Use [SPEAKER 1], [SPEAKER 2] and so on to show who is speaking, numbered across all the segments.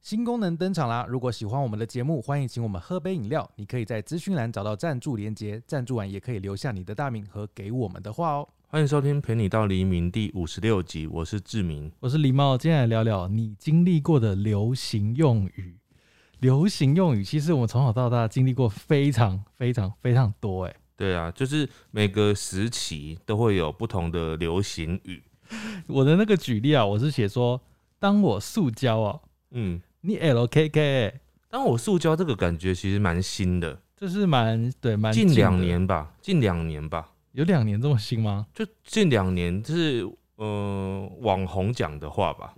[SPEAKER 1] 新功能登场啦！如果喜欢我们的节目，欢迎请我们喝杯饮料。你可以在资讯栏找到赞助连结，赞助完也可以留下你的大名和给我们的话哦。
[SPEAKER 2] 欢迎收听《陪你到黎明》第五十六集，我是志明。
[SPEAKER 1] 我是狸猫，今天来聊聊你经历过的流行用语。流行用语，其实我们从小到大经历过非常非常非常多哎、
[SPEAKER 2] 对啊，就是每个时期都会有不同的流行语。
[SPEAKER 1] 我的那个举例啊，我是写说，当我塑胶哦，
[SPEAKER 2] 嗯，
[SPEAKER 1] 你 LKK，欸
[SPEAKER 2] 当我塑胶这个感觉其实蛮新的，
[SPEAKER 1] 这是蛮对蛮
[SPEAKER 2] 近
[SPEAKER 1] 的
[SPEAKER 2] 两年吧，近两年吧，
[SPEAKER 1] 有两年这么新吗？
[SPEAKER 2] 就近两年，就是呃网红讲的话 吧。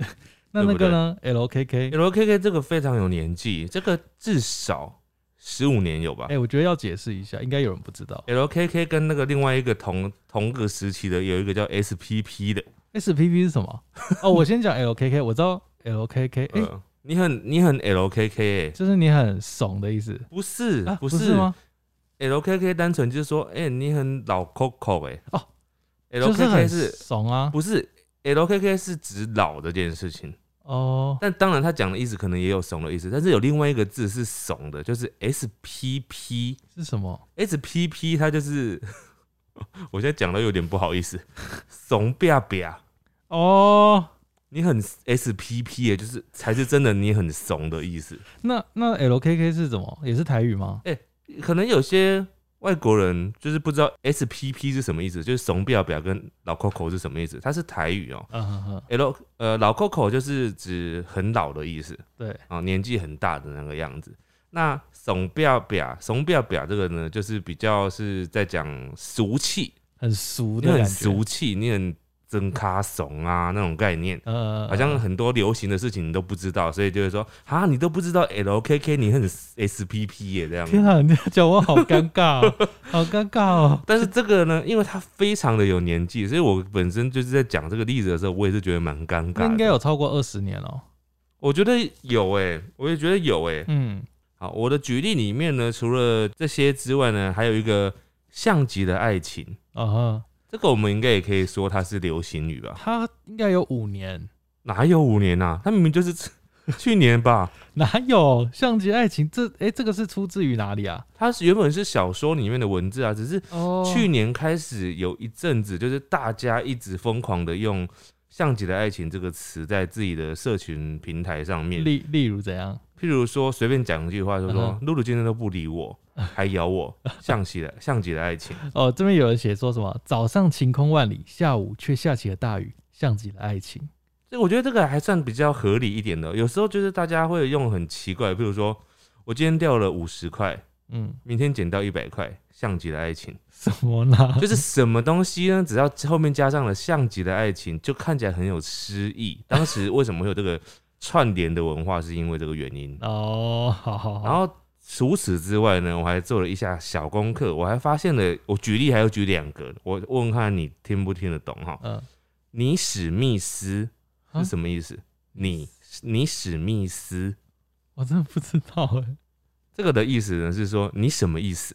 [SPEAKER 1] 那那个呢？LKK，
[SPEAKER 2] LKK 这个非常有年纪，这个至少十五年有吧
[SPEAKER 1] 哎、。我觉得要解释一下，应该有人不知道
[SPEAKER 2] LKK 跟那个另外一个同同个时期的有一个叫 SPP 的，
[SPEAKER 1] SPP 是什么。 哦，我先讲 LKK，我知道 LKK，哎、
[SPEAKER 2] 呃，你很你很 LKK 哎、
[SPEAKER 1] 就是你很怂的意思。
[SPEAKER 2] 不是，
[SPEAKER 1] 啊、
[SPEAKER 2] 不
[SPEAKER 1] 是
[SPEAKER 2] 是
[SPEAKER 1] 吗？
[SPEAKER 2] LKK 单纯就是说，哎、你很老 Coco 哎、
[SPEAKER 1] 哦就
[SPEAKER 2] LKK
[SPEAKER 1] 很
[SPEAKER 2] 是
[SPEAKER 1] 怂啊。
[SPEAKER 2] 不是 LKK 是指老的这件事情？
[SPEAKER 1] 哦，
[SPEAKER 2] 但当然，他讲的意思可能也有怂的意思，但是有另外一个字是怂的，就是 SPP。
[SPEAKER 1] 是什么？
[SPEAKER 2] SPP 它就是， 我现在讲的有点不好意思，怂吧吧，
[SPEAKER 1] 哦，
[SPEAKER 2] 你很 SPP 也就是才是真的你很怂的意思。
[SPEAKER 1] 那那 LKK 是什么？也是台语吗？
[SPEAKER 2] 可能有些外国人就是不知道 SPP 是什么意思，就是怂表表跟老 Coco 是什么意思，它是台语哦、
[SPEAKER 1] 嗯哼哼，
[SPEAKER 2] L 呃老 Coco 就是指很老的意思
[SPEAKER 1] 对，
[SPEAKER 2] 啊、年纪很大的那个样子。那怂表表怂表表这个呢，就是比较是在讲俗气，
[SPEAKER 1] 很俗
[SPEAKER 2] 你
[SPEAKER 1] 的
[SPEAKER 2] 很
[SPEAKER 1] 感觉。
[SPEAKER 2] 俗气，你很真咖怂啊那种概念。
[SPEAKER 1] 呃，
[SPEAKER 2] 好像很多流行的事情你都不知道，所以就会说啊，你都不知道 LKK，你很 SPP 耶这样子。
[SPEAKER 1] 天啊，你讲我好尴尬、哦， 好尴尬哦。
[SPEAKER 2] 但是这个呢，因为他非常的有年纪，所以我本身就是在讲这个例子的时候，我也是觉得蛮尴
[SPEAKER 1] 那
[SPEAKER 2] 尬
[SPEAKER 1] 应该
[SPEAKER 2] 的。
[SPEAKER 1] 有超过二十年哦。
[SPEAKER 2] 我觉得有诶、我也觉得有诶、
[SPEAKER 1] 嗯，
[SPEAKER 2] 好，我的举例里面呢，除了这些之外呢，还有一个像极了爱情，
[SPEAKER 1] 啊哈，
[SPEAKER 2] 这个我们应该也可以说它是流行语吧？
[SPEAKER 1] 他应该有五年，
[SPEAKER 2] 哪有五年啊？它明明就是 去年吧？
[SPEAKER 1] 哪有像极爱情？这哎、这个是出自于哪里啊？
[SPEAKER 2] 它是原本是小说里面的文字啊，只是
[SPEAKER 1] 哦
[SPEAKER 2] 去年开始有一阵子，就是大家一直疯狂的用“像极了爱情”这个词在自己的社群平台上面，
[SPEAKER 1] 例例如怎样？
[SPEAKER 2] 譬如说随便讲一句话，就
[SPEAKER 1] 嗯
[SPEAKER 2] 说“露露今天都不理我，还咬我”，像极了像极了爱情。
[SPEAKER 1] 哦，这边有人写说什么？早上晴空万里，下午却下起了大雨，像极了爱情。
[SPEAKER 2] 所以我觉得这个还算比较合理一点的。有时候就是大家会用很奇怪，譬如说我今天掉了五十块，
[SPEAKER 1] 嗯，
[SPEAKER 2] 明天捡到一百块，像极了爱情。
[SPEAKER 1] 什么啦？
[SPEAKER 2] 就是什么东西呢？只要后面加上了“像极了爱情”，就看起来很有诗意。当时为什么会有这个串联的文化，是因为这个原因。
[SPEAKER 1] 哦，好好好，
[SPEAKER 2] 然后除此之外呢，我还做了一下小功课，我还发现了，我举例还有举两个，我问看你听不听得懂哈。
[SPEAKER 1] 嗯，
[SPEAKER 2] 你史密斯
[SPEAKER 1] 啊
[SPEAKER 2] 是什么意思？你你史密斯
[SPEAKER 1] 我真的不知道哎，
[SPEAKER 2] 这个的意思呢是说你什么意思？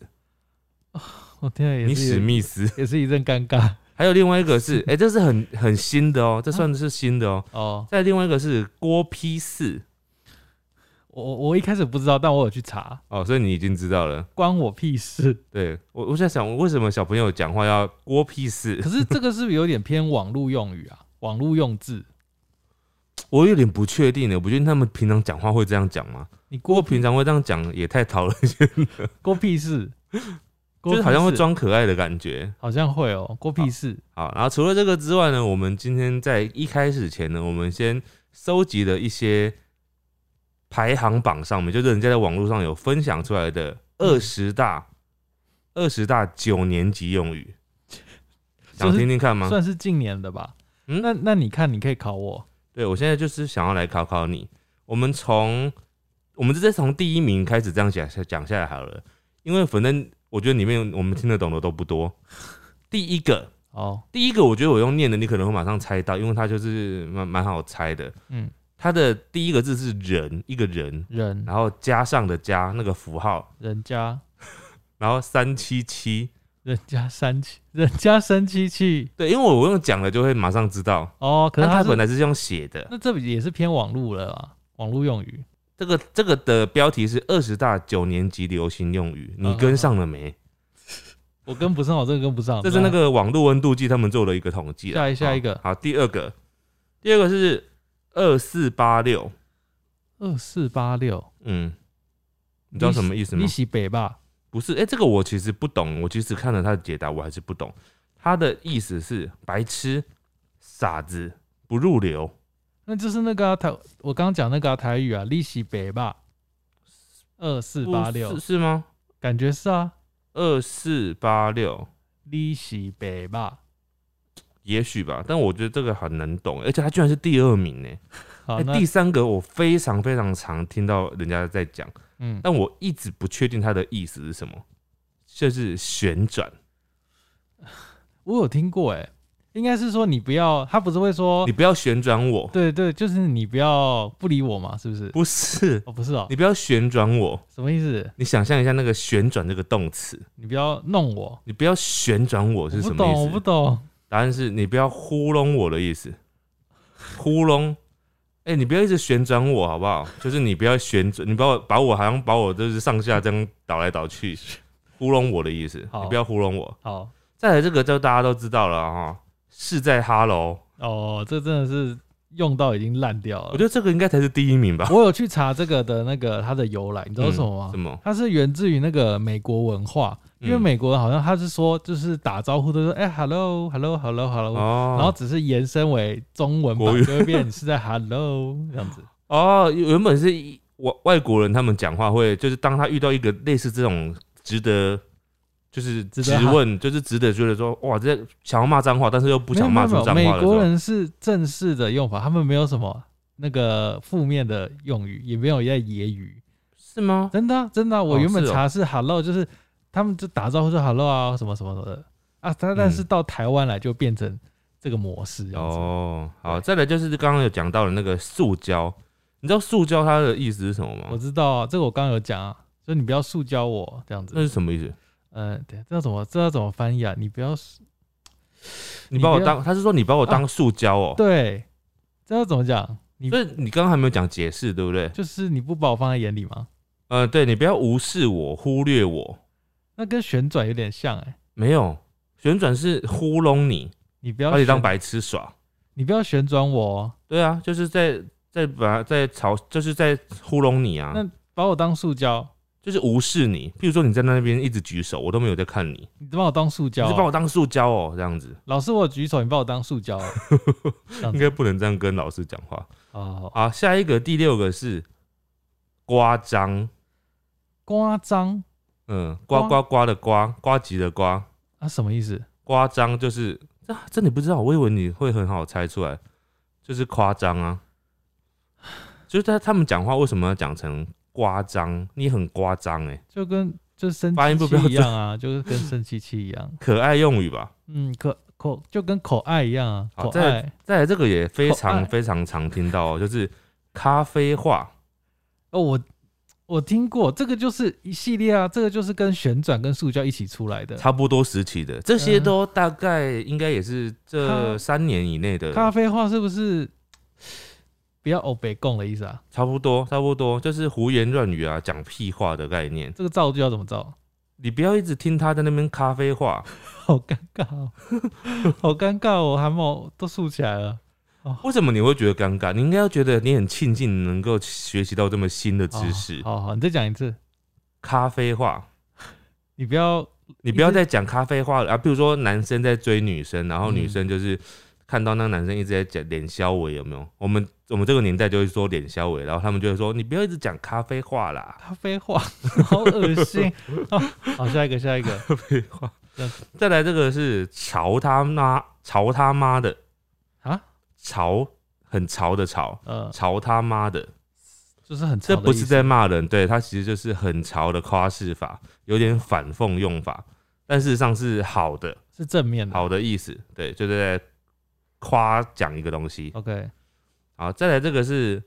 [SPEAKER 1] 我天啊，也
[SPEAKER 2] 你
[SPEAKER 1] 是
[SPEAKER 2] 史密斯。
[SPEAKER 1] 也是一阵尴尬
[SPEAKER 2] 还有另外一个 是，哎、这是很很新的哦，这
[SPEAKER 1] 啊
[SPEAKER 2] 算是新的哦。
[SPEAKER 1] 哦。
[SPEAKER 2] 再另外一个是郭 P 四
[SPEAKER 1] 我我我一开始不知道，但我有去查，
[SPEAKER 2] 哦，所以你已经知道了。
[SPEAKER 1] 关我屁事。
[SPEAKER 2] 对我，我在想为什么小朋友讲话要郭 P 四
[SPEAKER 1] 可，是这个是不是有点偏网络用语啊？网络用字，
[SPEAKER 2] 我有点不确定呢。我不确定他们平常讲话会这样讲吗？
[SPEAKER 1] 你
[SPEAKER 2] 不过
[SPEAKER 1] 郭
[SPEAKER 2] 平常会这样讲也太讨 人厌，
[SPEAKER 1] 郭屁事，
[SPEAKER 2] 就是好像会，装可爱的感觉。
[SPEAKER 1] 好像会哦，郭屁事。
[SPEAKER 2] 好，然后除了这个之外呢，我们今天在一开始前呢，我们先收集了一些排行榜上面，就是人家在网络上有分享出来
[SPEAKER 1] 嗯
[SPEAKER 2] 的二十大二十大九年级用语，
[SPEAKER 1] 就
[SPEAKER 2] 想
[SPEAKER 1] 是
[SPEAKER 2] 听听看吗？
[SPEAKER 1] 算是近年的吧。
[SPEAKER 2] 哦嗯
[SPEAKER 1] 那那你看，你可以考我。
[SPEAKER 2] 对我现在就是想要来考考你，我们从我们直接从第一名开始这样讲下讲下来好了，因为反正我觉得里面我们听得懂的都不多。第一个，
[SPEAKER 1] 哦，
[SPEAKER 2] 第一个，我觉得我用念的你可能会马上猜到，因为它就是蛮蛮好猜的。
[SPEAKER 1] 嗯，
[SPEAKER 2] 它的第一个字是“人”，一个人，
[SPEAKER 1] 人
[SPEAKER 2] 然后加上的“加”那个符号，
[SPEAKER 1] 人家
[SPEAKER 2] 然后三七七。
[SPEAKER 1] 人家三七， 人家生七七
[SPEAKER 2] 对，因为我用讲了就会马上知道，
[SPEAKER 1] 哦。可是
[SPEAKER 2] 但
[SPEAKER 1] 他
[SPEAKER 2] 它
[SPEAKER 1] 是
[SPEAKER 2] 本来是用写的。
[SPEAKER 1] 那这也是偏网络了啦，网络用语。
[SPEAKER 2] 这个这个的标题是二十大九年级流行用语，
[SPEAKER 1] 嗯
[SPEAKER 2] 你跟上了没？
[SPEAKER 1] 我跟不上，我真的跟不上。
[SPEAKER 2] 这是那个网络温度计他们做了一个统计啦。
[SPEAKER 1] 嗯下一下一个
[SPEAKER 2] 好，好第二个，第二个是二四八六，
[SPEAKER 1] 二四八六，
[SPEAKER 2] 嗯，你知道什么意思吗
[SPEAKER 1] 你？洗北吧？
[SPEAKER 2] 不是，哎、这个我其实不懂，我其实看了他的解答，我还是不懂。他的意思是白痴、傻子、不入流。
[SPEAKER 1] 那就是那个、啊、台，我刚刚讲那个、啊、台语啊，利息北吧，二四八
[SPEAKER 2] 不
[SPEAKER 1] 六
[SPEAKER 2] 是，是吗？
[SPEAKER 1] 感觉是啊，
[SPEAKER 2] 二四八六，
[SPEAKER 1] 利息北吧。
[SPEAKER 2] 也许吧，但我觉得这个很难懂，而且他居然是第二名呢、
[SPEAKER 1] 好，
[SPEAKER 2] 哎
[SPEAKER 1] 那
[SPEAKER 2] 第三个我非常非常常听到人家在讲，
[SPEAKER 1] 嗯，
[SPEAKER 2] 但我一直不确定它的意思是什么，就是旋转。
[SPEAKER 1] 我有听过、欸，哎，应该是说你不要，他不是会说
[SPEAKER 2] 你，不要旋转我，
[SPEAKER 1] 对对，就是你不要不理我嘛，是不是？
[SPEAKER 2] 不是，
[SPEAKER 1] 哦，不是哦，
[SPEAKER 2] 你不要旋转我。
[SPEAKER 1] 什么意思？
[SPEAKER 2] 你想象一下那个旋转这个动词，
[SPEAKER 1] 你不要弄我，
[SPEAKER 2] 你不要旋转我
[SPEAKER 1] 我
[SPEAKER 2] 是
[SPEAKER 1] 不
[SPEAKER 2] 什么
[SPEAKER 1] 懂，我
[SPEAKER 2] 意
[SPEAKER 1] 不
[SPEAKER 2] 思？
[SPEAKER 1] 懂。
[SPEAKER 2] 答案是你不要糊弄我的意思。糊弄，哎、你不要一直旋转我好不好？就是你不要旋转，你把我把我好像把我就是上下这样倒来倒去，糊弄我的意思。
[SPEAKER 1] 好
[SPEAKER 2] 你不要糊弄我。
[SPEAKER 1] 好，
[SPEAKER 2] 再来这个就大家都知道了哈，是在哈喽。
[SPEAKER 1] 哦，这真的是用到已经烂掉了。
[SPEAKER 2] 我觉得这个应该才是第一名吧？
[SPEAKER 1] 我有去查这个的那个它的由来，你知道是什么吗？
[SPEAKER 2] 嗯什么？
[SPEAKER 1] 它是源自于那个美国文化，因为
[SPEAKER 2] 嗯
[SPEAKER 1] 美国人好像他是说，就是打招呼都说哎、hello hello hello hello，、
[SPEAKER 2] 哦，
[SPEAKER 1] 然后只是延伸为中文版
[SPEAKER 2] 国语
[SPEAKER 1] 就会变是在 hello 这样子。
[SPEAKER 2] 哦，原本是一外外国人他们讲话会，就是当他遇到一个类似这种值得。就是
[SPEAKER 1] 值
[SPEAKER 2] 质
[SPEAKER 1] 得哈
[SPEAKER 2] 问，就是值得觉得说，哇，这想要骂脏话，但是又不想
[SPEAKER 1] 没
[SPEAKER 2] 骂
[SPEAKER 1] 有
[SPEAKER 2] 出
[SPEAKER 1] 没有
[SPEAKER 2] 脏话
[SPEAKER 1] 没有
[SPEAKER 2] 的
[SPEAKER 1] 美
[SPEAKER 2] 时
[SPEAKER 1] 国
[SPEAKER 2] 候，
[SPEAKER 1] 人是正式的用法，他们没有什么那个负面的用语，也没有在揶揄。
[SPEAKER 2] 是吗？
[SPEAKER 1] 真的啊、真的啊、我
[SPEAKER 2] 哦
[SPEAKER 1] 原本
[SPEAKER 2] 是哦
[SPEAKER 1] 查是 hello，、就是他们就打招呼说 hello 啊，什么什么什么的啊。但
[SPEAKER 2] 嗯
[SPEAKER 1] 但是到台湾来就变成这个模式这样子。
[SPEAKER 2] 哦，好，
[SPEAKER 1] 对
[SPEAKER 2] 再来就是刚刚有讲到的那个塑胶，你知道塑胶它的意思是什么
[SPEAKER 1] 我
[SPEAKER 2] 吗？
[SPEAKER 1] 知道、啊，这个我刚刚有讲啊，所以你不要塑胶我这样
[SPEAKER 2] 那
[SPEAKER 1] 子。
[SPEAKER 2] 是什么意思？
[SPEAKER 1] 呃，对，这要怎么这要怎么翻译啊？你不要塑
[SPEAKER 2] 哦你把
[SPEAKER 1] 你
[SPEAKER 2] 我
[SPEAKER 1] 不要啊
[SPEAKER 2] 当，他是说你把我当塑胶哦、
[SPEAKER 1] 对，这要怎么讲？你
[SPEAKER 2] 所以你刚刚还没有讲解释，对不对？
[SPEAKER 1] 就是你不把我放在眼里吗？
[SPEAKER 2] 呃，对你不要无视我，忽略我，
[SPEAKER 1] 那跟旋转有点像哎、
[SPEAKER 2] 没有旋转是糊弄你，
[SPEAKER 1] 你不
[SPEAKER 2] 把
[SPEAKER 1] 要
[SPEAKER 2] 你当
[SPEAKER 1] 旋
[SPEAKER 2] 白痴耍。
[SPEAKER 1] 你不要旋转我哦，
[SPEAKER 2] 对啊，就是在在把在嘲，就是在糊弄你啊
[SPEAKER 1] 那，把我当塑胶，
[SPEAKER 2] 就是无视你。譬如说你在那边一直举手，我都没有在看你，
[SPEAKER 1] 你把我当塑
[SPEAKER 2] 你
[SPEAKER 1] 胶
[SPEAKER 2] 是把
[SPEAKER 1] 哦、
[SPEAKER 2] 我当塑胶哦、这样子
[SPEAKER 1] 老师我举手，你把我当塑胶哦、 这样
[SPEAKER 2] 应
[SPEAKER 1] 子
[SPEAKER 2] 该不能这样跟老师讲话。
[SPEAKER 1] 哦，
[SPEAKER 2] 好，下一个第六个是瓜张，
[SPEAKER 1] 夸张
[SPEAKER 2] 嗯，呱呱呱的呱，呱唧的呱，
[SPEAKER 1] 啊，什么意思？
[SPEAKER 2] 夸张就是这这你不知道，我以为你会很好猜出来，就是夸张啊，就是他他们讲话为什么要讲成夸张？你很夸张哎，
[SPEAKER 1] 就跟就生
[SPEAKER 2] 发音
[SPEAKER 1] 气
[SPEAKER 2] 不标
[SPEAKER 1] 气
[SPEAKER 2] 准
[SPEAKER 1] 一样啊，就是跟生气气一 样。
[SPEAKER 2] 可爱用语吧？
[SPEAKER 1] 嗯，口口就跟口爱一样啊，
[SPEAKER 2] 好
[SPEAKER 1] 口
[SPEAKER 2] 再
[SPEAKER 1] 爱。
[SPEAKER 2] 再来这个也非
[SPEAKER 1] 可爱
[SPEAKER 2] 常非常常听到、哦，就是咖啡话，
[SPEAKER 1] 哦，我我听过这个就是一系列啊，这个就是跟旋转跟塑胶一起出来的。
[SPEAKER 2] 差不多时期的这些都大概应该也是这
[SPEAKER 1] 咖
[SPEAKER 2] 三年以内的，
[SPEAKER 1] 咖啡话是不是不要欧北共的意思啊？
[SPEAKER 2] 差不多差不多就是胡言乱语啊，讲屁话的概念。
[SPEAKER 1] 这个造句要怎么 造？
[SPEAKER 2] 你不要一直听他在那边咖啡话，
[SPEAKER 1] 好尴尬、哦， 好尴尬、哦，我汗毛都竖起来了。
[SPEAKER 2] 为什么你会觉得尴尬？你应该要觉得你很庆幸能够学习到这么新的知识。
[SPEAKER 1] 哦好好，你再讲一次，
[SPEAKER 2] 咖啡话，
[SPEAKER 1] 你不要
[SPEAKER 2] 你不要再讲咖啡话了啊！比如说男生在追女生，然后
[SPEAKER 1] 嗯
[SPEAKER 2] 女生就是看到那男生一直在讲脸消维，有没有？我们我们这个年代就会说脸消维，然后他们就会说你不要一直讲咖啡话啦。
[SPEAKER 1] 咖啡话，好恶 心。好好，下一个，下一个。
[SPEAKER 2] 再来这个是潮他妈潮他妈的
[SPEAKER 1] 啊，
[SPEAKER 2] 潮很潮的潮
[SPEAKER 1] 呃，
[SPEAKER 2] 潮他妈的。
[SPEAKER 1] 就是很
[SPEAKER 2] 这
[SPEAKER 1] 潮的
[SPEAKER 2] 不
[SPEAKER 1] 意
[SPEAKER 2] 是
[SPEAKER 1] 思
[SPEAKER 2] 在骂人，对他其实就是很潮的夸饰法，有点反讽用法，但事实上是好的，
[SPEAKER 1] 是正面的。
[SPEAKER 2] 好的意思，对，就是在夸奖一个东西。
[SPEAKER 1] ，OK，
[SPEAKER 2] 好，再来这个是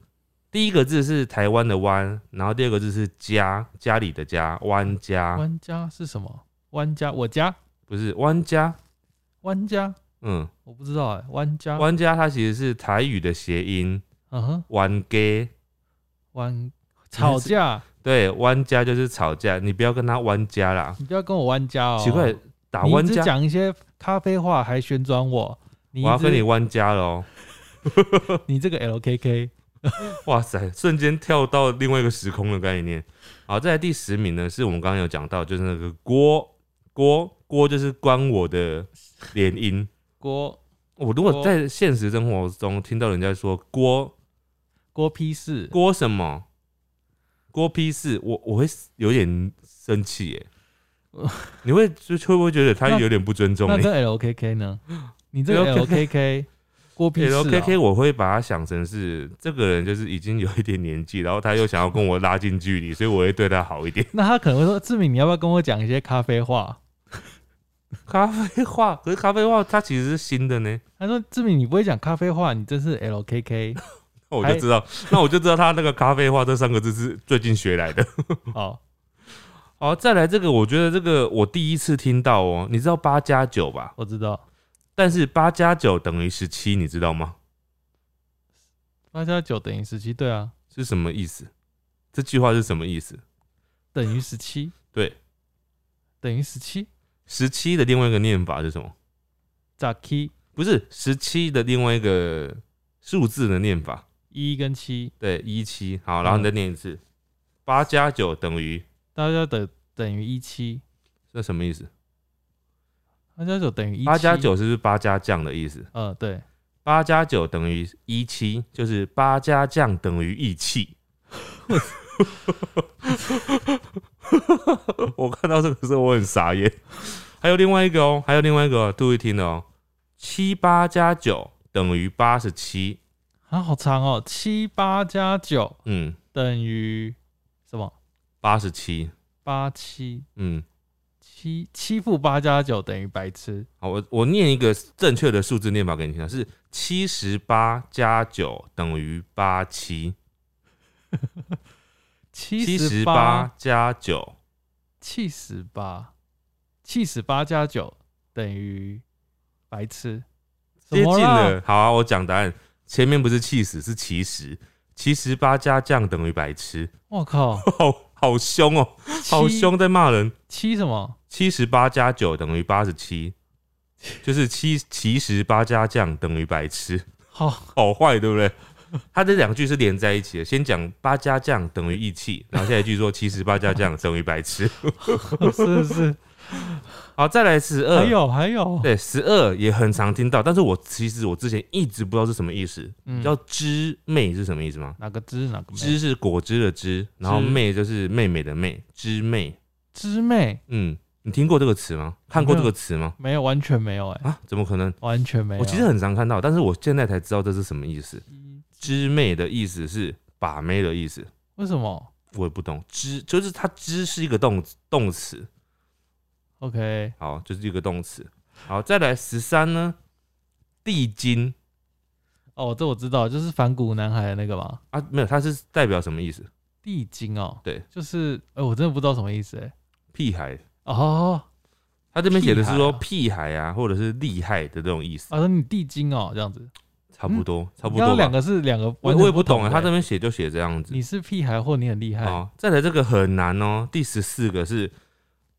[SPEAKER 2] 第一个字是台湾的湾，然后第二个字是家，家里的家，湾家
[SPEAKER 1] 玩家是什么？玩家，我家，
[SPEAKER 2] 不是湾家，
[SPEAKER 1] 玩家，
[SPEAKER 2] 嗯，
[SPEAKER 1] 我不知道哎、玩家，
[SPEAKER 2] 湾家它其实是台语的谐音，
[SPEAKER 1] 嗯哼，
[SPEAKER 2] 湾给
[SPEAKER 1] 玩吵架，
[SPEAKER 2] 对，弯家就是吵架，你不要跟他弯家啦。
[SPEAKER 1] 你不要跟我弯家哦。
[SPEAKER 2] 奇怪，，打
[SPEAKER 1] 你
[SPEAKER 2] 弯
[SPEAKER 1] 只
[SPEAKER 2] 家，
[SPEAKER 1] 讲一些咖啡话还旋转我，你
[SPEAKER 2] 我要
[SPEAKER 1] 一直
[SPEAKER 2] 跟你弯家了哦。
[SPEAKER 1] 你这个 LKK，
[SPEAKER 2] 哇塞，瞬间跳到另外一个时空的概念。好，再来第十名呢，是我们刚刚有讲到，就是那个锅锅锅，就是关我的联姻。
[SPEAKER 1] 郭
[SPEAKER 2] 我如果
[SPEAKER 1] 锅
[SPEAKER 2] 在现实生活中听到人家说锅
[SPEAKER 1] 郭批示，
[SPEAKER 2] 锅什么锅批事，我我会有点生气耶。你会就会不会觉得他有点不尊重
[SPEAKER 1] 那
[SPEAKER 2] 你
[SPEAKER 1] 跟 LKK 呢？你这个 LKK 郭批示哦、
[SPEAKER 2] ？L K K，我会把他想成是这个人就是已经有一点年纪，然后他又想要跟我拉近距离，所以我会对他好一点。
[SPEAKER 1] 那他可能会说：“志敏，你要不要跟我讲一些咖啡话
[SPEAKER 2] 咖啡话，可是咖啡话它其实是新的呢，？”
[SPEAKER 1] 他说：“志敏，你不会讲咖啡话，你真是 LKK。
[SPEAKER 2] 那我就知道，那我就知道它那个咖啡话这三个字是最近学 来的。”
[SPEAKER 1] 好，
[SPEAKER 2] 好，哦再来这个，我觉得这个我第一次听到哦，你知道八加九吧？
[SPEAKER 1] 我知道
[SPEAKER 2] 但是八加九等于十七，你知道吗？
[SPEAKER 1] 八加九等于十七，对啊，
[SPEAKER 2] 是什么意思？这句话是什么意思？
[SPEAKER 1] 等于十七，
[SPEAKER 2] 对，
[SPEAKER 1] 等于十七，
[SPEAKER 2] 十七的另外一个念法是什么？
[SPEAKER 1] 咋 k
[SPEAKER 2] 不是十七的另外一个数字的念法，
[SPEAKER 1] 一跟七，
[SPEAKER 2] 对，一七。好，然后你再念一次，八加九等于
[SPEAKER 1] 大家等等于一七，
[SPEAKER 2] 那什么意思？
[SPEAKER 1] 八加九等于一
[SPEAKER 2] 八加，九是不是八加酱的意思？
[SPEAKER 1] 嗯，对，
[SPEAKER 2] 八加九等于一七，就是八加酱等于义气。 我看到这个时候我很傻眼。还有另外一个哦，还有另外一个、哦，注意听哦，七八加九等于八十七。
[SPEAKER 1] 啊，好长哦，七八加九
[SPEAKER 2] 嗯，
[SPEAKER 1] 等于什么？
[SPEAKER 2] 八十七。
[SPEAKER 1] 八七
[SPEAKER 2] 嗯，
[SPEAKER 1] 七七负八加九等于白痴，
[SPEAKER 2] 好，我我念一个正确的数字念法给你听啊，是七十八加九等于八七，七
[SPEAKER 1] 七
[SPEAKER 2] 十
[SPEAKER 1] 八
[SPEAKER 2] 八加九
[SPEAKER 1] 七十八，七十八加九等于白痴，
[SPEAKER 2] 接近
[SPEAKER 1] 什么啦
[SPEAKER 2] 了。好啊、我讲答案，前面不是气死，是其实。其实八加酱等于白痴，
[SPEAKER 1] 我靠，
[SPEAKER 2] 好好凶哦，好
[SPEAKER 1] 七
[SPEAKER 2] 凶，在骂人。
[SPEAKER 1] 七什么？
[SPEAKER 2] 七十八加九等于八十七，就是七其实八加酱等于白痴，
[SPEAKER 1] 好，
[SPEAKER 2] 好坏对不对？它这两句是连在一起的，先讲八加酱等于义气，然后下一句说其实八加酱等于白痴。
[SPEAKER 1] 是是，
[SPEAKER 2] 好，再来十
[SPEAKER 1] 还
[SPEAKER 2] 二，
[SPEAKER 1] 有还有，
[SPEAKER 2] 对十二也很常听到，但是我其实我之前一直不知道是什么意思。
[SPEAKER 1] 嗯
[SPEAKER 2] 你知道知妹是什么意思吗？
[SPEAKER 1] 哪个知哪个妹
[SPEAKER 2] 知是果汁的汁，然后
[SPEAKER 1] 知
[SPEAKER 2] 妹就是妹妹的妹，知妹。
[SPEAKER 1] 知妹
[SPEAKER 2] 嗯，你听过这个词吗？看过这个词吗？
[SPEAKER 1] 没有，完全没有哎、
[SPEAKER 2] 啊，怎么可能？
[SPEAKER 1] 完全没有。
[SPEAKER 2] 我其实很常看到，但是我现在才知道这是什么意思。
[SPEAKER 1] 七
[SPEAKER 2] 知妹的意思是把妹的意思，
[SPEAKER 1] 为什么
[SPEAKER 2] 我也不懂。知就是它知是一个动动词，
[SPEAKER 1] ？OK，
[SPEAKER 2] 好，就是一个动词。好，再来十三呢，地精
[SPEAKER 1] 哦，这我知道，就是反骨男孩的那个嘛，
[SPEAKER 2] 啊，没有，它是代表什么意思？
[SPEAKER 1] 地精哦，
[SPEAKER 2] 对，
[SPEAKER 1] 就是，哎、我真的不知道什么意思哎、
[SPEAKER 2] 屁孩。
[SPEAKER 1] 哦，
[SPEAKER 2] 他这边写的是说
[SPEAKER 1] 屁
[SPEAKER 2] 屁孩啊，或者是厉害的这种意思，
[SPEAKER 1] 啊，说你地精哦，这样子，
[SPEAKER 2] 差不多，差不
[SPEAKER 1] 嗯刚刚
[SPEAKER 2] 多吧
[SPEAKER 1] 两。个是两个
[SPEAKER 2] 我
[SPEAKER 1] 完
[SPEAKER 2] 我
[SPEAKER 1] 全
[SPEAKER 2] 也不
[SPEAKER 1] 不
[SPEAKER 2] 懂啊，他这哦
[SPEAKER 1] 的哎
[SPEAKER 2] 边写就写这样子。
[SPEAKER 1] 你是屁孩或你很厉害，
[SPEAKER 2] 好，再来这个很难哦。第十四个是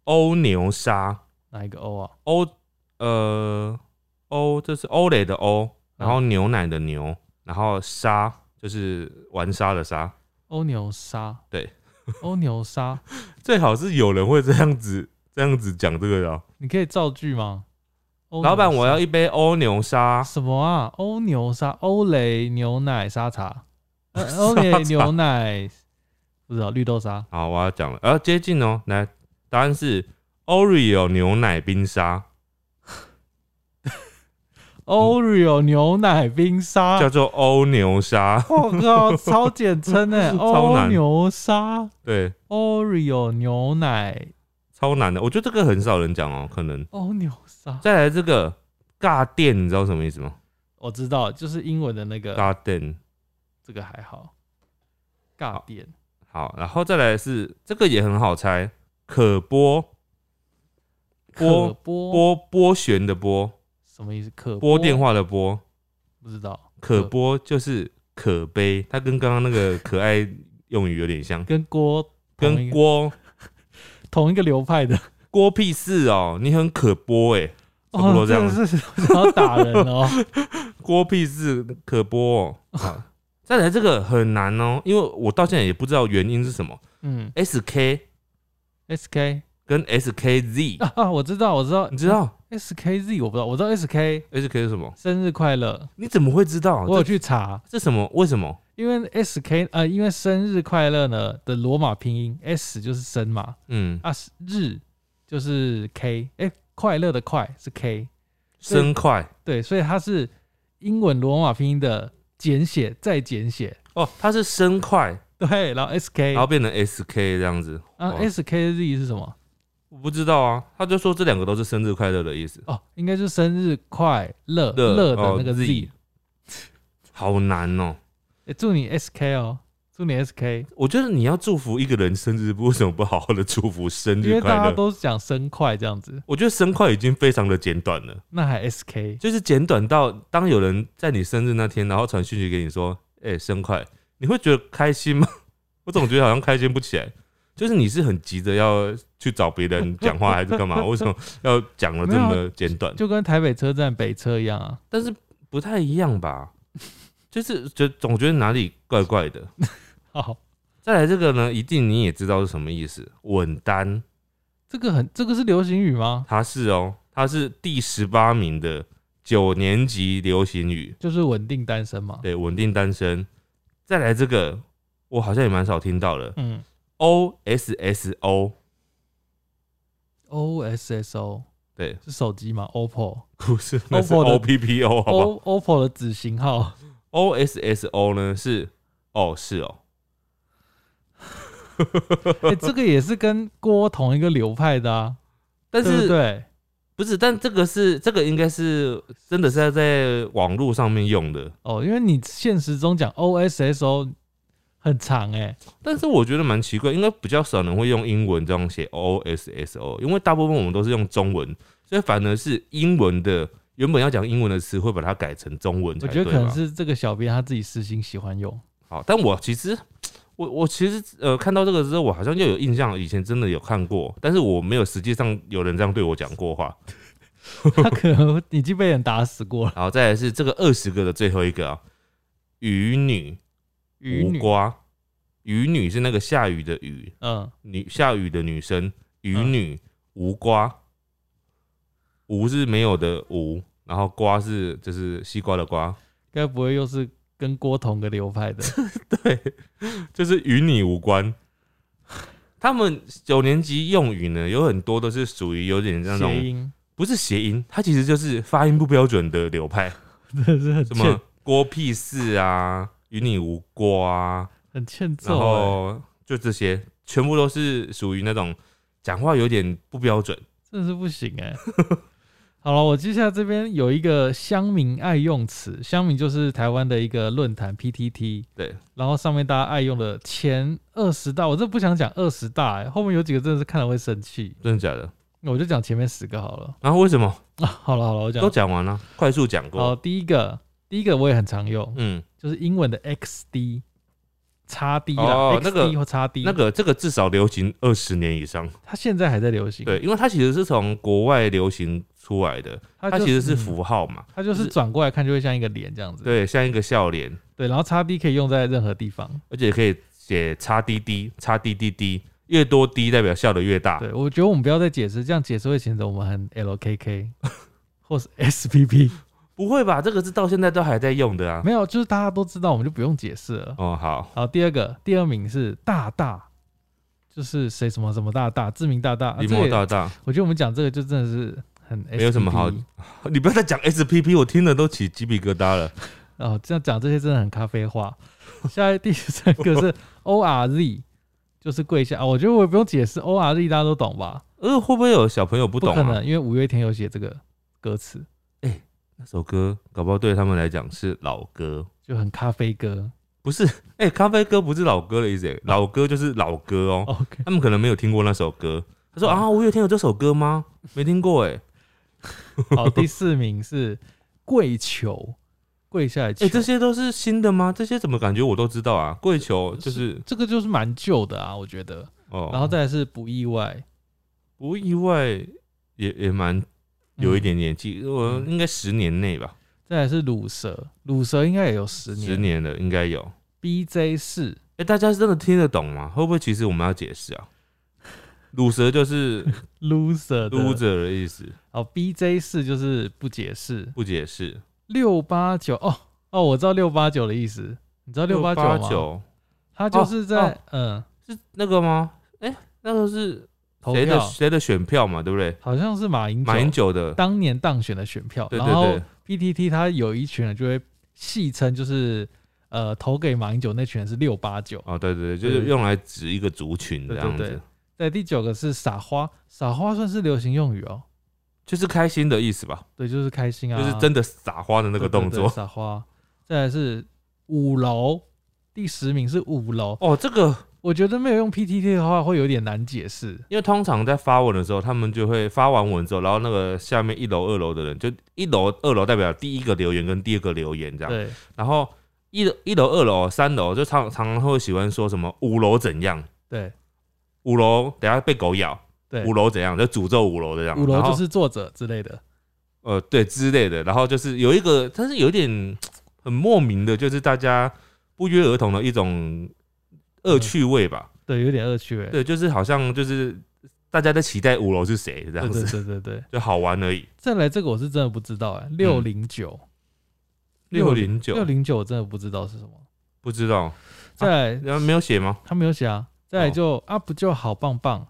[SPEAKER 2] 欧牛沙，
[SPEAKER 1] 哪一个 O 啊？
[SPEAKER 2] 欧呃欧，这是欧蕾的欧，然后牛奶的牛，然后沙就是玩沙的沙。
[SPEAKER 1] 欧牛沙，
[SPEAKER 2] 对，
[SPEAKER 1] 欧牛沙，
[SPEAKER 2] 最好是有人会这样子这样子讲这个的哦。
[SPEAKER 1] 你可以造句吗？欧
[SPEAKER 2] 老板，
[SPEAKER 1] 牛沙
[SPEAKER 2] 我要一杯欧牛沙。
[SPEAKER 1] 什么啊？欧牛沙，欧蕾牛奶沙 茶，呃欧蕾牛奶，不知道绿豆沙，
[SPEAKER 2] 好，我要讲了，呃，接近哦，来，答案是 Oreo 牛奶冰沙，
[SPEAKER 1] Oreo 牛奶冰沙
[SPEAKER 2] 叫，做欧牛沙。
[SPEAKER 1] 我靠，超简称哎，
[SPEAKER 2] 超
[SPEAKER 1] 欧
[SPEAKER 2] 难
[SPEAKER 1] 牛沙
[SPEAKER 2] 对，
[SPEAKER 1] ，Oreo 牛奶，
[SPEAKER 2] 超难的，我觉得这个很少人讲哦，可能。
[SPEAKER 1] 欧牛沙，
[SPEAKER 2] 再来这个尬电，你知道什么意思吗？
[SPEAKER 1] 我知道，就是英文的那个，
[SPEAKER 2] 尬电。
[SPEAKER 1] 这个还好，尬点。
[SPEAKER 2] 好，然后再来是这个也很好猜，可剥
[SPEAKER 1] 可
[SPEAKER 2] 拨
[SPEAKER 1] 播
[SPEAKER 2] 拨拨弦的拨，
[SPEAKER 1] 什么意思？可
[SPEAKER 2] 拨电话的拨，
[SPEAKER 1] 不知道。
[SPEAKER 2] 可拨就是可悲，它跟刚刚那个可爱用语有点像，
[SPEAKER 1] 跟郭同一
[SPEAKER 2] 跟
[SPEAKER 1] 个
[SPEAKER 2] 郭
[SPEAKER 1] 同一个流派的，
[SPEAKER 2] 郭屁事哦，你很可播哎、差不
[SPEAKER 1] 哦，
[SPEAKER 2] 多这
[SPEAKER 1] 真
[SPEAKER 2] 样
[SPEAKER 1] 的是想要打人哦。
[SPEAKER 2] 郭屁事可播 哦。啊再来这个很难哦，因为我到现在也不知道原因是什么。
[SPEAKER 1] 嗯
[SPEAKER 2] S K
[SPEAKER 1] ，SK
[SPEAKER 2] 跟 S K Z，
[SPEAKER 1] 啊， 我知道，我知道
[SPEAKER 2] 你知道
[SPEAKER 1] SKZ，我不知道，我知道 SK
[SPEAKER 2] S K 是什么？
[SPEAKER 1] 生日快乐，
[SPEAKER 2] 你怎么会知道？
[SPEAKER 1] 我有
[SPEAKER 2] 哦这
[SPEAKER 1] 去查，
[SPEAKER 2] 这什么？为什么？
[SPEAKER 1] 因为 SK 呃，因为生日快乐呢的罗马拼音 S 就是生嘛，
[SPEAKER 2] 嗯，
[SPEAKER 1] 啊日就是 K，哎、快乐的快是 K，
[SPEAKER 2] 生快
[SPEAKER 1] 对，所以它是英文罗马拼音的简写再简写，
[SPEAKER 2] 哦，它是生哎快，
[SPEAKER 1] 对，然后 SK，
[SPEAKER 2] 然后变成 S K 这样子。
[SPEAKER 1] 啊
[SPEAKER 2] 哦
[SPEAKER 1] SKZ 是什么？
[SPEAKER 2] 我不知道啊，他就说这两个都是生日快乐的意思，
[SPEAKER 1] 哦，应该就是生日快乐
[SPEAKER 2] 乐
[SPEAKER 1] 乐的那个
[SPEAKER 2] 哦
[SPEAKER 1] Z，、
[SPEAKER 2] Z 好难哦。
[SPEAKER 1] 诶祝你 SK 哦，祝你 SK，
[SPEAKER 2] 我觉得你要祝福一个人生日，为什么不好好的祝福生
[SPEAKER 1] 因
[SPEAKER 2] 日
[SPEAKER 1] 为
[SPEAKER 2] 快
[SPEAKER 1] 大家
[SPEAKER 2] 乐？
[SPEAKER 1] 都讲生快这样子，
[SPEAKER 2] 我觉得生快已经非常的简短了，
[SPEAKER 1] 那还 SK
[SPEAKER 2] 就是简短到当有人在你生日那天，然后传讯息给你说“哎、生快”，你会觉得开心吗？ 我总觉得好像开心不起来，就是你是很急着要去找别人讲话还是干嘛？为 什么要讲了这
[SPEAKER 1] 没啊
[SPEAKER 2] 么简短？
[SPEAKER 1] 就跟台北车站北车一样啊。
[SPEAKER 2] 但是不太一样吧？就是就总觉得哪里怪怪的。哦
[SPEAKER 1] 好，
[SPEAKER 2] 再来这个呢，一定你也知道是什么意思，稳单。
[SPEAKER 1] 这个很这个是流行语吗？
[SPEAKER 2] 它是哦，它是第十八名的九年级流行语，
[SPEAKER 1] 就是稳定单身嘛。
[SPEAKER 2] 对，稳定单身。再来这个，我好像也蛮少听到的
[SPEAKER 1] 嗯
[SPEAKER 2] ，O S S O，
[SPEAKER 1] ，O S S O
[SPEAKER 2] 对，
[SPEAKER 1] 是手机吗？OPPO
[SPEAKER 2] 不是，那是
[SPEAKER 1] OPPO 的
[SPEAKER 2] O P P O，好吧
[SPEAKER 1] O 哦 OPPO 的子型 号，
[SPEAKER 2] ？O S S O 呢是，哦，是哦，
[SPEAKER 1] 哎、这个也是跟郭同一个流派的啊。
[SPEAKER 2] 但
[SPEAKER 1] 对不
[SPEAKER 2] 是
[SPEAKER 1] 对，
[SPEAKER 2] 不是？但这个是这个应该是真的是要在网络上面用的，
[SPEAKER 1] 哦，因为你现实中讲 O S S O 很长哎、
[SPEAKER 2] 但是我觉得蛮奇怪，应该比较少人会用英文这样写 O S S O，因为大部分我们都是用中文，所以反而是英文的原本要讲英文的词，会把它改成中文才
[SPEAKER 1] 我
[SPEAKER 2] 对
[SPEAKER 1] 觉得
[SPEAKER 2] 吧
[SPEAKER 1] 可能是这个小编他自己私心喜欢用。
[SPEAKER 2] 好，但我其实我我其实呃看到这个之后，我好像又有印象，以前真的有看过，但是我没有实际上有人这样对我讲过话。
[SPEAKER 1] 他可能已经被人打死过了。
[SPEAKER 2] 然后再来是这个二十个的最后一个啊，雨女
[SPEAKER 1] 鱼
[SPEAKER 2] 无
[SPEAKER 1] 女，
[SPEAKER 2] 瓜，雨女是那个下雨的雨，
[SPEAKER 1] 嗯，
[SPEAKER 2] 女下雨的女生，雨
[SPEAKER 1] 嗯
[SPEAKER 2] 女无瓜，无是没有的无，然后瓜是就是西瓜的瓜，
[SPEAKER 1] 该不会又是跟郭同个流 派的？
[SPEAKER 2] 就是与你无关。他们九年级用语呢，有很多都是属于有点像那
[SPEAKER 1] 谐
[SPEAKER 2] 种
[SPEAKER 1] 音，
[SPEAKER 2] 不是谐音，它其实就是发音不标准的流派，
[SPEAKER 1] 真的是很
[SPEAKER 2] 什
[SPEAKER 1] 欠
[SPEAKER 2] 么郭屁事啊，与你无瓜啊，
[SPEAKER 1] 很欠揍、欸，
[SPEAKER 2] 然后就这些，全部都是属于那种讲话有点不标准。
[SPEAKER 1] 真的是不行哎、 好了，我接下来这边有一个乡民爱用词，乡民就是台湾的一个论坛 PTT，
[SPEAKER 2] 对，
[SPEAKER 1] 然后上面大家爱用的前二十大，我真的不想讲二十大、欸，后面有几个真的是看了会生气，
[SPEAKER 2] 真的假的？
[SPEAKER 1] 那我就讲前面十个好了。
[SPEAKER 2] 然后为什么？
[SPEAKER 1] 啊，好了好了，我讲
[SPEAKER 2] 都讲完了，快速讲
[SPEAKER 1] 好
[SPEAKER 2] 过。
[SPEAKER 1] 第一个，第一个我也很常用，
[SPEAKER 2] 嗯，
[SPEAKER 1] 就是英文的 XD、叉 D 啦、
[SPEAKER 2] 哦
[SPEAKER 1] x
[SPEAKER 2] 那个
[SPEAKER 1] D 或叉 D，
[SPEAKER 2] 那个这个至少流行二十年以上，
[SPEAKER 1] 它现在还在流行。
[SPEAKER 2] 对，因为它其实是从国外流行出来的，
[SPEAKER 1] 它就，
[SPEAKER 2] 它其实是
[SPEAKER 1] 嗯
[SPEAKER 2] 符号嘛，
[SPEAKER 1] 它就是
[SPEAKER 2] 就是
[SPEAKER 1] 转过来看就会像一个脸这样子。
[SPEAKER 2] 对，像一个笑脸，
[SPEAKER 1] 对，然后叉 D 可以用在任何地方。
[SPEAKER 2] 而且可以写叉滴滴，叉滴滴滴，越多滴代表笑得越大。
[SPEAKER 1] 对，我觉得我们不要再解释，这样解释会显得我们很 LKK 或是 SPP。
[SPEAKER 2] 不会吧？这个是到现在都还在用的啊。
[SPEAKER 1] 没有，就是大家都知道，我们就不用解释了。
[SPEAKER 2] 哦，好，
[SPEAKER 1] 好，第二个，第二名是大大，就是谁什么什么大大，知名大大。啊
[SPEAKER 2] 狸
[SPEAKER 1] 这个
[SPEAKER 2] 猫
[SPEAKER 1] 也
[SPEAKER 2] 大大，
[SPEAKER 1] 我觉得我们讲这个就真的是很 SPP,
[SPEAKER 2] 没有什么好 你不要再讲 SPP，我听了都起鸡皮疙瘩了。
[SPEAKER 1] 哦，这样讲这些真的很咖啡化。下一第三个 是 O R Z，就是跪下啊。我觉得我也不用解释，O R Z 大家都懂吧？
[SPEAKER 2] 呃，会不会有小朋友不
[SPEAKER 1] 不
[SPEAKER 2] 懂
[SPEAKER 1] 可
[SPEAKER 2] 啊？
[SPEAKER 1] 能，因为五月天有写这个歌词，
[SPEAKER 2] 那首歌搞不好对他们来讲是老歌。
[SPEAKER 1] 就很咖啡歌。
[SPEAKER 2] 不是， 哎、咖啡哥不是老歌的意思耶，老歌就是老歌哦。
[SPEAKER 1] OK，
[SPEAKER 2] 他们可能没有听过那首歌。他说啊，五月天有这首歌吗？没听过哎。
[SPEAKER 1] 好，第四名是跪求，跪下来求。
[SPEAKER 2] 哎、这些都是新的吗？这些怎么感觉我都知道啊？跪求就是
[SPEAKER 1] 这个就是蛮旧的啊，我觉得。
[SPEAKER 2] 哦，
[SPEAKER 1] 然后再来是不意外，
[SPEAKER 2] 不意外也也蛮有一点年纪，我
[SPEAKER 1] 嗯
[SPEAKER 2] 应该十年内吧，
[SPEAKER 1] 再来是乳蛇，乳蛇应该也有十年。
[SPEAKER 2] 十年了应该有。
[SPEAKER 1] BJ 四，
[SPEAKER 2] 哎、大家真的听得懂吗？会不会其实我们要解释啊？乳蛇就是
[SPEAKER 1] loser 的
[SPEAKER 2] loser 的意思，
[SPEAKER 1] 哦，BJ 四就是不解释。
[SPEAKER 2] 不解释。
[SPEAKER 1] 六八九哦哦，我知道六八九的意思，你知道六八九吗？
[SPEAKER 2] 九哦
[SPEAKER 1] 他就是在、嗯
[SPEAKER 2] 是那个吗？哎、那个是
[SPEAKER 1] 投
[SPEAKER 2] 谁的
[SPEAKER 1] 票，
[SPEAKER 2] 谁的选票嘛？对不对？
[SPEAKER 1] 好像是马英九
[SPEAKER 2] 马英九的，
[SPEAKER 1] 当年当选的选票，
[SPEAKER 2] 对
[SPEAKER 1] 然
[SPEAKER 2] 对
[SPEAKER 1] 后
[SPEAKER 2] 对，
[SPEAKER 1] PTT 他有一群人就会戏称就是呃投给马英九那群人是六八九，
[SPEAKER 2] 哦，对对对，就是用来指一个族群这样子，
[SPEAKER 1] 对啊对对在第九个是撒花，撒花算是流行用语哦，
[SPEAKER 2] 就是开心的意思吧，
[SPEAKER 1] 对，就是开心啊，
[SPEAKER 2] 就是真的撒花的那个动
[SPEAKER 1] 对对
[SPEAKER 2] 作
[SPEAKER 1] 对。撒花。再来是五楼，第十名是五楼，
[SPEAKER 2] 哦，这个
[SPEAKER 1] 我觉得没有用 PTT 的话会有点难解释，
[SPEAKER 2] 因为通常在发文的时候，他们就会发完文之后，然后那个下面一楼、二楼的人，就一楼、二楼代表第一个留言跟第二个留言这样，
[SPEAKER 1] 对，
[SPEAKER 2] 然后一楼一楼、二楼、三楼就常常常会喜欢说什么五楼怎样，
[SPEAKER 1] 对
[SPEAKER 2] 五楼等下被狗咬，
[SPEAKER 1] 对，
[SPEAKER 2] 五楼怎样就诅咒五楼的这样，
[SPEAKER 1] 五楼
[SPEAKER 2] 然后
[SPEAKER 1] 就是作者之类的，
[SPEAKER 2] 呃对之类的，然后就是有一个，但是有一点很莫名的，就是大家不约而同的一种恶趣味吧，
[SPEAKER 1] 对，有点恶趣味，
[SPEAKER 2] 对，就是好像就是大家在期待五楼是谁这
[SPEAKER 1] 对
[SPEAKER 2] 样
[SPEAKER 1] 对
[SPEAKER 2] 子，
[SPEAKER 1] 对对对。
[SPEAKER 2] 就好玩而已。
[SPEAKER 1] 再来这个我是真的不知道哎、六零九
[SPEAKER 2] 嗯六零
[SPEAKER 1] 六
[SPEAKER 2] 九啊
[SPEAKER 1] 零九我真的不知道是什么。
[SPEAKER 2] 不知道，
[SPEAKER 1] 再来、
[SPEAKER 2] 然后没有写吗？
[SPEAKER 1] 他没有写啊，再来
[SPEAKER 2] 哦
[SPEAKER 1] 就、啊不就好棒棒，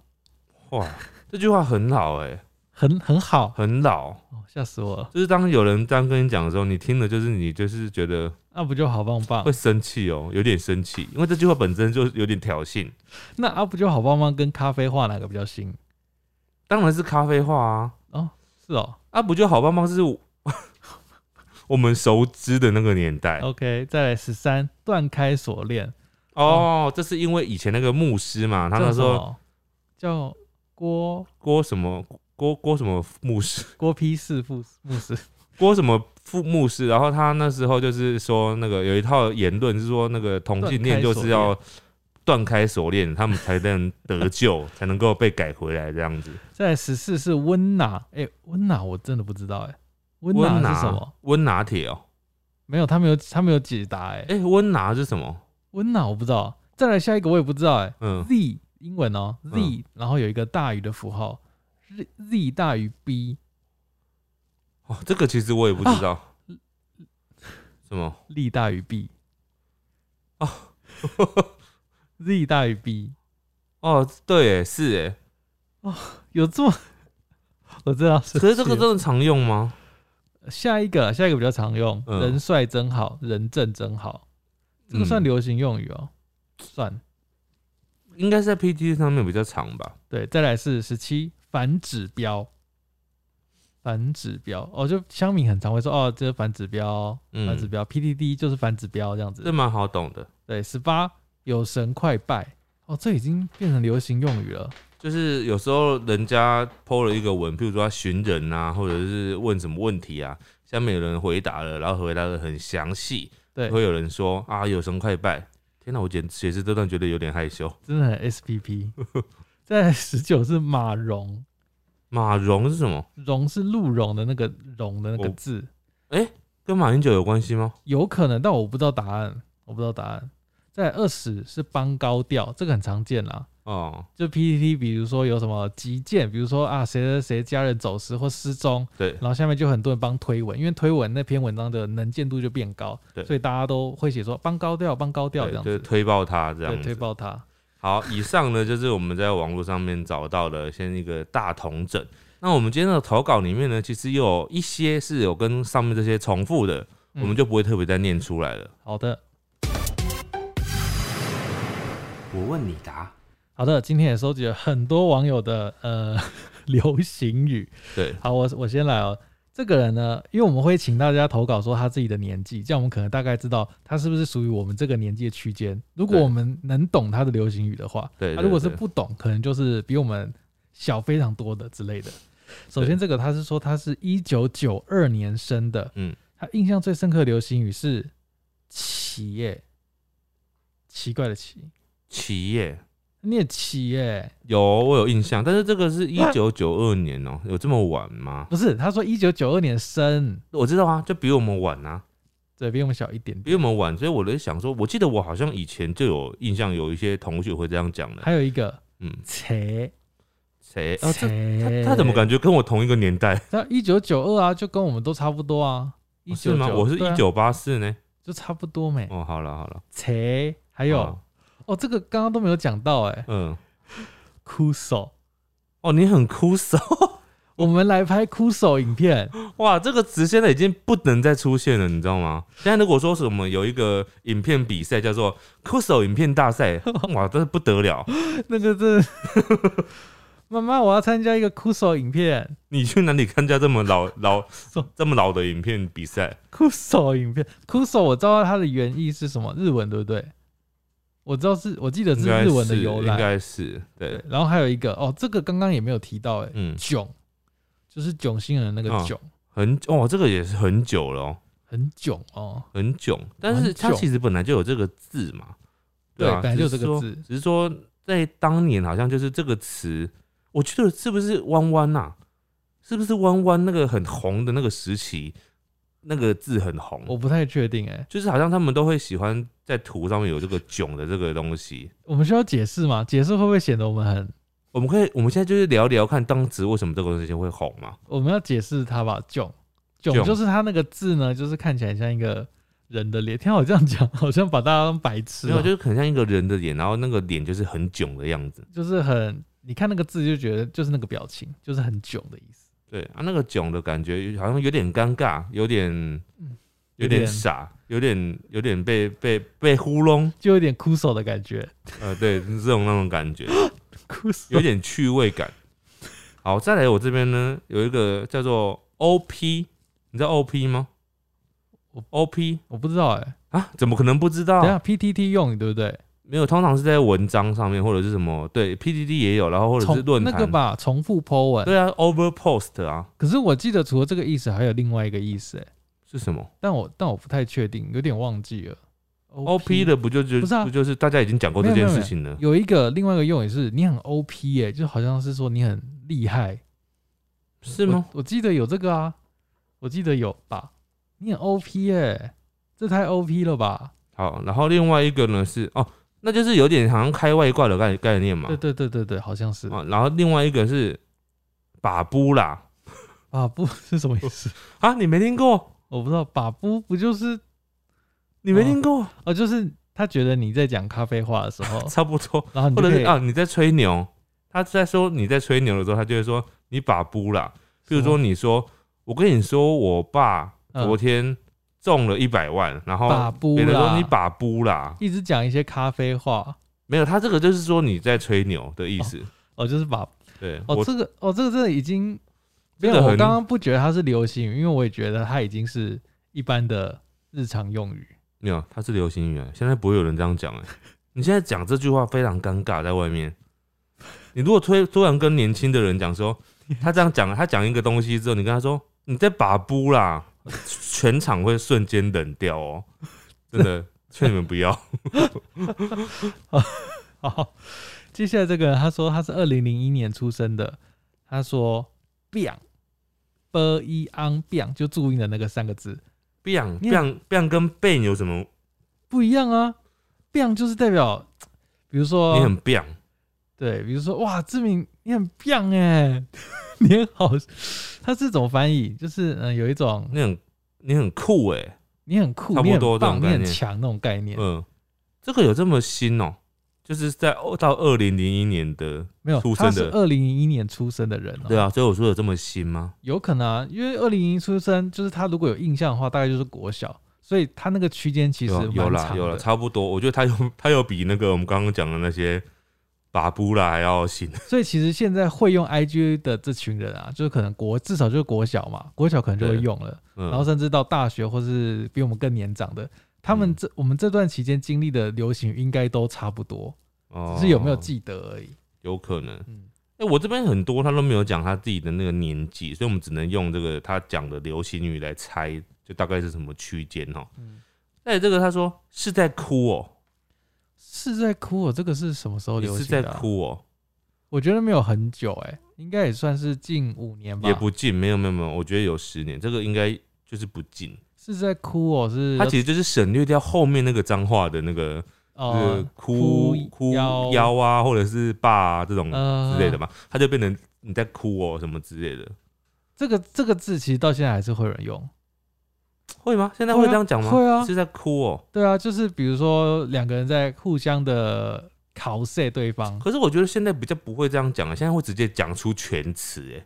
[SPEAKER 2] 哇，这句话很老哎、
[SPEAKER 1] 很很好，
[SPEAKER 2] 很老。
[SPEAKER 1] 哦吓、死我了，
[SPEAKER 2] 就是当有人这样跟你讲的时候，你听了就是你就是觉得
[SPEAKER 1] 啊不就好棒棒
[SPEAKER 2] 会，生气哦，有点生气，因为这句话本身就有点挑衅。
[SPEAKER 1] 那啊不就好棒棒跟咖啡话哪个比较新？
[SPEAKER 2] 当然是咖啡话啊，
[SPEAKER 1] 是哦
[SPEAKER 2] 啊不就好棒棒是我 我们熟知的那个年代
[SPEAKER 1] ，OK，再来十三断开锁链，
[SPEAKER 2] 哦。这是因为以前那个牧师嘛，他啊那时
[SPEAKER 1] 叫什
[SPEAKER 2] 候
[SPEAKER 1] 么叫郭
[SPEAKER 2] 郭什么郭郭什么牧师，
[SPEAKER 1] 郭批士副牧师，
[SPEAKER 2] 郭什么副牧师，然后他那时候就是说那个有一套言论是说那个同性恋就是要断开锁链，他们才能得救，才能够被改回来这样子。
[SPEAKER 1] 再来十四是温拿，哎、温拿我真的不知道哎、温
[SPEAKER 2] 温
[SPEAKER 1] 拿
[SPEAKER 2] 拿
[SPEAKER 1] 是什么？？
[SPEAKER 2] 温拿铁哦，
[SPEAKER 1] 没有，他没有他没有解答哎、
[SPEAKER 2] 哎，温拿是什么？
[SPEAKER 1] 温拿我不知道，再来下一个我也不知道哎、
[SPEAKER 2] 嗯
[SPEAKER 1] z 英文哦
[SPEAKER 2] 嗯
[SPEAKER 1] Z，、然后有一个大于的符号，Z Z 大于 B
[SPEAKER 2] 哦，这个其实我也不知道。 什么？
[SPEAKER 1] 力大于 B
[SPEAKER 2] 哦
[SPEAKER 1] Z 大于 B
[SPEAKER 2] 哦，对，哎，是
[SPEAKER 1] 有这么 我知道，
[SPEAKER 2] 哎，可是这个真的常用吗？
[SPEAKER 1] 下一个下一个比较常用，
[SPEAKER 2] 嗯
[SPEAKER 1] 人帅真好，人正真好，这个算
[SPEAKER 2] 嗯
[SPEAKER 1] 流行用语哦，算
[SPEAKER 2] 应该是在 PT 上面比较常吧？
[SPEAKER 1] 对。再来是十七反指标。反指标哦，就乡民很常会说哦，这是反指标哦，反指
[SPEAKER 2] 嗯，
[SPEAKER 1] 标，PDD 就是反指标这样子
[SPEAKER 2] 这。蛮好懂的，
[SPEAKER 1] 对，十八有神快拜哦，这已经变成流行用语了。
[SPEAKER 2] 就是有时候人家 PO 了一个文，譬如说他寻人啊，或者是问什么问题啊，下面有人回答了，然后回答的很详细，
[SPEAKER 1] 对，
[SPEAKER 2] 会有人说啊有神快拜，天哪，我简写这段觉得有点害羞。
[SPEAKER 1] 真的很 SPP。在十九是马蓉，
[SPEAKER 2] 马蓉是什么？
[SPEAKER 1] 蓉是鹿茸的那个茸的那个
[SPEAKER 2] 我
[SPEAKER 1] 字，
[SPEAKER 2] 跟马英九有关系吗？
[SPEAKER 1] 有可能，但我不知道答案，我不知道答案。在二十是帮高调，这个很常见啦。
[SPEAKER 2] 哦，
[SPEAKER 1] 就 PPT，比如说有什么急件，比如说啊谁谁谁家人走失或失踪，
[SPEAKER 2] 对
[SPEAKER 1] 然后下面就很多人帮推文，因为推文那篇文章的能见度就变高，
[SPEAKER 2] 对
[SPEAKER 1] 所以大家都会写说帮高调，帮高调这
[SPEAKER 2] 对，
[SPEAKER 1] 样
[SPEAKER 2] 就
[SPEAKER 1] 子，
[SPEAKER 2] 是推爆他这
[SPEAKER 1] 对，
[SPEAKER 2] 样
[SPEAKER 1] 推
[SPEAKER 2] 子。
[SPEAKER 1] 爆它。
[SPEAKER 2] 好，以上呢就是我们在网络上面找到的先一个大同整。那我们今天的投稿里面呢，其实又有一些是有跟上面这些重复的，
[SPEAKER 1] 嗯
[SPEAKER 2] 我们就不会特别再念出来了。
[SPEAKER 1] 好的，
[SPEAKER 2] 我问你答，
[SPEAKER 1] 好的，今天也收集了很多网友的呃 流行语。
[SPEAKER 2] 对，
[SPEAKER 1] 好，我我先来哦。这个人呢，因为我们会请大家投稿说他自己的年纪，这样我们可能大概知道他是不是属于我们这个年纪的区间。如果
[SPEAKER 2] 对
[SPEAKER 1] 我们能懂他的流行语的话，
[SPEAKER 2] 对
[SPEAKER 1] 他
[SPEAKER 2] 对
[SPEAKER 1] 如果是
[SPEAKER 2] 对
[SPEAKER 1] 不懂，可能就是比我们小非常多的之类的。首先，这个他是说他是一九九二年生的，
[SPEAKER 2] 嗯，
[SPEAKER 1] 他印象最深刻的流行语是“奇”耶，奇怪的“奇
[SPEAKER 2] 企业”，
[SPEAKER 1] 你也“奇”耶？
[SPEAKER 2] 有我有印象，但是这个 是一九九二年哦、有这么晚吗？
[SPEAKER 1] 不是，他说一九九二年生，
[SPEAKER 2] 我知道啊，就比我们晚啊，
[SPEAKER 1] 对比我们小一点点。
[SPEAKER 2] 比我们晚，所以我在想说，我记得我好像以前就有印象，有一些同学会这样讲的。
[SPEAKER 1] 还有一个
[SPEAKER 2] 嗯，
[SPEAKER 1] “切
[SPEAKER 2] 谁”，啊？这
[SPEAKER 1] 切，
[SPEAKER 2] 他他怎么感觉跟我同一个年 代？
[SPEAKER 1] 那一九九二啊，就跟我们都差不多啊，一
[SPEAKER 2] 哦是
[SPEAKER 1] 九
[SPEAKER 2] 吗？我是
[SPEAKER 1] 对啊
[SPEAKER 2] 一九八四呢。
[SPEAKER 1] 就差不多没。
[SPEAKER 2] 哦，好了好了，
[SPEAKER 1] 切，还有
[SPEAKER 2] 好
[SPEAKER 1] 哦，这个刚刚都没有讲到哎，
[SPEAKER 2] 嗯，
[SPEAKER 1] 哭手，
[SPEAKER 2] 哦，你很枯手
[SPEAKER 1] 我们来拍哭手影片，
[SPEAKER 2] 哇！这个词现在已经不能再出现了，你知道吗？现在如果说是我们有一个影片比赛叫做枯手影片大赛，哇，真是不得了！
[SPEAKER 1] 那个真的， 妈妈，我要参加一个哭手影片，
[SPEAKER 2] 你去哪里参加这么老 老
[SPEAKER 1] 手
[SPEAKER 2] 这么老的影片比赛？
[SPEAKER 1] 哭手影片，哭手，我知道它的原意是什么，日文对不对？我知道是，我记得
[SPEAKER 2] 应
[SPEAKER 1] 是
[SPEAKER 2] 该
[SPEAKER 1] 日
[SPEAKER 2] 是
[SPEAKER 1] 文的由
[SPEAKER 2] 应
[SPEAKER 1] 来。
[SPEAKER 2] 该是对
[SPEAKER 1] 对，然后还有一个哦，这个刚刚也没有提到哎，
[SPEAKER 2] 嗯
[SPEAKER 1] 囧，就是囧星人的那个
[SPEAKER 2] 哦
[SPEAKER 1] 囧，
[SPEAKER 2] 很哇，这个也是很久了、哦，
[SPEAKER 1] 很囧哦。
[SPEAKER 2] 很囧。但是
[SPEAKER 1] 很
[SPEAKER 2] 它
[SPEAKER 1] 囧
[SPEAKER 2] 其实本来就有这个字嘛，
[SPEAKER 1] 对
[SPEAKER 2] 啊，
[SPEAKER 1] 本来就有这个
[SPEAKER 2] 只是说
[SPEAKER 1] 字
[SPEAKER 2] 只是说在当年好像就是这个词，我觉得是不是弯弯呐？是不是弯弯那个很红的那个时期，那个字很
[SPEAKER 1] 我
[SPEAKER 2] 红，
[SPEAKER 1] 不太确定哎、欸，
[SPEAKER 2] 就是好像他们都会喜欢在图上面有这个囧的这个东西。
[SPEAKER 1] 我们需要解释吗？解释会不会显得我们很？
[SPEAKER 2] 我们可以，我们现在就是聊聊看当时为什么这个东西会红嘛？
[SPEAKER 1] 我们要解释它吧，囧，囧
[SPEAKER 2] 囧
[SPEAKER 1] 就是它那个字呢，就是看起来像一个人的脸。听我这样讲，好像把大家当白痴
[SPEAKER 2] 没
[SPEAKER 1] 哦、
[SPEAKER 2] 有，就是很像一个人的脸，然后那个脸就是很囧的样子。
[SPEAKER 1] 就是很，你看那个字就觉得就是那个表情，就是很囧的意思。
[SPEAKER 2] 对啊，那个囧的感觉好像有点尴尬，有点有
[SPEAKER 1] 嗯有点
[SPEAKER 2] 点傻，有点有点被被被糊弄，
[SPEAKER 1] 就有点哭手的感觉，
[SPEAKER 2] 呃，对，这种那种感 觉，
[SPEAKER 1] 哭手
[SPEAKER 2] 有点趣味感。好，再来我这边呢，有一个叫做 OP，你知道 OP 吗
[SPEAKER 1] 我
[SPEAKER 2] ？OP
[SPEAKER 1] 我不知道哎、欸，
[SPEAKER 2] 啊，怎么可能不知道
[SPEAKER 1] 等一？下 PTT 用语对不对？
[SPEAKER 2] 没有，通常是在文章上面或者是什么，对，PDD 也有，然后或者
[SPEAKER 1] 重
[SPEAKER 2] 是论
[SPEAKER 1] 那个
[SPEAKER 2] 坛，
[SPEAKER 1] 吧，重复 po 文。
[SPEAKER 2] 对啊，Over Post 啊，
[SPEAKER 1] 可是我记得除了这个意思，还有另外一个意思哎、
[SPEAKER 2] 是什么
[SPEAKER 1] 但我但我不太确定，有点忘记了。
[SPEAKER 2] ？OP 的不就就
[SPEAKER 1] 不是啊
[SPEAKER 2] 不就是大家已经讲过这
[SPEAKER 1] 没有
[SPEAKER 2] 件
[SPEAKER 1] 没有
[SPEAKER 2] 事情了？
[SPEAKER 1] 有一个另外一个用语是你很 OP 耶、就好像是说你很厉害，
[SPEAKER 2] 是吗？
[SPEAKER 1] 我？我记得有这个啊，我记得有吧？你很 OP 耶、这太 OP 了吧？
[SPEAKER 2] 好，然后另外一个呢是哦，那就是有点好像开外挂的概概念嘛
[SPEAKER 1] 对。对对对对，好像是
[SPEAKER 2] 啊，然后另外一个是把布啦
[SPEAKER 1] 把布是什么意思？
[SPEAKER 2] 啊，你没听过？
[SPEAKER 1] 我不知道，把布不就是
[SPEAKER 2] 你没听过？
[SPEAKER 1] 哦，就是他觉得你在讲咖啡话的时候
[SPEAKER 2] ，差不多，
[SPEAKER 1] 然后你
[SPEAKER 2] 或
[SPEAKER 1] 就
[SPEAKER 2] 者
[SPEAKER 1] 可
[SPEAKER 2] 是
[SPEAKER 1] 以
[SPEAKER 2] 啊，你在吹牛，他在说你在吹牛的时候，他就会说你把布啦。比如说你说，我跟你说，我爸
[SPEAKER 1] 嗯
[SPEAKER 2] 昨天中了一百万，然后
[SPEAKER 1] 把布
[SPEAKER 2] 别人说
[SPEAKER 1] 啦
[SPEAKER 2] 你，把布啦，
[SPEAKER 1] 一直讲一些咖啡话，
[SPEAKER 2] 没有，他这个就是说你在吹牛的意思。
[SPEAKER 1] 哦，就是把
[SPEAKER 2] 对，
[SPEAKER 1] 哦
[SPEAKER 2] 我
[SPEAKER 1] 这个哦这个真的已经没
[SPEAKER 2] 这
[SPEAKER 1] 有，
[SPEAKER 2] 个
[SPEAKER 1] 我
[SPEAKER 2] 很
[SPEAKER 1] 刚刚不觉得它是流行语，因为我也觉得它已经是一般的日常用语。
[SPEAKER 2] 没有，它是流行语啊，现在不会有人这样 讲哎、你现在讲这句话非常尴尬，在外面。你如果突突然跟年轻的人 讲说，他这样讲，他讲一个东西之后，你跟他说你在把布啦，全场会瞬间冷掉哦、真 的，劝你们不要。
[SPEAKER 1] 好，接下来这个人他说他是二零零一年出生的，他说 biang b i ang biang 就注音的那个三个字
[SPEAKER 2] 变
[SPEAKER 1] 你也
[SPEAKER 2] 变变跟变有什么？
[SPEAKER 1] 不一样啊，biang 就是代表，比如说
[SPEAKER 2] 你很变，
[SPEAKER 1] 对，比如说哇，志明你很 biang 哎、 你很好，他是怎么翻译？就是嗯、呃有一种
[SPEAKER 2] 你很你很酷哎、
[SPEAKER 1] 你很酷，
[SPEAKER 2] 差不
[SPEAKER 1] 你很
[SPEAKER 2] 多这种
[SPEAKER 1] 棒，你很
[SPEAKER 2] 概念
[SPEAKER 1] 强那种概念，
[SPEAKER 2] 嗯，这个有这么新哦、就是在到二零零一年的，
[SPEAKER 1] 没有，
[SPEAKER 2] 出
[SPEAKER 1] 他
[SPEAKER 2] 生
[SPEAKER 1] 是
[SPEAKER 2] 的
[SPEAKER 1] 二零零一年出生的人、哦，
[SPEAKER 2] 对啊，所以我说有这么新吗？
[SPEAKER 1] 有可能啊，因为二零零一出生，就是他如果有印象的话，大概就是国小，所以他那个区间其实
[SPEAKER 2] 有有
[SPEAKER 1] 蛮
[SPEAKER 2] 啦
[SPEAKER 1] 长
[SPEAKER 2] 有啦，
[SPEAKER 1] 的。
[SPEAKER 2] 差不多。我觉得他有他有比那个我们刚刚讲的那些把布啦还 要新。
[SPEAKER 1] 所以其实现在会用 IG 的这群人啊，就是可能国至少就是国小嘛，国小可能就会
[SPEAKER 2] 对
[SPEAKER 1] 用了，
[SPEAKER 2] 嗯，
[SPEAKER 1] 然后甚至到大学或是比我们更年长的，他们
[SPEAKER 2] 嗯
[SPEAKER 1] 这、我们这段期间经历的流行应该都差不多，
[SPEAKER 2] 哦
[SPEAKER 1] 只是有没有记得而已。
[SPEAKER 2] 有可能。
[SPEAKER 1] 嗯，
[SPEAKER 2] 哎、我这边很多他都没有讲他自己的那个年纪，所以我们只能用这个他讲的流行语来猜，就大概是什么区间哦。
[SPEAKER 1] 嗯
[SPEAKER 2] 哎，这个他说是在哭哦，
[SPEAKER 1] 是在哭哦，这个是什么时候
[SPEAKER 2] 你
[SPEAKER 1] 流
[SPEAKER 2] 是
[SPEAKER 1] 行
[SPEAKER 2] 在
[SPEAKER 1] 的啊、
[SPEAKER 2] 哭哦，
[SPEAKER 1] 我觉得没有很久哎、应该也算是近五年吧。
[SPEAKER 2] 也不近，没有没有没有，我觉得有十年，这个应该就是不近。
[SPEAKER 1] 是在哭哦，是
[SPEAKER 2] 它其实就是省略掉后面那个脏话的那个，就是
[SPEAKER 1] 呃
[SPEAKER 2] 哭
[SPEAKER 1] 哭
[SPEAKER 2] 哭
[SPEAKER 1] 腰
[SPEAKER 2] 腰啊，或者是爸啊这种
[SPEAKER 1] 呃
[SPEAKER 2] 之类的嘛，它就变成你在哭哦什么之类的，
[SPEAKER 1] 这个这个字其实到现在还是会有人用。
[SPEAKER 2] 会吗？现在会
[SPEAKER 1] 会啊
[SPEAKER 2] 这样讲吗？
[SPEAKER 1] 会啊
[SPEAKER 2] 是在哭哦。
[SPEAKER 1] 对啊，就是比如说两个人在互相的考射对方
[SPEAKER 2] 可是我觉得现在比较不会这样讲了，现在会直接讲出全词，哎，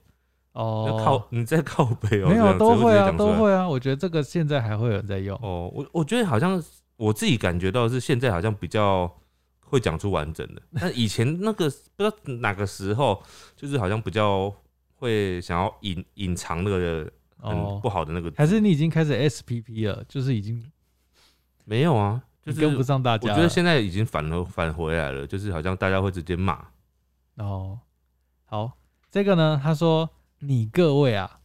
[SPEAKER 2] 要
[SPEAKER 1] 哦
[SPEAKER 2] 靠，你在靠背哦，
[SPEAKER 1] 没
[SPEAKER 2] 这样
[SPEAKER 1] 有
[SPEAKER 2] 子
[SPEAKER 1] 都会啊
[SPEAKER 2] 直接讲出来
[SPEAKER 1] 都会啊，我觉得这个现在还会有人在用。
[SPEAKER 2] 哦，我我觉得好像我自己感觉到是现在好像比较会讲出完整的，但以前那个不知道哪个时候，就是好像比较会想要隐隐藏那个很
[SPEAKER 1] 哦
[SPEAKER 2] 不，好的那个字，
[SPEAKER 1] 还是你已经开始 SPP 了，就是已经
[SPEAKER 2] 没有啊？就
[SPEAKER 1] 你
[SPEAKER 2] 是
[SPEAKER 1] 跟不上大
[SPEAKER 2] 我
[SPEAKER 1] 家了。
[SPEAKER 2] 觉得现在已经反了返回来了，就是好像大家会直接骂，
[SPEAKER 1] 哦，好，这个呢，他说你各位啊，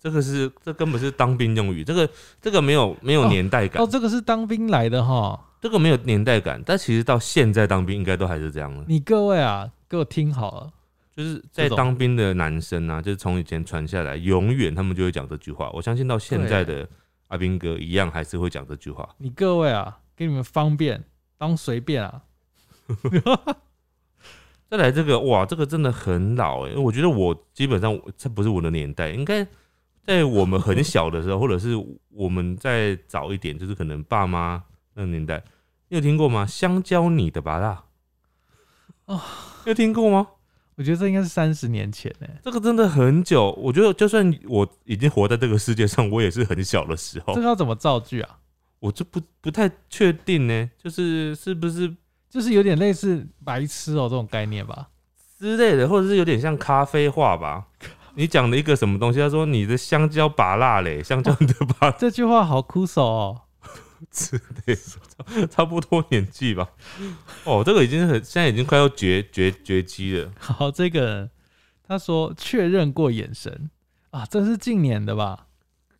[SPEAKER 2] 这个是这根本是当兵用语，这个这个没有没有
[SPEAKER 1] 哦
[SPEAKER 2] 年代感，
[SPEAKER 1] 哦，这个是当兵来的哈，
[SPEAKER 2] 这个没有年代感，但其实到现在当兵应该都还是这样了。
[SPEAKER 1] 你各位啊，给我听好了。
[SPEAKER 2] 就是在
[SPEAKER 1] 这种
[SPEAKER 2] 当兵的男生啊，就是从以前传下来，永远他们就会讲这句话。我相信到现在的阿兵哥一样还是会讲这句话。
[SPEAKER 1] 你各位啊，给你们方便当随便啊，
[SPEAKER 2] 再来这个哇，这个真的很老哎、因为我觉得我基本上我这不是我的年代，应该在我们很小的时候，或者是我们再早一点，就是可能爸妈那个年代，你有听过吗？香蕉你的吧啦，
[SPEAKER 1] 哦
[SPEAKER 2] 你有听过吗？
[SPEAKER 1] 我觉得这应该是三十年前呢、
[SPEAKER 2] 这个真的很久，我觉得就算我已经活在这个世界上，我也是很小的时候
[SPEAKER 1] 这。个要怎么造句啊？
[SPEAKER 2] 我就不不太确定呢，就是是不是
[SPEAKER 1] 就是有点类似白痴哦、这种概念吧？
[SPEAKER 2] 之类的，或者是有点像咖啡话吧？你讲了一个什么东西？他说你的香蕉拔辣嘞，香蕉的拔
[SPEAKER 1] 这句话好枯手哦、
[SPEAKER 2] 之类的，差不多年纪 吧。哦，这个已经很现在已经快要绝绝绝迹了。
[SPEAKER 1] 好，这个人他说确认过眼神啊，这是近年的吧？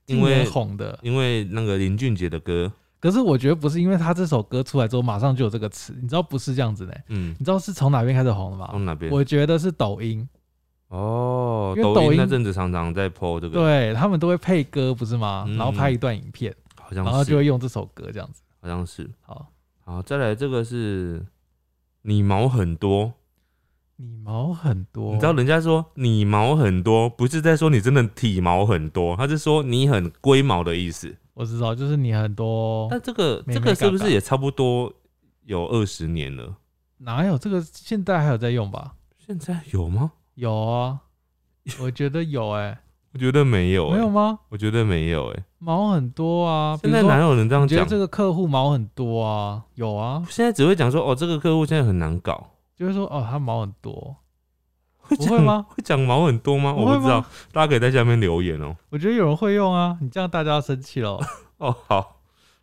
[SPEAKER 2] 因
[SPEAKER 1] 近年
[SPEAKER 2] 为
[SPEAKER 1] 红的，
[SPEAKER 2] 因为那个林俊杰的歌，
[SPEAKER 1] 可是我觉得不是因为他这首歌出来之后马上就有这个词，你知道不是这样子的、
[SPEAKER 2] 嗯，
[SPEAKER 1] 你知道是从哪边开始红的吗？
[SPEAKER 2] 从哪边？
[SPEAKER 1] 我觉得是抖音，
[SPEAKER 2] 哦，
[SPEAKER 1] 因为
[SPEAKER 2] 抖
[SPEAKER 1] 抖
[SPEAKER 2] 音
[SPEAKER 1] 音
[SPEAKER 2] 那阵子常常在 PO 这个，
[SPEAKER 1] 对他们都会配歌不是吗？
[SPEAKER 2] 嗯
[SPEAKER 1] 然后拍一段影片，
[SPEAKER 2] 好像
[SPEAKER 1] 然后
[SPEAKER 2] 是
[SPEAKER 1] 就会用这首歌这样子。
[SPEAKER 2] 好像是。
[SPEAKER 1] 好，
[SPEAKER 2] 好，再来这个是你毛很多。
[SPEAKER 1] 你毛很多，
[SPEAKER 2] 你知道人家说你毛很多，不是在说你真的体毛很多，他是说你很龟毛的意思。
[SPEAKER 1] 我知道，就是你很多
[SPEAKER 2] 但这个
[SPEAKER 1] 妹妹
[SPEAKER 2] 这个是不
[SPEAKER 1] 嘎
[SPEAKER 2] 是
[SPEAKER 1] 嘎
[SPEAKER 2] 也差不多有二十年了？
[SPEAKER 1] 哪有这个？现在还有在用吧？
[SPEAKER 2] 现在有吗？
[SPEAKER 1] 有啊，我觉得有哎、
[SPEAKER 2] 我觉得没有、欸，
[SPEAKER 1] 没有吗？
[SPEAKER 2] 我觉得没有、欸，
[SPEAKER 1] 毛很多啊，比
[SPEAKER 2] 现
[SPEAKER 1] 如
[SPEAKER 2] 在
[SPEAKER 1] 说
[SPEAKER 2] 哪有人这样
[SPEAKER 1] 你觉得
[SPEAKER 2] 讲？
[SPEAKER 1] 这个客户毛很多啊？有啊，
[SPEAKER 2] 现在只会讲说哦，这个客户现在很难搞，
[SPEAKER 1] 就是说哦，他毛很多，
[SPEAKER 2] 会
[SPEAKER 1] 不
[SPEAKER 2] 讲
[SPEAKER 1] 会吗？
[SPEAKER 2] 会讲毛很多吗？
[SPEAKER 1] 不
[SPEAKER 2] 我
[SPEAKER 1] 会
[SPEAKER 2] 不知道
[SPEAKER 1] 吗，
[SPEAKER 2] 大家可以在下面留言哦、
[SPEAKER 1] 我觉得有人会用啊，你这样大家要生气 了。
[SPEAKER 2] 哦，好，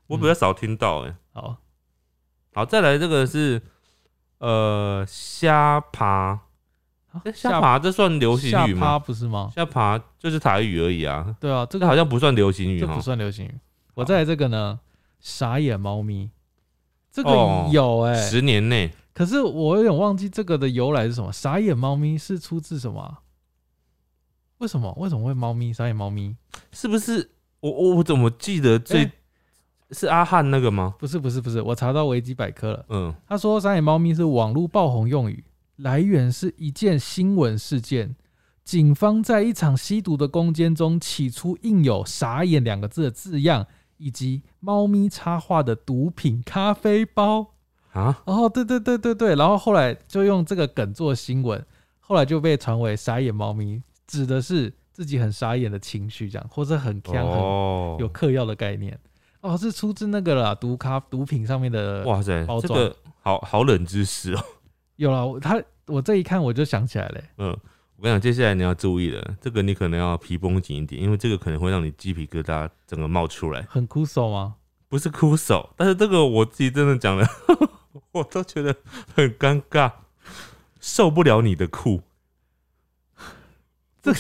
[SPEAKER 2] 我比较少听到、欸，
[SPEAKER 1] 好，
[SPEAKER 2] 好，再来这个是呃虾爬，
[SPEAKER 1] 啊
[SPEAKER 2] 欸虾爬这算流行
[SPEAKER 1] 下
[SPEAKER 2] 语吗
[SPEAKER 1] 趴？不是吗？
[SPEAKER 2] 下爬就是台语而已啊，
[SPEAKER 1] 对啊，这
[SPEAKER 2] 这
[SPEAKER 1] 个
[SPEAKER 2] 个好像不哦算流行语
[SPEAKER 1] 这
[SPEAKER 2] 哈
[SPEAKER 1] 不。算流行语。我再来这个呢，傻眼猫咪，这个
[SPEAKER 2] 哦
[SPEAKER 1] 有哎、
[SPEAKER 2] 十年内
[SPEAKER 1] 可是我有点忘记这个的由来是什么。傻眼猫咪是出自什么啊、为什么？为什么会猫咪？傻眼猫咪？
[SPEAKER 2] 是不是？我我我怎么记得最、
[SPEAKER 1] 欸
[SPEAKER 2] 是阿汉那个吗？
[SPEAKER 1] 不是不是不是，我查到维基百科了。
[SPEAKER 2] 嗯，
[SPEAKER 1] 他说傻眼猫咪是网络爆红用语，来源是一件新闻事件。警方在一场吸毒的攻坚中，起初印有“傻眼”两个字的字样，以及猫咪插画的毒品咖啡包。
[SPEAKER 2] 啊，
[SPEAKER 1] 哦，对对对对对，然后后来就用这个梗做新闻，后来就被传为“傻眼猫咪”，指的是自己很傻眼的情绪，这样或者很呛、
[SPEAKER 2] 哦
[SPEAKER 1] 很有嗑药的概念。哦，是出自那个啦，毒咖毒品上面的。
[SPEAKER 2] 哇塞，
[SPEAKER 1] 包
[SPEAKER 2] 这
[SPEAKER 1] 装
[SPEAKER 2] 个好好冷知识哦。
[SPEAKER 1] 有啦，我他我这一看我就想起来了、
[SPEAKER 2] 嗯，我跟你讲，接下来你要注意了，这个你可能要皮绷紧一点，因为这个可能会让你鸡皮疙瘩整个冒出来。
[SPEAKER 1] 很酷手 吗？
[SPEAKER 2] 不是哭手，但是这个我自己真的讲了， 我都觉得很尴尬，受不了你的酷。
[SPEAKER 1] 这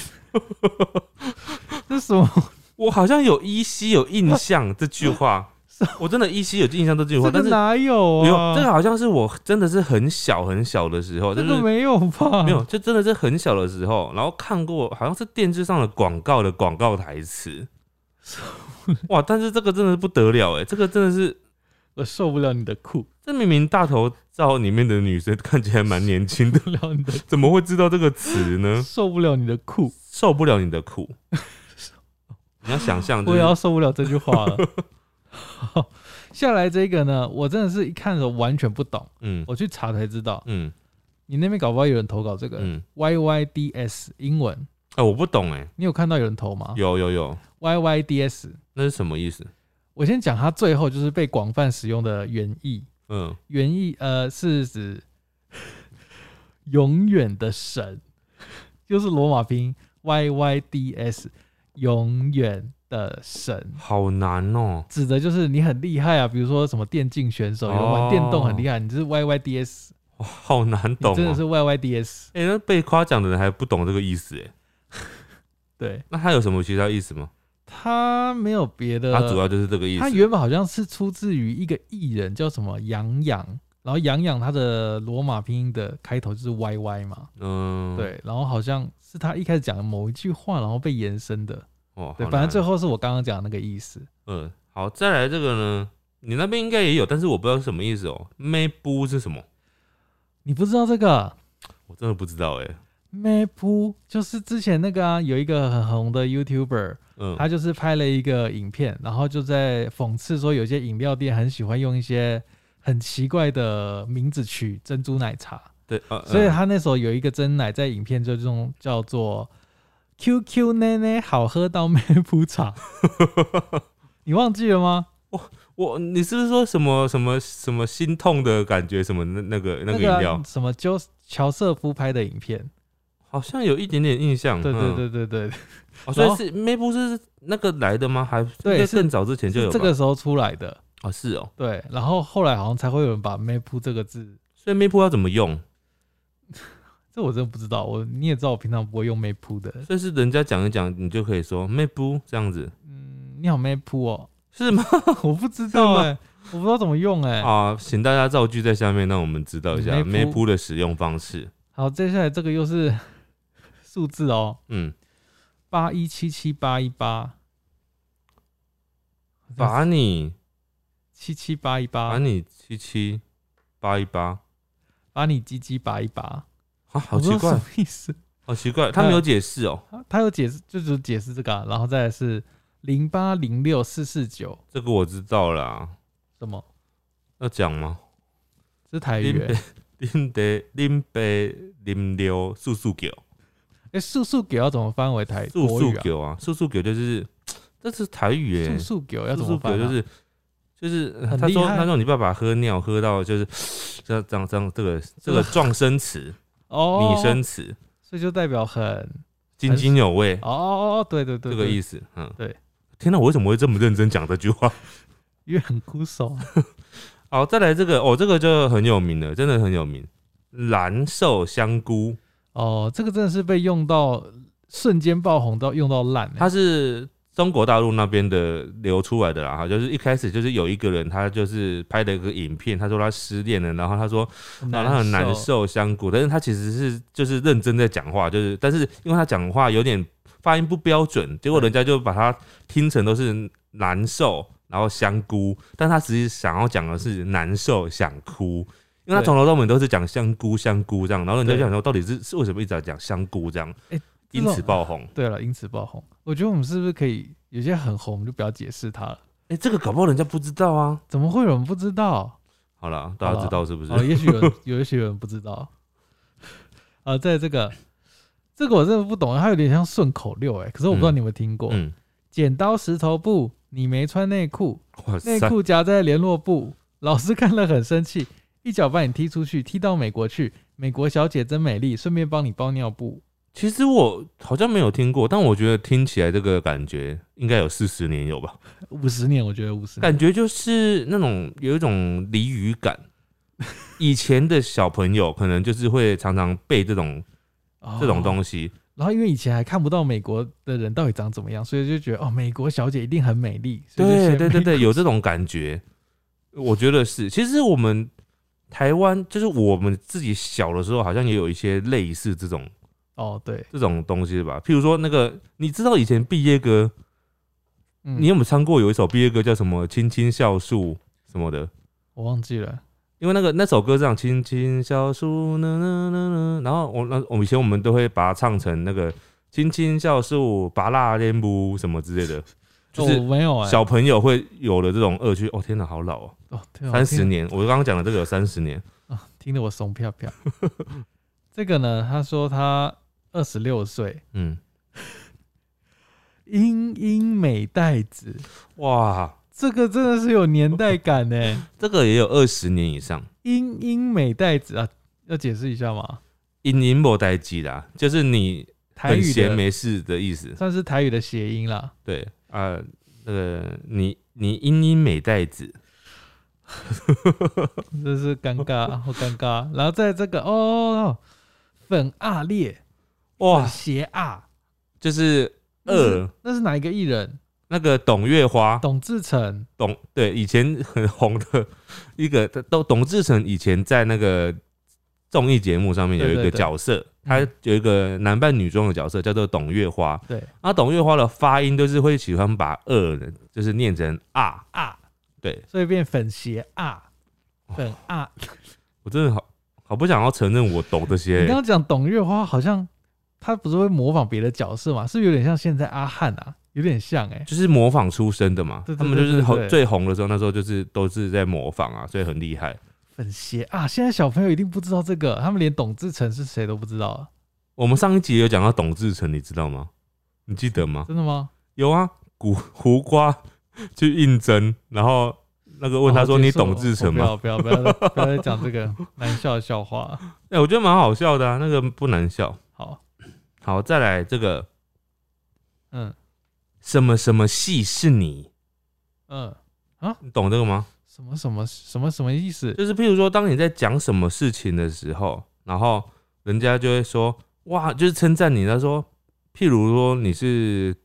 [SPEAKER 1] 什么？
[SPEAKER 2] 我好像有依稀有印象这 句话，我真的依稀有印象这句话，
[SPEAKER 1] 这
[SPEAKER 2] 但
[SPEAKER 1] 个
[SPEAKER 2] 是
[SPEAKER 1] 哪有
[SPEAKER 2] 没有
[SPEAKER 1] 啊？
[SPEAKER 2] 这个好像是我真的是很小很小的时候，就
[SPEAKER 1] 这
[SPEAKER 2] 是
[SPEAKER 1] 个没有吧？
[SPEAKER 2] 没有，就真的是很小的时候，然后看过好像是电视上的广告的广告台词。哇！但是这个真的是不得了哎，这个真的是，
[SPEAKER 1] 我受不了你的酷，
[SPEAKER 2] 这明明大头照里面的女生看起来蛮年轻的，
[SPEAKER 1] 受不了你的，
[SPEAKER 2] 怎么会知道这个词呢？
[SPEAKER 1] 受不了你的酷，
[SPEAKER 2] 受不了你的苦。 你要想象，就
[SPEAKER 1] 我也
[SPEAKER 2] 是
[SPEAKER 1] 要受不了这句话 了。好，下来这个呢，我真的是一看的时候完全不懂，
[SPEAKER 2] 嗯
[SPEAKER 1] 我去查才知道。
[SPEAKER 2] 嗯
[SPEAKER 1] 你那边搞不好有人投稿这个、
[SPEAKER 2] 嗯，
[SPEAKER 1] YYDS 英文，
[SPEAKER 2] 哎、我不懂哎、
[SPEAKER 1] 你有看到有人投吗
[SPEAKER 2] 有有有，
[SPEAKER 1] ？YYDS，
[SPEAKER 2] 那是什么意思？
[SPEAKER 1] 我先讲它最后就是被广泛使用的原意，
[SPEAKER 2] 嗯，
[SPEAKER 1] 原意呃是指永远的神，就是罗马拼音 YYDS，永远的神。
[SPEAKER 2] 好难哦、
[SPEAKER 1] 指的就是你很厉害啊，比如说什么电竞选手，有人玩电动很厉害，你这是 YYDS，
[SPEAKER 2] 哇，好难懂
[SPEAKER 1] 你
[SPEAKER 2] 哦、
[SPEAKER 1] 真的是 YYDS，
[SPEAKER 2] 哎、那被夸奖的人还不懂这个意思哎、
[SPEAKER 1] 对
[SPEAKER 2] 那他有什么其他意思吗？
[SPEAKER 1] 他没有别的，
[SPEAKER 2] 他主要就是这个意思。
[SPEAKER 1] 呃他原本好像是出自于一个艺人叫什么杨洋然后杨洋他的罗马拼音的开头就是 YY 嘛，
[SPEAKER 2] 嗯，，
[SPEAKER 1] 对，然后好像是他一开始讲的某一句话，然后被延伸的，
[SPEAKER 2] 哦，
[SPEAKER 1] 对，反
[SPEAKER 2] 好
[SPEAKER 1] 正
[SPEAKER 2] 难
[SPEAKER 1] 最后是我刚刚讲的那个意思，
[SPEAKER 2] 嗯，好，再来这个呢，你那边应该也有，但是我不知道是什么意思哦。妹布是什么？
[SPEAKER 1] 你不知道这个。
[SPEAKER 2] 我真的不知道哎、
[SPEAKER 1] Map 就是之前那个啊，有一个很红的 YouTuber，
[SPEAKER 2] 嗯，
[SPEAKER 1] 他就是拍了一个影片，然后就在讽刺说，有些饮料店很喜欢用一些很奇怪的名字取珍珠奶茶，
[SPEAKER 2] 对，呃、
[SPEAKER 1] 所以
[SPEAKER 2] 嗯
[SPEAKER 1] 他那时候有一个真奶在影片就这种叫做 “QQ 奶奶好喝到妹夫茶”， 你忘记了吗？
[SPEAKER 2] 我你是不是说什么什么什么心痛的感觉？什么那那个那个饮
[SPEAKER 1] 啊
[SPEAKER 2] 料、
[SPEAKER 1] 什么就乔瑟夫拍的影片，
[SPEAKER 2] 好像有一点点印象。
[SPEAKER 1] 对对
[SPEAKER 2] 嗯
[SPEAKER 1] 对对对，
[SPEAKER 2] 哦，所
[SPEAKER 1] 然
[SPEAKER 2] 以
[SPEAKER 1] 后
[SPEAKER 2] 是妹布是那个来的吗？还
[SPEAKER 1] 对
[SPEAKER 2] 应该
[SPEAKER 1] 是
[SPEAKER 2] 更早之前就有
[SPEAKER 1] 是这
[SPEAKER 2] 吧
[SPEAKER 1] 个时候出来的。
[SPEAKER 2] 哦，是哦，
[SPEAKER 1] 对，然后后来好像才会有人把 “map” 这个字，
[SPEAKER 2] 所以妹布要怎么用？
[SPEAKER 1] 这我真的不知道。我你也知道，我平常不会用 “map” 的。
[SPEAKER 2] 所以是人家讲一讲，你就可以说妹布这样子，
[SPEAKER 1] 嗯，你好 map 哦，
[SPEAKER 2] 是吗？
[SPEAKER 1] 我不知道
[SPEAKER 2] 是吗
[SPEAKER 1] 哎、我不知道怎么用哎、
[SPEAKER 2] 啊，请大家造句在下面，让我们知道一下
[SPEAKER 1] 妹
[SPEAKER 2] 妹
[SPEAKER 1] 夫
[SPEAKER 2] 布的使用方式。
[SPEAKER 1] 好，接下来这个又是数字哦，
[SPEAKER 2] 嗯，
[SPEAKER 1] 八一七七八一八，
[SPEAKER 2] 把你
[SPEAKER 1] 七七八一
[SPEAKER 2] 把
[SPEAKER 1] 八，
[SPEAKER 2] 你七七八一八
[SPEAKER 1] 把你鸡鸡拔一拔，
[SPEAKER 2] 啊，好
[SPEAKER 1] 我不知
[SPEAKER 2] 奇
[SPEAKER 1] 道呃
[SPEAKER 2] 怪
[SPEAKER 1] 什，么意思？
[SPEAKER 2] 好奇怪，他没有解释哦，
[SPEAKER 1] 他他有解释，就只解释这个啊、然后再来是零八零六四四九
[SPEAKER 2] 这个我知道啦，
[SPEAKER 1] 什么？
[SPEAKER 2] 要讲吗？
[SPEAKER 1] 这是台
[SPEAKER 2] 林
[SPEAKER 1] 语、
[SPEAKER 2] 北
[SPEAKER 1] 欸，
[SPEAKER 2] 林北林北林流素素狗
[SPEAKER 1] 哎，素素狗要怎么翻为台
[SPEAKER 2] 素
[SPEAKER 1] 国
[SPEAKER 2] 素
[SPEAKER 1] 语啊？
[SPEAKER 2] 狗啊，素素狗就是这是台语耶
[SPEAKER 1] 素，素狗要
[SPEAKER 2] 素
[SPEAKER 1] 怎
[SPEAKER 2] 素
[SPEAKER 1] 么翻、
[SPEAKER 2] 狗
[SPEAKER 1] 啊？
[SPEAKER 2] 就是就是呃
[SPEAKER 1] 很
[SPEAKER 2] 他
[SPEAKER 1] 厉
[SPEAKER 2] 说
[SPEAKER 1] 害啊
[SPEAKER 2] 他说你爸爸喝尿喝到就是这样这样这样这个 这个撞声词
[SPEAKER 1] 哦，
[SPEAKER 2] 拟声，词
[SPEAKER 1] 所以就代表很
[SPEAKER 2] 津津有味
[SPEAKER 1] 哦哦哦，对对对
[SPEAKER 2] 这个意
[SPEAKER 1] 思，
[SPEAKER 2] 思，嗯，
[SPEAKER 1] 对。
[SPEAKER 2] 天哪，我为什么会这么认真讲这句话？
[SPEAKER 1] 因为很枯手。
[SPEAKER 2] 好，再来这个哦，这个就很有名了，真的很有名。蓝瘦香菇，
[SPEAKER 1] 哦，这个真的是被用到瞬间爆红到用到烂、欸，
[SPEAKER 2] 它是中国大陆那边的流出来的啦，哈，就是一开始就是有一个人，他就是拍了一个影片，他说他失恋了，然后他说，
[SPEAKER 1] 很
[SPEAKER 2] 然后哦他很难
[SPEAKER 1] 受。
[SPEAKER 2] 受香菇，但是他其实是就是认真在讲话，就是但是因为他讲话有点发音不标准，结果人家就把他听成都是难受，然后香菇，但他其实想要讲的是难受想哭。因为他
[SPEAKER 1] 对
[SPEAKER 2] 从头到尾都是讲香菇香菇这样，然后人家就
[SPEAKER 1] 对
[SPEAKER 2] 想说到底是是为什么一直在讲香菇这样，
[SPEAKER 1] 这
[SPEAKER 2] 因
[SPEAKER 1] 种
[SPEAKER 2] 此爆红。
[SPEAKER 1] 对了，因此爆红。我觉得我们是不是可以有些很红，我们就不要解释它了？
[SPEAKER 2] 哎、这个搞不好人家不知道啊。
[SPEAKER 1] 怎么会有人不知道？
[SPEAKER 2] 好了，大家知道是不是？
[SPEAKER 1] 哦，也许有人， 有也许有人不知道。 啊，在这个，这个我真的不懂，它有点像顺口溜哎、可是我不知道
[SPEAKER 2] 嗯
[SPEAKER 1] 你有没有听过。
[SPEAKER 2] 嗯，
[SPEAKER 1] 剪刀石头布，你没穿内裤，
[SPEAKER 2] 哇
[SPEAKER 1] 内
[SPEAKER 2] 塞，
[SPEAKER 1] 裤夹在联络簿，老师看了很生气，一脚把你踢出去，踢到美国去。美国小姐真美丽，顺便帮你包尿布。
[SPEAKER 2] 其实我好像没有听过，但我觉得听起来这个感觉应该有四十年有吧。
[SPEAKER 1] 五十年，我觉得五十年。
[SPEAKER 2] 感觉就是那种有一种俚语感。以前的小朋友可能就是会常常背这种
[SPEAKER 1] 哦
[SPEAKER 2] 这种东西，
[SPEAKER 1] 然后因为以前还看不到美国的人到底长怎么样，所以就觉得哦，美国小姐一定很美丽。所以就
[SPEAKER 2] 对
[SPEAKER 1] 写
[SPEAKER 2] 对对
[SPEAKER 1] 美
[SPEAKER 2] 对，有这种感觉，我觉得是。其实我们台湾就是我们自己小的时候，好像也有一些类似这种
[SPEAKER 1] 哦，对，
[SPEAKER 2] 这种东西吧。譬如说那个，你知道以前毕业歌，
[SPEAKER 1] 嗯
[SPEAKER 2] 你有没有唱过有一首毕业歌叫什么《青青校树》什么的？
[SPEAKER 1] 我忘记了，
[SPEAKER 2] 因为那个那首歌这样，青青小树，呢呢呢呢，然后我那我们以前我们都会把它唱成那个青青小树，拔蜡连布什么之类的，就
[SPEAKER 1] 哦
[SPEAKER 2] 是
[SPEAKER 1] 我没有哎、
[SPEAKER 2] 小朋友会有的这种恶趣。哦，天哪，好老哦，
[SPEAKER 1] 哦，对哦
[SPEAKER 2] 三
[SPEAKER 1] 听
[SPEAKER 2] 十年，我刚刚讲的这个有三十年，
[SPEAKER 1] 啊，听得我怂飘飘。 这个呢，他说他二十六岁，
[SPEAKER 2] 嗯，
[SPEAKER 1] 英英美代子，
[SPEAKER 2] 哇，
[SPEAKER 1] 这个真的是有年代感呢、
[SPEAKER 2] 这个也有二十年以上。
[SPEAKER 1] 英英美代子啊，要解释一下吗？
[SPEAKER 2] 因因莫代机啦，就是你
[SPEAKER 1] 台
[SPEAKER 2] 很
[SPEAKER 1] 语
[SPEAKER 2] 闲
[SPEAKER 1] 的
[SPEAKER 2] 没事的意思。
[SPEAKER 1] 算是台语的谐音啦。
[SPEAKER 2] 对啊，那个你你因因美代子，
[SPEAKER 1] 真是尴 尬，好尴尬。然后在这个哦，粉啊裂，
[SPEAKER 2] 哇
[SPEAKER 1] 粉，邪啊，
[SPEAKER 2] 就是
[SPEAKER 1] 那是
[SPEAKER 2] 二
[SPEAKER 1] 那是哪一个艺人？
[SPEAKER 2] 那个董月花，
[SPEAKER 1] 董志成
[SPEAKER 2] 董对以前很红的一个，董董志成以前在那个综艺节目上面有
[SPEAKER 1] 对
[SPEAKER 2] 一个
[SPEAKER 1] 对嗯对
[SPEAKER 2] 角色，他有一个男扮女装的角色叫做董月花。
[SPEAKER 1] 对，
[SPEAKER 2] 啊，董月花的发音就是会喜欢把二就是念成啊，
[SPEAKER 1] 啊，
[SPEAKER 2] 对
[SPEAKER 1] 所以变粉邪啊，粉啊。
[SPEAKER 2] 我真的好好不想要承认我懂这
[SPEAKER 1] 你
[SPEAKER 2] 些
[SPEAKER 1] 刚。刚讲董月花，好像她不是会模仿别的角色嘛？是不是有点像现在阿汉啊，有点像哎、
[SPEAKER 2] 就是模仿出身的嘛，
[SPEAKER 1] 对对
[SPEAKER 2] 他们就
[SPEAKER 1] 对
[SPEAKER 2] 是
[SPEAKER 1] 对
[SPEAKER 2] 红
[SPEAKER 1] 对
[SPEAKER 2] 最红的时候，那时候就是都是在模仿啊，所以很厉害。
[SPEAKER 1] 粉邪啊。现在小朋友一定不知道这个，他们连董志成是谁都不知道啊，
[SPEAKER 2] 我们上一集有讲到董志成，你知道吗？你记得吗？
[SPEAKER 1] 真的吗？
[SPEAKER 2] 有啊，古胡瓜去应征，然后那个问他说：“
[SPEAKER 1] 哦
[SPEAKER 2] 你
[SPEAKER 1] 接受
[SPEAKER 2] 懂志成吗
[SPEAKER 1] 哦我不要不要不要再不要再讲这个 难笑的笑话。？”
[SPEAKER 2] 哎、我觉得蛮好笑的啊，那个不难笑。
[SPEAKER 1] 好，
[SPEAKER 2] 好，再来这个
[SPEAKER 1] 嗯
[SPEAKER 2] 什么什么戏是你，
[SPEAKER 1] 嗯。
[SPEAKER 2] 你懂这个吗？
[SPEAKER 1] 什么什么什么什么意思？
[SPEAKER 2] 就是譬如说，当你在讲什么事情的时候，然后人家就会说：“哇，就是称赞你。”他说：“譬如说你是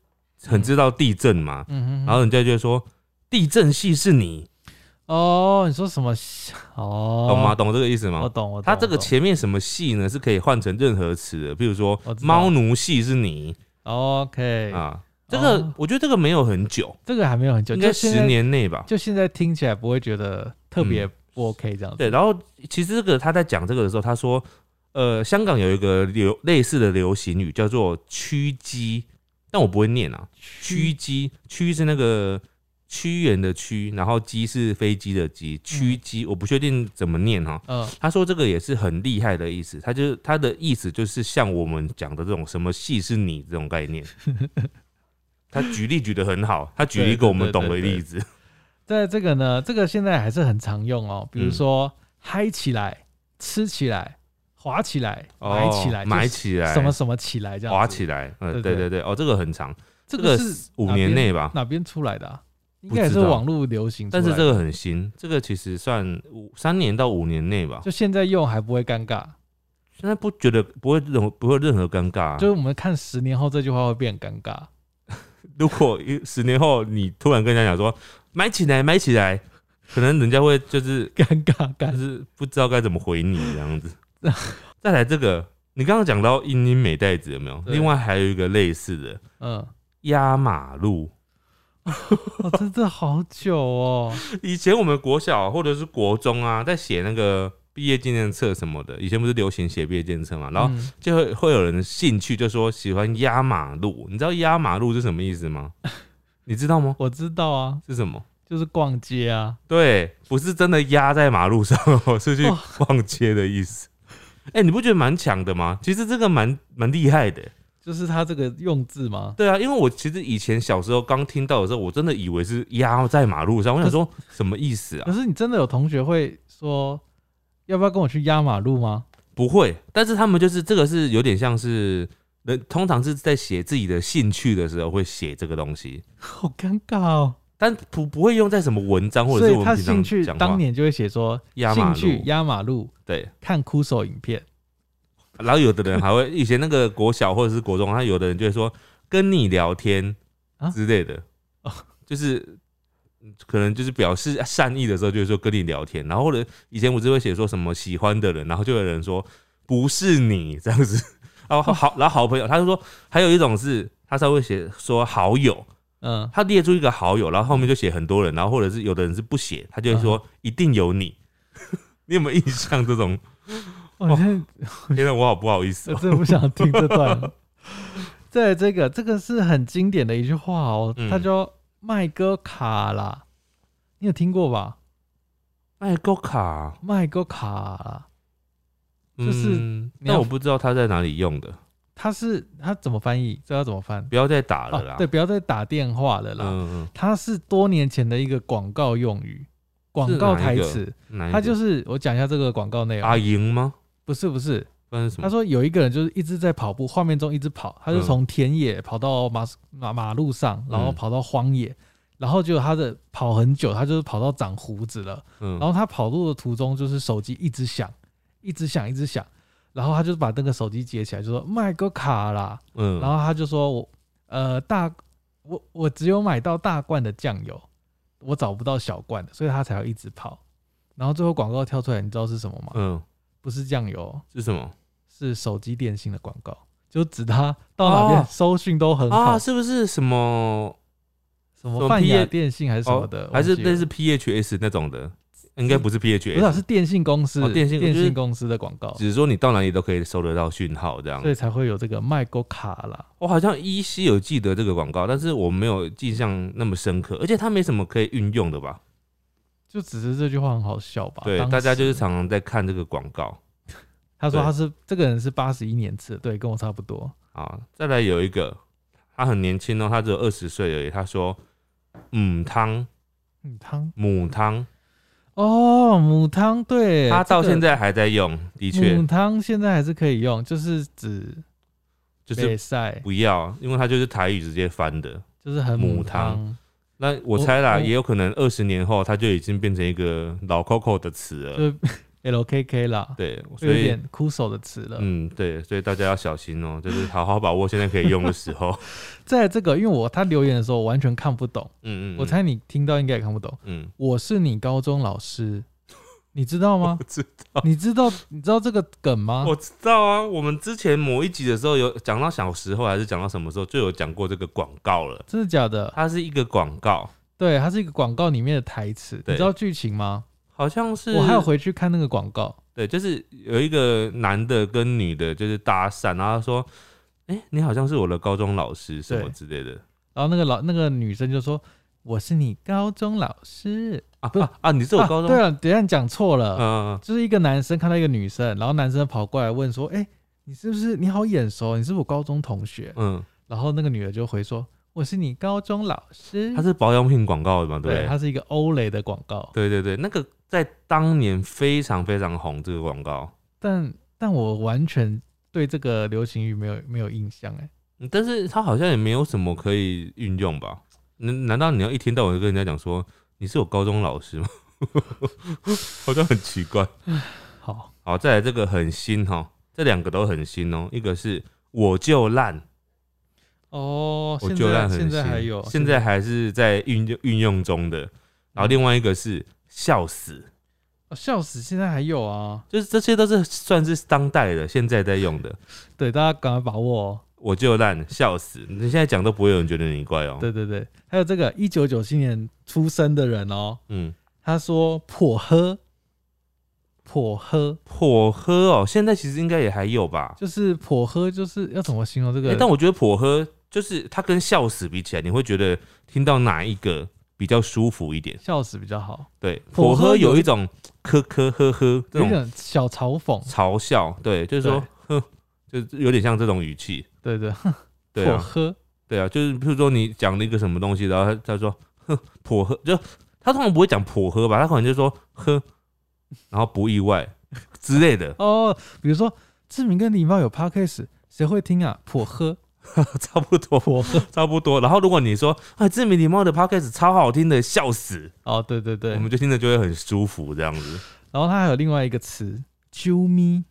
[SPEAKER 2] 很知道地震嘛，
[SPEAKER 1] 嗯哼哼，
[SPEAKER 2] 然后人家就会说地震系是你，
[SPEAKER 1] 哦，你说什么？哦，
[SPEAKER 2] 懂吗？？懂这个意思
[SPEAKER 1] 我
[SPEAKER 2] 吗？”
[SPEAKER 1] 懂，我懂。
[SPEAKER 2] 它这个
[SPEAKER 1] 我懂
[SPEAKER 2] 前面什么系呢？是可以换成任何词的，譬如说
[SPEAKER 1] 我知道
[SPEAKER 2] 猫奴系是你
[SPEAKER 1] 哦，OK，
[SPEAKER 2] 啊。这个
[SPEAKER 1] 哦
[SPEAKER 2] 我觉得这个没有很久，
[SPEAKER 1] 这个还没有很久，
[SPEAKER 2] 应该
[SPEAKER 1] 就现在
[SPEAKER 2] 十，年嗯内吧。
[SPEAKER 1] 就现在听起来不会觉得特别不 OK 这样子。
[SPEAKER 2] 对，然后其实这个他在讲这个的时候，他说，呃，香港有一个流类似的流行语叫做“屈机”，但我不会念啊，“屈机”“屈”是那个屈原的“屈”，然后“机”是飞机的“机”，“屈机”我不确定怎么念哈、
[SPEAKER 1] 嗯，
[SPEAKER 2] 他说这个也是很厉害的意思，他就是他的意思就是像我们讲的这种什么戏是你这种概 念。他举例举得很好，他举了一个我们懂的例子，
[SPEAKER 1] 在这个呢，这个现在还是很常用哦，比如说嗨起来、吃起来、滑起来、买起来、
[SPEAKER 2] 哦买起
[SPEAKER 1] 就
[SPEAKER 2] 来，
[SPEAKER 1] 是什么什么起来这样子。
[SPEAKER 2] 滑起来，嗯，
[SPEAKER 1] 对
[SPEAKER 2] 对
[SPEAKER 1] 对
[SPEAKER 2] 对对，哦，这个很长，
[SPEAKER 1] 这
[SPEAKER 2] 这
[SPEAKER 1] 个
[SPEAKER 2] 个
[SPEAKER 1] 是
[SPEAKER 2] 五
[SPEAKER 1] 哪
[SPEAKER 2] 年
[SPEAKER 1] 边
[SPEAKER 2] 内吧，
[SPEAKER 1] 哪边出来的啊？应
[SPEAKER 2] 不
[SPEAKER 1] 该也
[SPEAKER 2] 知
[SPEAKER 1] 是
[SPEAKER 2] 道
[SPEAKER 1] 网络流行出
[SPEAKER 2] 但
[SPEAKER 1] 来的，
[SPEAKER 2] 是这个很新，这个其实算五三年到五年内吧，
[SPEAKER 1] 就现在用还不会尴尬。
[SPEAKER 2] 现在不觉得不会任何不会任何尴尬啊、
[SPEAKER 1] 就是我们看十年后这句话会变尴尬，
[SPEAKER 2] 如果一十年后你突然跟人家讲说买起来买起来，可能人家会就是
[SPEAKER 1] 尴尬
[SPEAKER 2] 就
[SPEAKER 1] 感。
[SPEAKER 2] 是不知道该怎么回你这 样子。再来这个，你刚刚讲到英英美袋子有没有？
[SPEAKER 1] 对
[SPEAKER 2] 另外还有一个类似的
[SPEAKER 1] 嗯，
[SPEAKER 2] 压马路，
[SPEAKER 1] 哦，真的好久哦。
[SPEAKER 2] 以前我们国小或者是国中啊，在写那个毕业纪念册什么的，以前不是流行写毕业纪念册嘛，然后
[SPEAKER 1] 嗯
[SPEAKER 2] 就会会有人兴趣就说喜欢压马路，你知道压马路是什么意 思吗？你知道吗？
[SPEAKER 1] 我知道啊，
[SPEAKER 2] 是什么？
[SPEAKER 1] 就是逛街啊。
[SPEAKER 2] 对，不是真的压在马路上 哦，是去
[SPEAKER 1] 哇
[SPEAKER 2] 逛街的意思。哎、你不觉得蛮强的吗？其实这个蛮蛮厉害的。
[SPEAKER 1] 就是它这个用字吗？
[SPEAKER 2] 对啊，因为我其实以前小时候刚听到的时候，我真的以为是压在马路上，我想说什么意思啊
[SPEAKER 1] 可？是你真的有同学会说，要不要跟我去压马路吗？
[SPEAKER 2] 不会，但是他们就是这个是有点像是人，通常是在写自己的兴趣的时候会写这个东西，
[SPEAKER 1] 好尴尬哦。
[SPEAKER 2] 但不不会用在什么文章或者
[SPEAKER 1] 所
[SPEAKER 2] 是
[SPEAKER 1] 以
[SPEAKER 2] 我
[SPEAKER 1] 他
[SPEAKER 2] 们平
[SPEAKER 1] 兴
[SPEAKER 2] 常
[SPEAKER 1] 趣
[SPEAKER 2] 讲话
[SPEAKER 1] 当。年就会写说，
[SPEAKER 2] 压马
[SPEAKER 1] 兴
[SPEAKER 2] 路
[SPEAKER 1] 趣，压马路，
[SPEAKER 2] 对，
[SPEAKER 1] 看哭手影片。
[SPEAKER 2] 然后有的人还会以前那个国小或者是国中，他有的人就会说跟你聊天
[SPEAKER 1] 啊
[SPEAKER 2] 之类的，
[SPEAKER 1] 哦
[SPEAKER 2] 就是可能就是表示啊善意的时候，就会说跟你聊天。然后或者以前我只会写说什么喜欢的人，然后就有人说不是你这样子。然后好，然后好朋友，他就说还有一种是他稍微写说好友，
[SPEAKER 1] 嗯，
[SPEAKER 2] 他列出一个好友，然后后面就写很多人，然后或者是有的人是不写，他就
[SPEAKER 1] 嗯
[SPEAKER 2] 会说一定有你。你有没有印象 这种？
[SPEAKER 1] 哦我现在
[SPEAKER 2] 天哪，我好不好意思
[SPEAKER 1] 我
[SPEAKER 2] 哦、
[SPEAKER 1] 真的不想听这段 了。在这个，这个是很经典的一句话哦，
[SPEAKER 2] 嗯
[SPEAKER 1] 它叫麦哥卡啦，你有听过吧？
[SPEAKER 2] 麦哎够卡，啊
[SPEAKER 1] 麦哥卡啦，就是
[SPEAKER 2] 嗯，
[SPEAKER 1] 你要
[SPEAKER 2] 但我不知道他在哪里用的，
[SPEAKER 1] 它是它怎么翻译？这要怎么翻？
[SPEAKER 2] 不要再打了啦。
[SPEAKER 1] 哦，对，不要再打电话了啦。
[SPEAKER 2] 嗯，
[SPEAKER 1] 它是多年前的一个广告用语，广告台词。
[SPEAKER 2] 嗯，哪一个
[SPEAKER 1] 它就是我讲一下这个广告内容。
[SPEAKER 2] 阿莹吗？
[SPEAKER 1] 不是不是，
[SPEAKER 2] 不然是什
[SPEAKER 1] 他
[SPEAKER 2] 么？
[SPEAKER 1] 说有一个人就是一直在跑步，画面中一直跑，他就从田野跑到马马马路上，然后
[SPEAKER 2] 嗯
[SPEAKER 1] 跑到荒野，然后就他的跑很久，他就是跑到长胡子了。
[SPEAKER 2] 嗯，
[SPEAKER 1] 然后他跑路的途中，就是手机一直响，一直响，一直响，然后他就把那个手机接起来，就说麦哥卡啦，
[SPEAKER 2] 嗯，
[SPEAKER 1] 然后他就说我呃大我我只有买到大罐的酱油，我找不到小罐的，所以他才要一直跑。然后最后广告跳出来，你知道是什么吗？
[SPEAKER 2] 嗯
[SPEAKER 1] 不是酱油哦，
[SPEAKER 2] 是什么？
[SPEAKER 1] 是手机电信的广告，就指他到哪边
[SPEAKER 2] 哦
[SPEAKER 1] 搜讯都很好，
[SPEAKER 2] 啊，是不是什么？
[SPEAKER 1] 什
[SPEAKER 2] 什
[SPEAKER 1] 么
[SPEAKER 2] 么
[SPEAKER 1] 泛
[SPEAKER 2] P-
[SPEAKER 1] 亚电信还是什么
[SPEAKER 2] 哦
[SPEAKER 1] 的，
[SPEAKER 2] 还是
[SPEAKER 1] 忘记了
[SPEAKER 2] 类似 PHS 那种的？应该不是
[SPEAKER 1] 不是啊
[SPEAKER 2] PHS，
[SPEAKER 1] 是电信公司、
[SPEAKER 2] 哦电信
[SPEAKER 1] 电
[SPEAKER 2] 就是
[SPEAKER 1] 信公司的广告，
[SPEAKER 2] 只是说你到哪里都可以收得到讯号这样
[SPEAKER 1] 所。以才会有这个麦勾卡啦。
[SPEAKER 2] 我好像依稀有记得这个广告，但是我没有印象那么深刻，而且它没什么可以运用的吧？
[SPEAKER 1] 就只是这句话很好笑吧？
[SPEAKER 2] 对，
[SPEAKER 1] 啊当时
[SPEAKER 2] 大家就是常常在看这个广告。
[SPEAKER 1] 他说
[SPEAKER 2] 对
[SPEAKER 1] 他是这个人是八十一年次，对，跟我差不多。
[SPEAKER 2] 好，再来有一个，他很年轻哦，他只有二十岁而已。他说：“母汤，
[SPEAKER 1] 嗯，汤
[SPEAKER 2] 母汤，
[SPEAKER 1] 哦，母汤对，嗯
[SPEAKER 2] 他到现
[SPEAKER 1] 在
[SPEAKER 2] 在还在用，的确
[SPEAKER 1] 母汤现在还是可以用，就是指
[SPEAKER 2] 就是
[SPEAKER 1] 赛，
[SPEAKER 2] 不要，因为他就是台语直接翻的。
[SPEAKER 1] 就是很
[SPEAKER 2] 母
[SPEAKER 1] 母
[SPEAKER 2] 汤
[SPEAKER 1] 汤。
[SPEAKER 2] 那我猜啦，
[SPEAKER 1] 我我
[SPEAKER 2] 也有可能二十年后，他就已经变成一个老 Coco 的词了。
[SPEAKER 1] 就 LKK 啦，
[SPEAKER 2] 对，所
[SPEAKER 1] 有
[SPEAKER 2] 以
[SPEAKER 1] 点枯手的词了。
[SPEAKER 2] 嗯，对，所以大家要小心哦、就是好好把握现在可以用的 时候。
[SPEAKER 1] 在这个，因为我他留言的时候我完全看不懂，
[SPEAKER 2] 嗯嗯，嗯
[SPEAKER 1] 我，猜你听到应该也看不懂。
[SPEAKER 2] 嗯，
[SPEAKER 1] 我是你高中老 师，你知道吗
[SPEAKER 2] 我？知
[SPEAKER 1] 你知道你知道这个梗吗？
[SPEAKER 2] 我知道啊，我们之前某一集的时候有讲到小时候，还是讲到什么时候，就有讲过这个广告了。
[SPEAKER 1] 真的假的？
[SPEAKER 2] 它是一个广告，
[SPEAKER 1] 对，它是一个广告里面的台词，你
[SPEAKER 2] 对
[SPEAKER 1] 知道剧情吗？
[SPEAKER 2] 好像是
[SPEAKER 1] 我还有回去看那个广告，
[SPEAKER 2] 对，就是有一个男的跟女的，就是搭讪，然后他说：“哎、你好像是我的高中老师什么
[SPEAKER 1] 对
[SPEAKER 2] 之类的。
[SPEAKER 1] 然后那个老那个女生就说：“我是你高中老师。
[SPEAKER 2] 啊”
[SPEAKER 1] 不是
[SPEAKER 2] 啊啊，你是我
[SPEAKER 1] 啊、
[SPEAKER 2] 高中，
[SPEAKER 1] 对了，等一下你讲错了，
[SPEAKER 2] 嗯、
[SPEAKER 1] 就是一个男生看到一个女生，然后男生跑过来问说：“哎、你是不是你好眼熟？你是不是我高中同学？”
[SPEAKER 2] 嗯，
[SPEAKER 1] 然后那个女的就回说：“我是你高中老师。”
[SPEAKER 2] 它是保养品广告的嘛，对不
[SPEAKER 1] 对，
[SPEAKER 2] 对？
[SPEAKER 1] 它是一个欧蕾的广告，
[SPEAKER 2] 对对对，那个在当年非常非常红，这个广告。
[SPEAKER 1] 但但我完全对这个流行语没有没有印象哎。
[SPEAKER 2] 嗯但是它好像也没有什么可以运用吧？难难道你要一天到晚跟人家讲说你是我高中老师吗？ 好像很奇怪。
[SPEAKER 1] 好，
[SPEAKER 2] 好，再来这个很新哈，这两个都很新哦。一个是我就烂，
[SPEAKER 1] 哦，
[SPEAKER 2] 我
[SPEAKER 1] 现
[SPEAKER 2] 就烂
[SPEAKER 1] 在
[SPEAKER 2] 很
[SPEAKER 1] 现
[SPEAKER 2] 新，
[SPEAKER 1] 在还有，
[SPEAKER 2] 现在还是在运用运用中的。然后另外一个是笑死，
[SPEAKER 1] 哦笑死，现在还有啊。
[SPEAKER 2] 就是这些都是算是当代的，现在在用的。
[SPEAKER 1] 对，大家赶快把握哦。
[SPEAKER 2] 我就烂，笑死！你现在讲都不会有人觉得你怪哦。
[SPEAKER 1] 对对对，还有这个一九九七年出生的人哦，
[SPEAKER 2] 嗯，
[SPEAKER 1] 他说破喝，破喝
[SPEAKER 2] 颇喝哦，现在其实应该也还有吧。
[SPEAKER 1] 就是破喝，就是要怎么形容这
[SPEAKER 2] 欸
[SPEAKER 1] 个？
[SPEAKER 2] 但我觉得颇喝就是它跟笑死比起来，你会觉得听到哪一个比较舒服一点？
[SPEAKER 1] 笑死比较好，
[SPEAKER 2] 对，
[SPEAKER 1] 颇
[SPEAKER 2] 颇
[SPEAKER 1] 喝
[SPEAKER 2] 喝
[SPEAKER 1] 有
[SPEAKER 2] 有
[SPEAKER 1] 一
[SPEAKER 2] 一种呵呵呵呵
[SPEAKER 1] 有
[SPEAKER 2] 这种
[SPEAKER 1] 点小嘲讽。
[SPEAKER 2] 嘲笑，对，就是说呵，就是有点像这种语气，
[SPEAKER 1] 对对，
[SPEAKER 2] 对
[SPEAKER 1] 破
[SPEAKER 2] 啊，
[SPEAKER 1] 喝，，
[SPEAKER 2] 对啊，就是譬如说你讲了一个什么东西，然后他他说呵颇喝，就他通常不会讲颇喝吧，他可能就说呵，然后不意外 之类的
[SPEAKER 1] 哦，比如说志明跟狸猫有 podcast，谁会听啊？破喝，
[SPEAKER 2] 差不多
[SPEAKER 1] 破喝。
[SPEAKER 2] 差不多。然后如果你说啊，志明礼貌的 podcast 超好听的，笑死，
[SPEAKER 1] 哦，对对对
[SPEAKER 2] 我。们就听着就会很舒服这样子。
[SPEAKER 1] 然后他还有另外一个词，啾咪，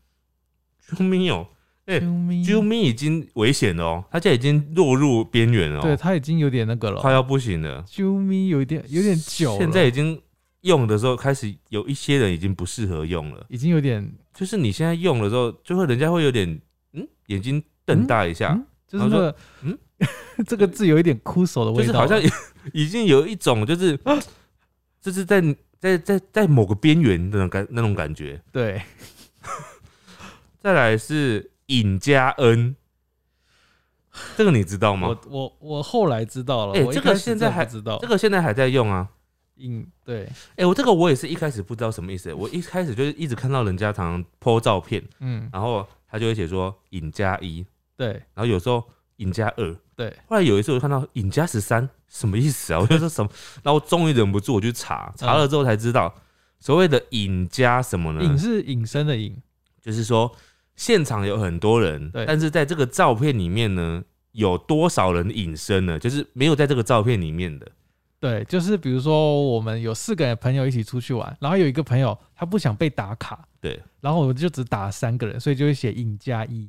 [SPEAKER 2] 啾喵，对
[SPEAKER 1] 啾咪
[SPEAKER 2] 啾咪已经危险了哦，他现在已经落入边缘了、
[SPEAKER 1] 对
[SPEAKER 2] 哦，
[SPEAKER 1] 他已经有点那个了，
[SPEAKER 2] 快要不行了。
[SPEAKER 1] 啾咪有一点有点久了，
[SPEAKER 2] 现在已经用的时候，开始有一些人已经不适合用了。
[SPEAKER 1] 已经有点
[SPEAKER 2] 就是你现在用了之后，就会人家会有点嗯眼睛瞪大一下，
[SPEAKER 1] 嗯就是
[SPEAKER 2] 然
[SPEAKER 1] 那
[SPEAKER 2] 后
[SPEAKER 1] 个
[SPEAKER 2] 嗯，
[SPEAKER 1] 这个字有一点枯手的
[SPEAKER 2] 就
[SPEAKER 1] 味
[SPEAKER 2] 是
[SPEAKER 1] 道，
[SPEAKER 2] 好像已经有一种就是啊就是在在在在某个边缘的那种感那种感觉。
[SPEAKER 1] 对
[SPEAKER 2] 再来是尹佳恩，这个你知道吗
[SPEAKER 1] 我？我我后来知道了，
[SPEAKER 2] 哎
[SPEAKER 1] 我一
[SPEAKER 2] 这个
[SPEAKER 1] 开始
[SPEAKER 2] 现在
[SPEAKER 1] 真的
[SPEAKER 2] 还
[SPEAKER 1] 不知道
[SPEAKER 2] 这，个现在还在用啊。
[SPEAKER 1] 嗯，对，
[SPEAKER 2] 哎、我这个我也是一开始不知道什么意思，我一开始就是一直看到人家常常 po 照片，
[SPEAKER 1] 嗯，
[SPEAKER 2] 然后他就会写说尹加一，
[SPEAKER 1] 对
[SPEAKER 2] 然后有时候尹加二，
[SPEAKER 1] 对，
[SPEAKER 2] 后来有一次我就看到尹加十三，什么意思啊？我就说什么， 然后我终于忍不住我去
[SPEAKER 1] 嗯
[SPEAKER 2] 查，查了之后才知道，所谓的尹加什么
[SPEAKER 1] 隐
[SPEAKER 2] 呢？
[SPEAKER 1] 是隐身的隐，
[SPEAKER 2] 就是说现场有很多人，
[SPEAKER 1] 对
[SPEAKER 2] 但是在这个照片里面呢，有多少人隐身呢？就是没有在这个照片里面的，
[SPEAKER 1] 对，就是比如说我们有四个朋友一起出去玩，然后有一个朋友他不想被打卡，
[SPEAKER 2] 对，
[SPEAKER 1] 然后我就只打三个人，所以就会写隐加一，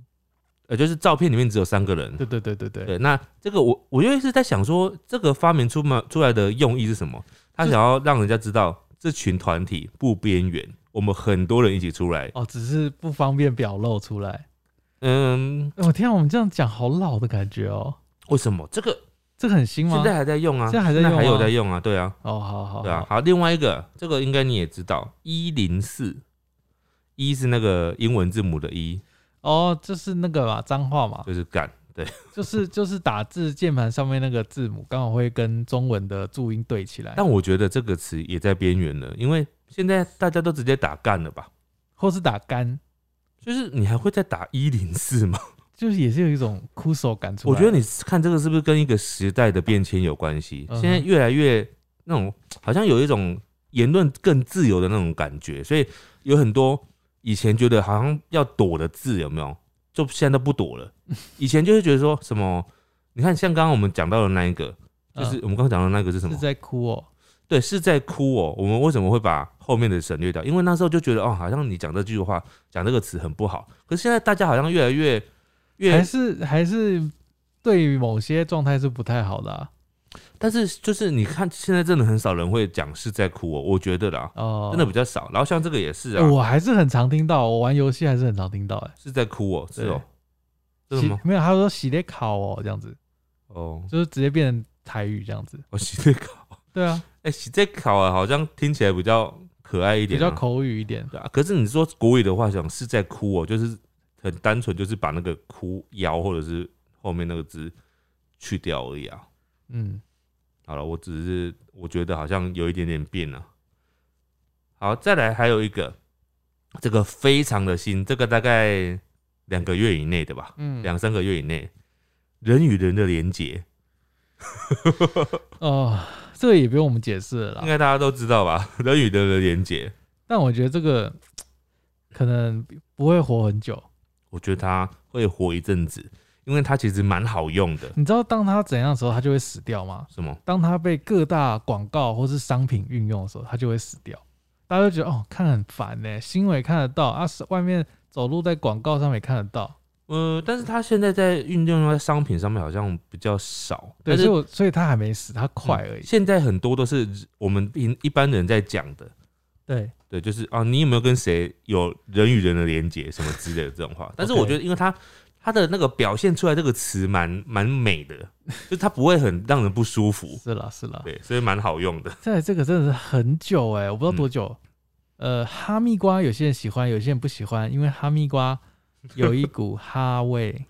[SPEAKER 2] 呃，就是照片里面只有三个人，
[SPEAKER 1] 对对对对对，
[SPEAKER 2] 对，那这个我我又是在想说，这个发明出嘛出来的用意是什么？他
[SPEAKER 1] 就是
[SPEAKER 2] 想要让人家知道这群团体不边缘，我们很多人一起出来。
[SPEAKER 1] 哦，只是不方便表露出来。
[SPEAKER 2] 嗯，
[SPEAKER 1] 哎我、天啊，我们这样讲好老的感觉哦，
[SPEAKER 2] 为什么这个
[SPEAKER 1] 这个很新吗？
[SPEAKER 2] 现在还在用啊？
[SPEAKER 1] 现在还在用
[SPEAKER 2] 还有
[SPEAKER 1] 吗
[SPEAKER 2] 在用啊？对啊，
[SPEAKER 1] 哦，好好
[SPEAKER 2] 对啊。
[SPEAKER 1] 好，
[SPEAKER 2] 好，另外一个这个应该你也知道，一零四，一是那个英文字母的一，
[SPEAKER 1] 哦，就是那个嘛，脏话嘛，
[SPEAKER 2] 就是干。
[SPEAKER 1] 就是就是打字键盘上面那个字母刚好会跟中文的注音对起来，
[SPEAKER 2] 但我觉得这个词也在边缘了，因为现在大家都直接打干了吧？
[SPEAKER 1] 或是打干，
[SPEAKER 2] 就是你还会再打一零四吗？
[SPEAKER 1] 就是也是有一种枯手感出来。
[SPEAKER 2] 我觉得你看这个是不是跟一个时代的变迁有关系？
[SPEAKER 1] 嗯哼
[SPEAKER 2] 现在越来越那种好像有一种言论更自由的那种感觉，所以有很多以前觉得好像要躲的字有没有？就现在都不躲 了。以前就会觉得说什么，你看像刚刚我们讲到的那一个，就是
[SPEAKER 1] 嗯
[SPEAKER 2] 我们刚刚讲到的那个是什么
[SPEAKER 1] 是？在哭哦，
[SPEAKER 2] 对，是在哭哦。我们为什么会把后面的省略掉？因为那时候就觉得哦，好像你讲这句话讲这个词很不好。可是现在大家好像越来越越
[SPEAKER 1] 还是还是对于某些状态是不太好的啊、
[SPEAKER 2] 但是就是你看，现在真的很少人会讲是在哭哦，我觉得啦，
[SPEAKER 1] 哦，
[SPEAKER 2] 真的比较少。然后像这个也是
[SPEAKER 1] 哎
[SPEAKER 2] 啊，
[SPEAKER 1] 我还是很常听到，我玩游戏还是很常听到、哎，
[SPEAKER 2] 是在哭哦，是哦，真
[SPEAKER 1] 洗
[SPEAKER 2] 的吗？
[SPEAKER 1] 没有，他说洗得考哦，这样子，
[SPEAKER 2] 哦，
[SPEAKER 1] 就是直接变成台语这样子。
[SPEAKER 2] 我洗这考，
[SPEAKER 1] 对啊，
[SPEAKER 2] 哎，洗这考啊，好像听起来比较可爱一
[SPEAKER 1] 比
[SPEAKER 2] 点、
[SPEAKER 1] 较
[SPEAKER 2] 啊，
[SPEAKER 1] 口语一点。
[SPEAKER 2] 对啊。可是你说国语的话，讲是在哭哦，就是很单纯，就是把那个哭腰或者是后面那个字去掉而已啊。
[SPEAKER 1] 嗯，
[SPEAKER 2] 好了，我只是我觉得好像有一点点变了。好，再来还有一个，这个非常的新，这个大概两个月以内的吧，
[SPEAKER 1] 嗯
[SPEAKER 2] 两三个月以内，人与人的连接，
[SPEAKER 1] 哦，这个也不用我们解释了
[SPEAKER 2] 应
[SPEAKER 1] 啦。
[SPEAKER 2] 该大家都知道吧？ 人与人的连接，
[SPEAKER 1] 但我觉得这个可能不会活很久。
[SPEAKER 2] 我觉得它会活一阵子，因为它其实蛮好用的。
[SPEAKER 1] 你知道当它怎样的时候，它就会死掉吗？
[SPEAKER 2] 什么？
[SPEAKER 1] 当它被各大广告或是商品运用的时候，它就会死掉。大家就觉得哦，看很烦呢、新闻也看得到啊，是外面走路在广告上面也看得到。
[SPEAKER 2] 呃，但是它现在在运用在商品上面好像比较少，
[SPEAKER 1] 对，所
[SPEAKER 2] 但
[SPEAKER 1] 以
[SPEAKER 2] 是嗯
[SPEAKER 1] 我所以它还没死，它快而已。
[SPEAKER 2] 现在很多都是我们平一般人在讲的，
[SPEAKER 1] 对，
[SPEAKER 2] 对，就是啊，你有没有跟谁有人与人的连接什么之类的这种话？但是我觉得，因为它它的那个表现出来这个词蛮蛮美的，就是它不会很让人不舒服，
[SPEAKER 1] 是啦是啦。
[SPEAKER 2] 对，所以蛮好用的。
[SPEAKER 1] 在这个真的是很久哎、我不知道多久。
[SPEAKER 2] 嗯
[SPEAKER 1] 呃，哈密瓜有些人喜欢，有些人不喜欢，因为哈密瓜有一股哈味，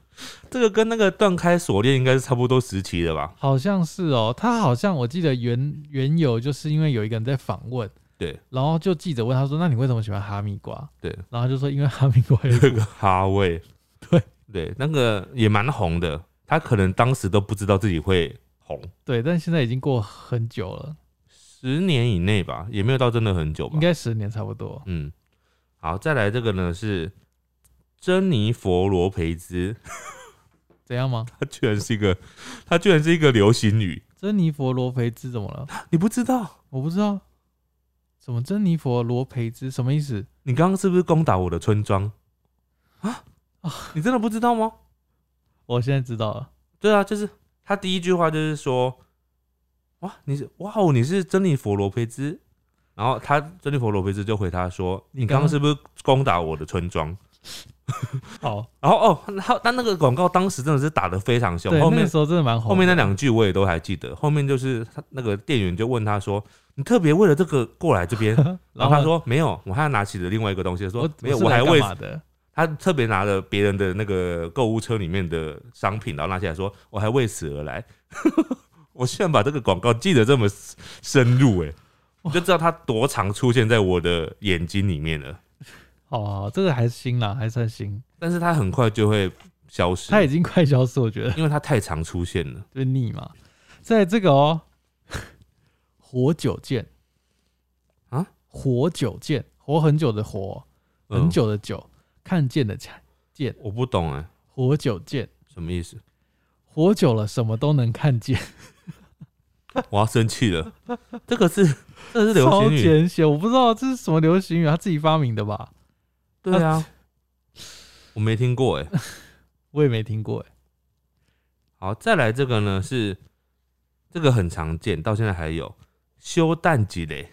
[SPEAKER 2] 这个跟那个断开锁链应该是差不多时期的吧？
[SPEAKER 1] 好像是哦。他好像我记得原原有就是因为有一个人在访问，
[SPEAKER 2] 对，
[SPEAKER 1] 然后就记者问他说：“那你为什么喜欢哈密瓜？”
[SPEAKER 2] 对，
[SPEAKER 1] 然后他就说因为哈密瓜有一
[SPEAKER 2] 这
[SPEAKER 1] 股
[SPEAKER 2] 个哈味，
[SPEAKER 1] 对
[SPEAKER 2] 对，那个也蛮红的。他可能当时都不知道自己会红，
[SPEAKER 1] 对，但现在已经过很久了，
[SPEAKER 2] 十年以内吧，也没有到真的很久吧
[SPEAKER 1] 应。该十年差不多。
[SPEAKER 2] 嗯，好，再来这个呢是珍妮佛罗培兹。
[SPEAKER 1] 怎样吗？
[SPEAKER 2] 它居然是一个，它居然是一个流行语，
[SPEAKER 1] 珍妮佛罗培兹怎么了？
[SPEAKER 2] 你不知道？
[SPEAKER 1] 我不知道，什么珍妮佛罗培兹什么意思？
[SPEAKER 2] 你刚刚是不是攻打我的村庄啊？你真的不知道吗？
[SPEAKER 1] 我现在知道了，
[SPEAKER 2] 对啊，就是他第一句话就是说，哇，你是哇哦，你是珍妮佛罗培兹。然后他珍妮佛罗培兹就回他说，
[SPEAKER 1] 你
[SPEAKER 2] 你刚
[SPEAKER 1] 刚
[SPEAKER 2] 刚是不是攻打我的村庄？
[SPEAKER 1] 好，
[SPEAKER 2] 然后哦，他但那个广告当时真的是打得非常凶，
[SPEAKER 1] 对，
[SPEAKER 2] 后
[SPEAKER 1] 那
[SPEAKER 2] 面
[SPEAKER 1] 个时候真的蛮红的，？”
[SPEAKER 2] 后面那两句我也都还记得。后面就是他那个店员就问他说：“你特别为了这个过来这边然后他说：“没有，我还拿起了另外一个东西，
[SPEAKER 1] 我
[SPEAKER 2] 说没有，
[SPEAKER 1] 是
[SPEAKER 2] 我
[SPEAKER 1] 来
[SPEAKER 2] 还
[SPEAKER 1] 干
[SPEAKER 2] 为
[SPEAKER 1] 嘛的？
[SPEAKER 2] 他特别拿了别人的那个购物车里面的商品，然后拿起来说，我还为此而来。 我居然把这个广告记得这么深入、欸，哎，你就知道它多常出现在我的眼睛里面了。
[SPEAKER 1] 好好，这个还是新啦，还算新，
[SPEAKER 2] 但是它很快就会消失，
[SPEAKER 1] 它已经快消失，我觉得
[SPEAKER 2] 因为它太常出现了。
[SPEAKER 1] 就是腻嘛。在这个哦， 活久见
[SPEAKER 2] 啊，
[SPEAKER 1] 活久见，活很久的活，
[SPEAKER 2] 嗯
[SPEAKER 1] 很，久的久，看见的见，
[SPEAKER 2] 我不懂哎、欸
[SPEAKER 1] 活久见，
[SPEAKER 2] 什么意思？
[SPEAKER 1] 活久了什么都能看见，
[SPEAKER 2] 我要生气 了。这个是这是流
[SPEAKER 1] 超
[SPEAKER 2] 行语，
[SPEAKER 1] 简写，我不知道这是什么流行语，他自己发明的吧？
[SPEAKER 2] 对啊，我没听过哎、
[SPEAKER 1] 我也没听过哎，
[SPEAKER 2] 好，再来这个呢是这个很常见，到现在还有休淡季嘞，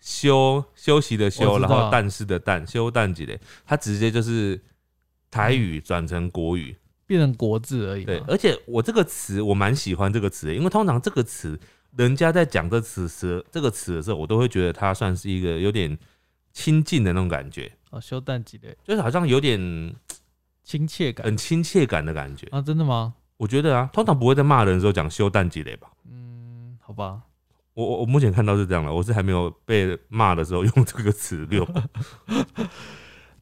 [SPEAKER 2] 休休息的
[SPEAKER 1] 我
[SPEAKER 2] 休，
[SPEAKER 1] 知
[SPEAKER 2] 然
[SPEAKER 1] 道
[SPEAKER 2] 后淡是的淡，休淡季嘞，它直接就是
[SPEAKER 1] 嗯
[SPEAKER 2] 台语转成国语。
[SPEAKER 1] 变成国字而已
[SPEAKER 2] 对，
[SPEAKER 1] 嘛。
[SPEAKER 2] 而且我这个词我蛮喜欢这个词的，因为通常这个词人家在讲这词时这个词的时候，我都会觉得它算是一个有点亲近的那种感觉，
[SPEAKER 1] 哦，修蛋鸡的
[SPEAKER 2] 就是好像有点
[SPEAKER 1] 亲切感
[SPEAKER 2] 很亲切感的感觉。
[SPEAKER 1] 啊，真的吗？
[SPEAKER 2] 我觉得啊，通常不会在骂人的时候讲休淡季嘞吧。
[SPEAKER 1] 嗯，好吧，
[SPEAKER 2] 我我我目前看到是这样了，我是还没有被骂的时候用这个词 六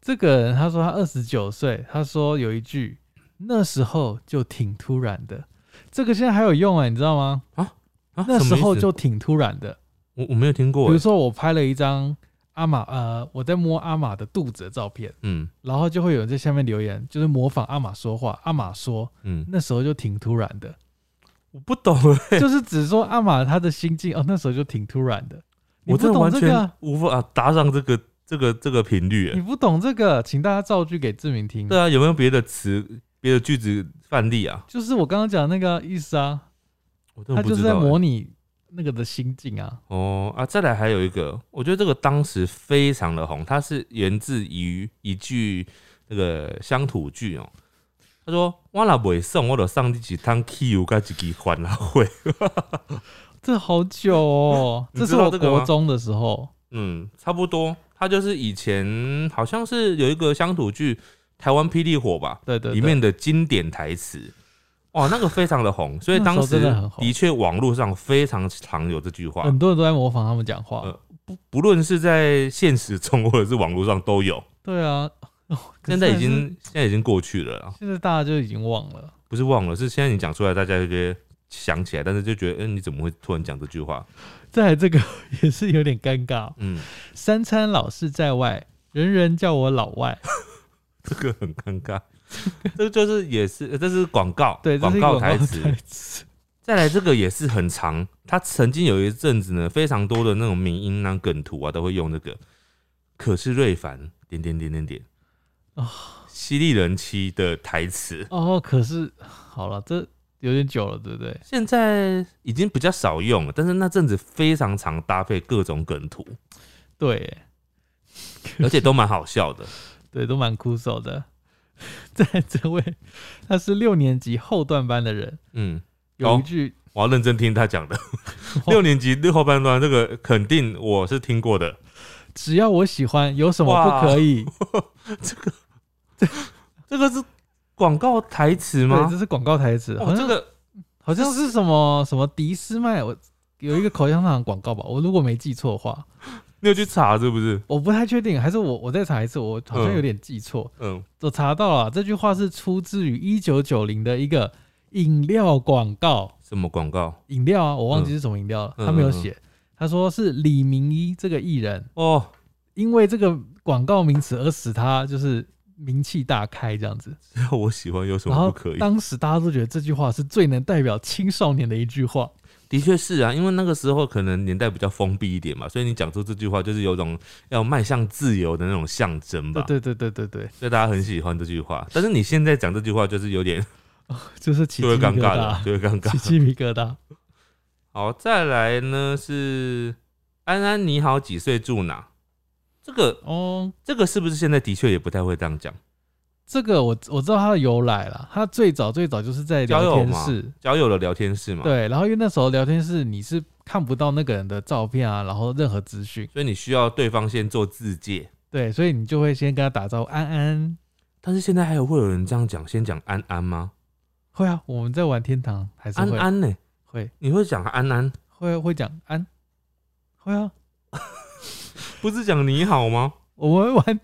[SPEAKER 1] 这个人他说他二十九岁，他说有一句那时候就挺突然的，这个现在还有用哎、你知道吗？
[SPEAKER 2] 啊，
[SPEAKER 1] 那
[SPEAKER 2] 什
[SPEAKER 1] 时
[SPEAKER 2] 么意
[SPEAKER 1] 候
[SPEAKER 2] 思
[SPEAKER 1] 就挺突然的。
[SPEAKER 2] 我我没有听
[SPEAKER 1] 比
[SPEAKER 2] 过
[SPEAKER 1] 如
[SPEAKER 2] 欸，
[SPEAKER 1] 说我拍了一张阿玛呃我在摸阿玛的肚子的照片，
[SPEAKER 2] 嗯
[SPEAKER 1] 然后就会有人在下面留言，就是模仿阿玛说话。阿玛说
[SPEAKER 2] 嗯，
[SPEAKER 1] 那时候就挺突然的，
[SPEAKER 2] 我不懂欸，
[SPEAKER 1] 就是只说阿玛他的心境哦，那时候就挺突然的。你
[SPEAKER 2] 我
[SPEAKER 1] 不
[SPEAKER 2] 真的
[SPEAKER 1] 懂
[SPEAKER 2] 完
[SPEAKER 1] 这个啊
[SPEAKER 2] 全，无法啊搭上这个这个这个频率
[SPEAKER 1] 你
[SPEAKER 2] 欸。
[SPEAKER 1] 不懂这个，请大家造句给志明听。
[SPEAKER 2] 对啊，有没有别的词、别的句子范例啊？
[SPEAKER 1] 就是我刚刚讲的那个意思啊，
[SPEAKER 2] 我真
[SPEAKER 1] 他
[SPEAKER 2] 的不
[SPEAKER 1] 就是
[SPEAKER 2] 知
[SPEAKER 1] 在
[SPEAKER 2] 道欸。
[SPEAKER 1] 模拟那个的心境啊。
[SPEAKER 2] 哦啊，再来还有一个，我觉得这个当时非常的红，它是源自于一句那个乡土剧哦。他说：“我若袂送，我就送你一桶汽油跟一支番啦会。”
[SPEAKER 1] 这好久哦，
[SPEAKER 2] 你
[SPEAKER 1] 这是
[SPEAKER 2] 知道
[SPEAKER 1] 我
[SPEAKER 2] 这个
[SPEAKER 1] 国
[SPEAKER 2] 吗
[SPEAKER 1] 中的时候，
[SPEAKER 2] 嗯，差不多。他就是以前好像是有一个乡土剧《台湾霹雳火》吧，
[SPEAKER 1] 对对对
[SPEAKER 2] 里面的经典台词，哇，那个非常 的红，所以
[SPEAKER 1] 那
[SPEAKER 2] 当
[SPEAKER 1] 时候
[SPEAKER 2] 时
[SPEAKER 1] 真的很红嗯
[SPEAKER 2] 的确网络上非常常有这句话，
[SPEAKER 1] 很多人都在模仿他们讲话。
[SPEAKER 2] 呃不论是在现实中或者是网络上都有。
[SPEAKER 1] 对啊， 可
[SPEAKER 2] 现
[SPEAKER 1] 是
[SPEAKER 2] 在已
[SPEAKER 1] 还是
[SPEAKER 2] 经现在已经过去了啦，
[SPEAKER 1] 现在大家就已经忘了。
[SPEAKER 2] 不是忘了，是现在你讲出来，大家就觉得想起来，但是就觉得，嗯、你怎么会突然讲这句话？
[SPEAKER 1] 再来这个 也是有点尴尬，哦
[SPEAKER 2] 嗯，
[SPEAKER 1] 三餐老是在外，人人叫我老外。
[SPEAKER 2] 这个很尴 尬。这就是也是，这是广告，
[SPEAKER 1] 对，这是
[SPEAKER 2] 广
[SPEAKER 1] 一个
[SPEAKER 2] 告
[SPEAKER 1] 广
[SPEAKER 2] 台
[SPEAKER 1] 告
[SPEAKER 2] 词，
[SPEAKER 1] 台词。
[SPEAKER 2] 再来这个也是很长，他曾经有一阵子呢，非常多的那种民音啊、梗图啊，都会用这个。可是瑞凡点点点点点
[SPEAKER 1] 啊
[SPEAKER 2] 犀利人妻的台词，
[SPEAKER 1] 哦，可是好了，这有点久了，对不对？
[SPEAKER 2] 现在已经比较少用了，但是那阵子非常常搭配各种梗图，
[SPEAKER 1] 对耶，
[SPEAKER 2] 而且都蛮好笑的。
[SPEAKER 1] 对，都蛮枯手的。 在这位，他是六年级后段班的人，
[SPEAKER 2] 嗯，
[SPEAKER 1] 有一
[SPEAKER 2] 哦
[SPEAKER 1] 句
[SPEAKER 2] 我要认真听他讲的。 六年级六后半段这个肯定我是听过的，
[SPEAKER 1] “只要我喜欢，有什么不可以
[SPEAKER 2] 这个是广告台词”？
[SPEAKER 1] 对，
[SPEAKER 2] 吗
[SPEAKER 1] 这？嗯是广告台词，
[SPEAKER 2] 哦
[SPEAKER 1] 好
[SPEAKER 2] 这
[SPEAKER 1] 像
[SPEAKER 2] 个
[SPEAKER 1] 好像是什么什么迪斯麦，我有一个口香糖的广告吧，我如果没记错的话，
[SPEAKER 2] 你有去查是不是？
[SPEAKER 1] 我不太确定，还是我我再查一次，我好像有点记错。
[SPEAKER 2] 嗯，
[SPEAKER 1] 我查到了这句话是出自于一九九零的一个饮料广告，
[SPEAKER 2] 什么广告？
[SPEAKER 1] 饮料啊，我忘记是什么饮料了，
[SPEAKER 2] 嗯
[SPEAKER 1] 他没有写。他说是李明一这个艺人，
[SPEAKER 2] 哦，
[SPEAKER 1] 因为这个广告名词而使他就是名气大开这样子。
[SPEAKER 2] 只 要我喜欢有什
[SPEAKER 1] 然
[SPEAKER 2] 么
[SPEAKER 1] 后
[SPEAKER 2] 不可以？
[SPEAKER 1] 当时大家都觉得这句话是最能代表青少年的一句话，
[SPEAKER 2] 的确是啊，因为那个时候可能年代比较封闭一点嘛，所以你讲出这句话就是有种要迈向自由的那种象征吧。
[SPEAKER 1] 对对对对对，
[SPEAKER 2] 所以大家很喜欢这句话。但是你现在讲这句话就是有点
[SPEAKER 1] 就是起
[SPEAKER 2] 就
[SPEAKER 1] 鸡
[SPEAKER 2] 会
[SPEAKER 1] 皮
[SPEAKER 2] 尴
[SPEAKER 1] 疙
[SPEAKER 2] 尬了，
[SPEAKER 1] 瘩，
[SPEAKER 2] 就会尴
[SPEAKER 1] 起
[SPEAKER 2] 尬。
[SPEAKER 1] 鸡皮疙瘩。
[SPEAKER 2] 好，再来呢是安安你好，几岁住哪？这个
[SPEAKER 1] 哦，
[SPEAKER 2] 这个是不是现在的确也不太会这样讲？
[SPEAKER 1] 这个我我知道它的由来了，它最早最早就是在
[SPEAKER 2] 交
[SPEAKER 1] 聊
[SPEAKER 2] 友
[SPEAKER 1] 天
[SPEAKER 2] 嘛
[SPEAKER 1] 室，
[SPEAKER 2] 交友的聊天室嘛，
[SPEAKER 1] 对，然后因为那时候聊天室你是看不到那个人的照片啊，然后任何资讯，
[SPEAKER 2] 所以你需要对方先做自介。
[SPEAKER 1] 对，所以你就会先跟他打招呼，安安。
[SPEAKER 2] 但是现在还有会有人这样讲，先讲安安吗？
[SPEAKER 1] 会啊，我们在玩天堂还是
[SPEAKER 2] 安
[SPEAKER 1] 会
[SPEAKER 2] 安呢、
[SPEAKER 1] 会
[SPEAKER 2] 你会讲安安，
[SPEAKER 1] 会会讲安，会啊，
[SPEAKER 2] 不是讲你好吗？
[SPEAKER 1] 我们玩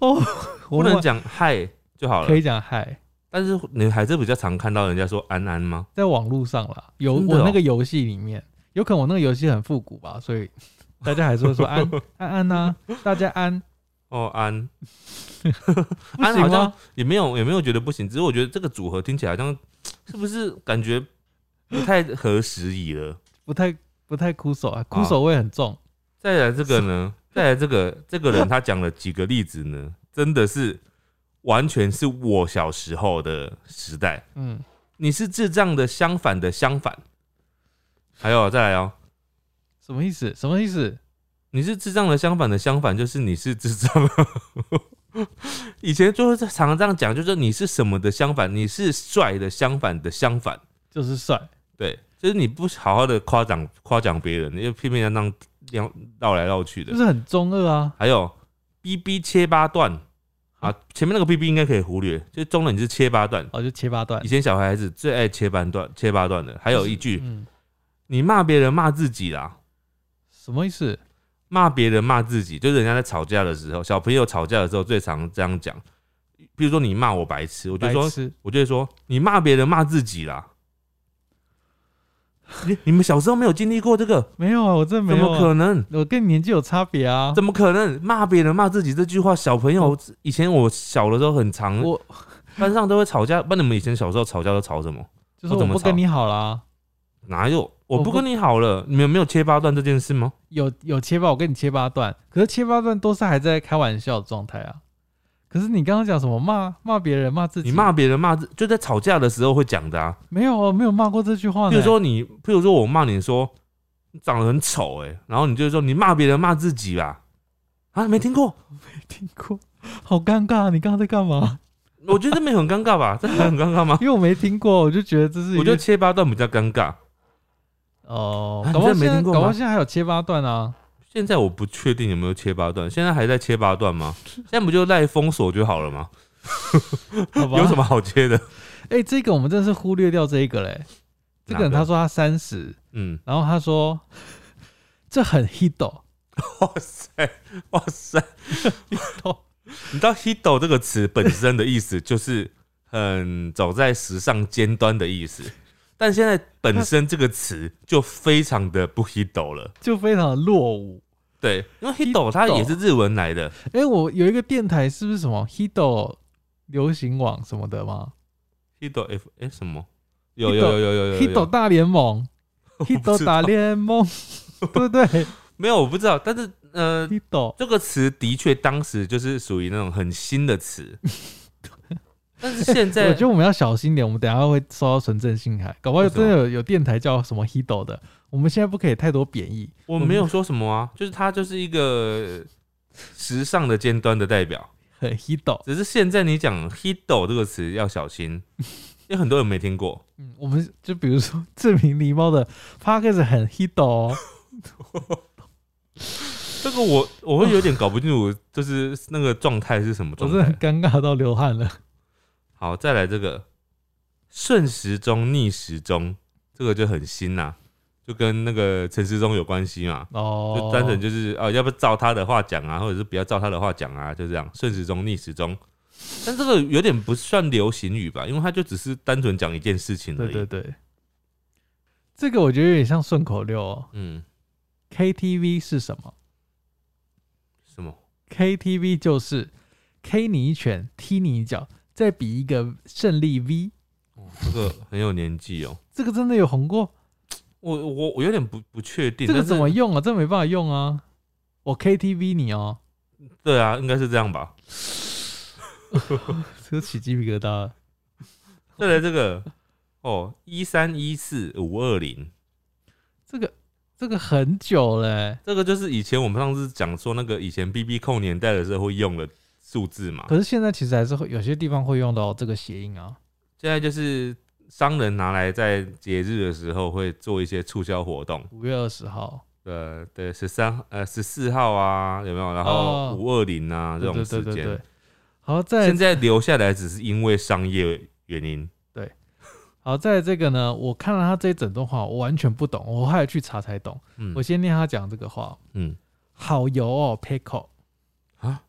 [SPEAKER 1] 哦，我
[SPEAKER 2] 不
[SPEAKER 1] 们
[SPEAKER 2] 能
[SPEAKER 1] 玩
[SPEAKER 2] 讲嗨就好
[SPEAKER 1] 可
[SPEAKER 2] 了。
[SPEAKER 1] 以讲嗨，
[SPEAKER 2] 但是你还是比较常看到人家说安安吗？
[SPEAKER 1] 在网络上啦，有
[SPEAKER 2] 真的
[SPEAKER 1] 我
[SPEAKER 2] 哦
[SPEAKER 1] 那个游戏里面，有可能我那个游戏很复古吧，所以大家还是会 说安安安呐、大家安，
[SPEAKER 2] 哦， 安
[SPEAKER 1] 不
[SPEAKER 2] 安
[SPEAKER 1] 行哦
[SPEAKER 2] 好像
[SPEAKER 1] 吗？
[SPEAKER 2] 也没有也没有觉得不行，只是我觉得这个组合听起来好像是不是感觉不太合时 宜了。
[SPEAKER 1] 不太不太枯手啊，枯手味很重，
[SPEAKER 2] 再来这个呢？再来这个这个人他讲了几个例子呢？真的是完全是我小时候的时代。
[SPEAKER 1] 嗯，
[SPEAKER 2] 你是智障的相反的相反。还有再来哦，
[SPEAKER 1] 什么意思？什么意思？
[SPEAKER 2] 你是智障的相反的相反，就是你是智障。 以前就是常常这样讲，就是你是什么的相反，你是帅的相反的相反。
[SPEAKER 1] 就是帅，
[SPEAKER 2] 对，就是你不好好的夸奖夸奖别人，你就偏偏让让绕来绕去的
[SPEAKER 1] 就。是很中二啊，
[SPEAKER 2] 还有 B B 切八段啊，前面那个 B B 应该可以忽略，就中了你是切八段。
[SPEAKER 1] 哦，就切八段
[SPEAKER 2] 以，前小孩子最爱切八段切八段的，还有一句，
[SPEAKER 1] 嗯，
[SPEAKER 2] 你骂别人骂自己啦，
[SPEAKER 1] 什么意思？
[SPEAKER 2] 骂别人骂自己，就是人家在吵架的时候，小朋友吵架的时候最常这样讲。比如说你骂我白痴，我就
[SPEAKER 1] 白
[SPEAKER 2] 说，
[SPEAKER 1] 痴，
[SPEAKER 2] 我就会说你骂别人骂自己啦。你你们小时候没有经历过这个？
[SPEAKER 1] 没有啊，我真的
[SPEAKER 2] 怎
[SPEAKER 1] 没有、
[SPEAKER 2] 么
[SPEAKER 1] 啊，
[SPEAKER 2] 可能？
[SPEAKER 1] 我跟你年纪有差别啊，
[SPEAKER 2] 怎么可能骂别人骂自己这句话？小朋友以前我小的时候很常，
[SPEAKER 1] 我
[SPEAKER 2] 班上都会吵架。那你们以前小时候吵架都吵什么？
[SPEAKER 1] 就说
[SPEAKER 2] 哦我怎
[SPEAKER 1] 我
[SPEAKER 2] 么
[SPEAKER 1] 不跟
[SPEAKER 2] 吵
[SPEAKER 1] 你好啦，
[SPEAKER 2] 哪有？
[SPEAKER 1] 我
[SPEAKER 2] 我不
[SPEAKER 1] 不
[SPEAKER 2] 跟你好了，你们没有切八段这件事吗？
[SPEAKER 1] 有有切八，我跟你切八段，可是切八段都是还在开玩笑的状态啊。可是你刚刚讲什么骂骂别人骂自己？
[SPEAKER 2] 你骂别人骂自，就在吵架的时候会讲的啊。
[SPEAKER 1] 没有啊？没有骂过这句话呢。
[SPEAKER 2] 譬如说你，譬如说我骂你说你长得很丑，哎，然后你就说你骂别人骂自己吧。啊，没 听过？
[SPEAKER 1] 没听过，好尴尬，啊你刚刚在干 嘛？
[SPEAKER 2] 我觉得这没有很尴尬吧？这还很尴 尬吗？
[SPEAKER 1] 因为我没听过，我就觉得这是一个
[SPEAKER 2] 我觉得切八段比较尴尬。
[SPEAKER 1] 哦
[SPEAKER 2] 啊，
[SPEAKER 1] 搞不好
[SPEAKER 2] 你真的没
[SPEAKER 1] 现在
[SPEAKER 2] 听过
[SPEAKER 1] 搞不好
[SPEAKER 2] 吗
[SPEAKER 1] 现在还有切八段啊。
[SPEAKER 2] 现在我不确定有没有切八段，现在还在切八 段吗？现在不就赖封锁就好了吗？
[SPEAKER 1] 好吧
[SPEAKER 2] 有什么好切的？
[SPEAKER 1] 哎、这个我们真的是忽略掉这一个嘞。这个人
[SPEAKER 2] 哪个
[SPEAKER 1] 他说他三十，
[SPEAKER 2] 嗯，
[SPEAKER 1] 然后他说 这很 hit 哦
[SPEAKER 2] 哇塞，哇 塞，你知道 “hito” 这个词本身的意思就是很走在时尚尖端的意思，但现在本身这个词就非常的不 hito 了。
[SPEAKER 1] 就非常的落伍。
[SPEAKER 2] 对，因为 hito 它也是日文来的，
[SPEAKER 1] 哎、我有一个电台是不是什么 hit 哦流行网什么的吗
[SPEAKER 2] hito f 哎、什么？有有有有有有有
[SPEAKER 1] ？hit 大联 盟
[SPEAKER 2] 不知
[SPEAKER 1] ，hit
[SPEAKER 2] 道
[SPEAKER 1] 大联盟， 对不对
[SPEAKER 2] 没有我不知道，但是呃，
[SPEAKER 1] ？hit
[SPEAKER 2] 这个词的确当时就是属于那种很新 的词，但是现在
[SPEAKER 1] 我觉得我们要小心点，我们等一下会收到纯正信函，搞不好真的有有电台叫什么 Hido 的，我们现在不可以太多贬义。
[SPEAKER 2] 我没有说什么啊，就是它就是一个时尚的尖端的代表。
[SPEAKER 1] 很 Hido，
[SPEAKER 2] 只是现在你讲 “hido” 这个词要小 心，因为很多人没听过。
[SPEAKER 1] 嗯，我们就比如说证明狸猫的 p a c k a g e 很 Hido，、哦、
[SPEAKER 2] 这个我我会有点搞不清楚，就是那个状态是什么
[SPEAKER 1] 我
[SPEAKER 2] 状
[SPEAKER 1] 真的很
[SPEAKER 2] 态。
[SPEAKER 1] 尴尬到流汗了。
[SPEAKER 2] 好，再来这个顺时钟、逆时钟，这个就很新啦、就跟那个陈时中有关系嘛。
[SPEAKER 1] 哦，
[SPEAKER 2] 就单纯就是哦，要不照他的话讲啊，或者是不要照他的话讲啊，就这样顺时钟逆时钟。但这个有点不算流行语吧，因为他就只是单纯讲一件事情而
[SPEAKER 1] 对
[SPEAKER 2] 已。
[SPEAKER 1] 对对，这个我觉得有点像顺口溜、哦。
[SPEAKER 2] 嗯，
[SPEAKER 1] KTV 是什么
[SPEAKER 2] 什么？
[SPEAKER 1] ？KTV 就是 K 你一拳，踢你一脚，再比一个胜利 V。
[SPEAKER 2] 哦这个很有年纪哦。
[SPEAKER 1] 这个真的有红过？
[SPEAKER 2] 我我我有点不不确定，
[SPEAKER 1] 这个
[SPEAKER 2] 但是
[SPEAKER 1] 怎么用啊？这没办法用啊！我 KTV 你哦，
[SPEAKER 2] 对啊？应该是这样吧？
[SPEAKER 1] 这起鸡皮疙瘩了。
[SPEAKER 2] 再来这个哦，一三一四五二零，
[SPEAKER 1] 这个这个很久了欸、
[SPEAKER 2] 这个就是以前我们上次讲说那个以前 B B 控年代的时候会用的数字嘛。
[SPEAKER 1] 可是现在其实还是会有些地方会用到这个谐音啊。
[SPEAKER 2] 现在就是商人拿来在节日的时候会做一些促销活动，
[SPEAKER 1] 五月二十号，
[SPEAKER 2] 呃，对，十三呃十四号啊，有没有？然后
[SPEAKER 1] 哦
[SPEAKER 2] 五二零啊这
[SPEAKER 1] 对
[SPEAKER 2] 种
[SPEAKER 1] 对
[SPEAKER 2] 时
[SPEAKER 1] 对对
[SPEAKER 2] 间
[SPEAKER 1] 对，。好，在
[SPEAKER 2] 现在留下来只是因为商业原因。
[SPEAKER 1] 好在这个呢，我看了他这一整段话，我完全不懂，我还有去查才懂。
[SPEAKER 2] 嗯
[SPEAKER 1] 我先念他讲这个话：
[SPEAKER 2] 嗯
[SPEAKER 1] 好油哦，pickle
[SPEAKER 2] 啊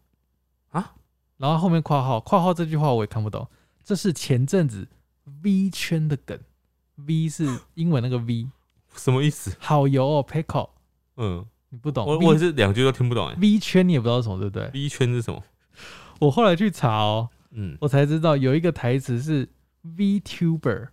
[SPEAKER 2] 啊，
[SPEAKER 1] 然后后面括号，括号这句话我也看不懂，这是前阵子 V 圈的梗，V 是英文那个 V，
[SPEAKER 2] 什么意思？
[SPEAKER 1] 好油哦，pickle，
[SPEAKER 2] 嗯，
[SPEAKER 1] 你不懂
[SPEAKER 2] 我
[SPEAKER 1] V-
[SPEAKER 2] 我也是两句都听不懂哎。
[SPEAKER 1] V 圈你也不知道是什么，对不对？
[SPEAKER 2] B 圈是什么？
[SPEAKER 1] 我后来去查哦，
[SPEAKER 2] 嗯
[SPEAKER 1] 我才知道有一个台词是 VTuber。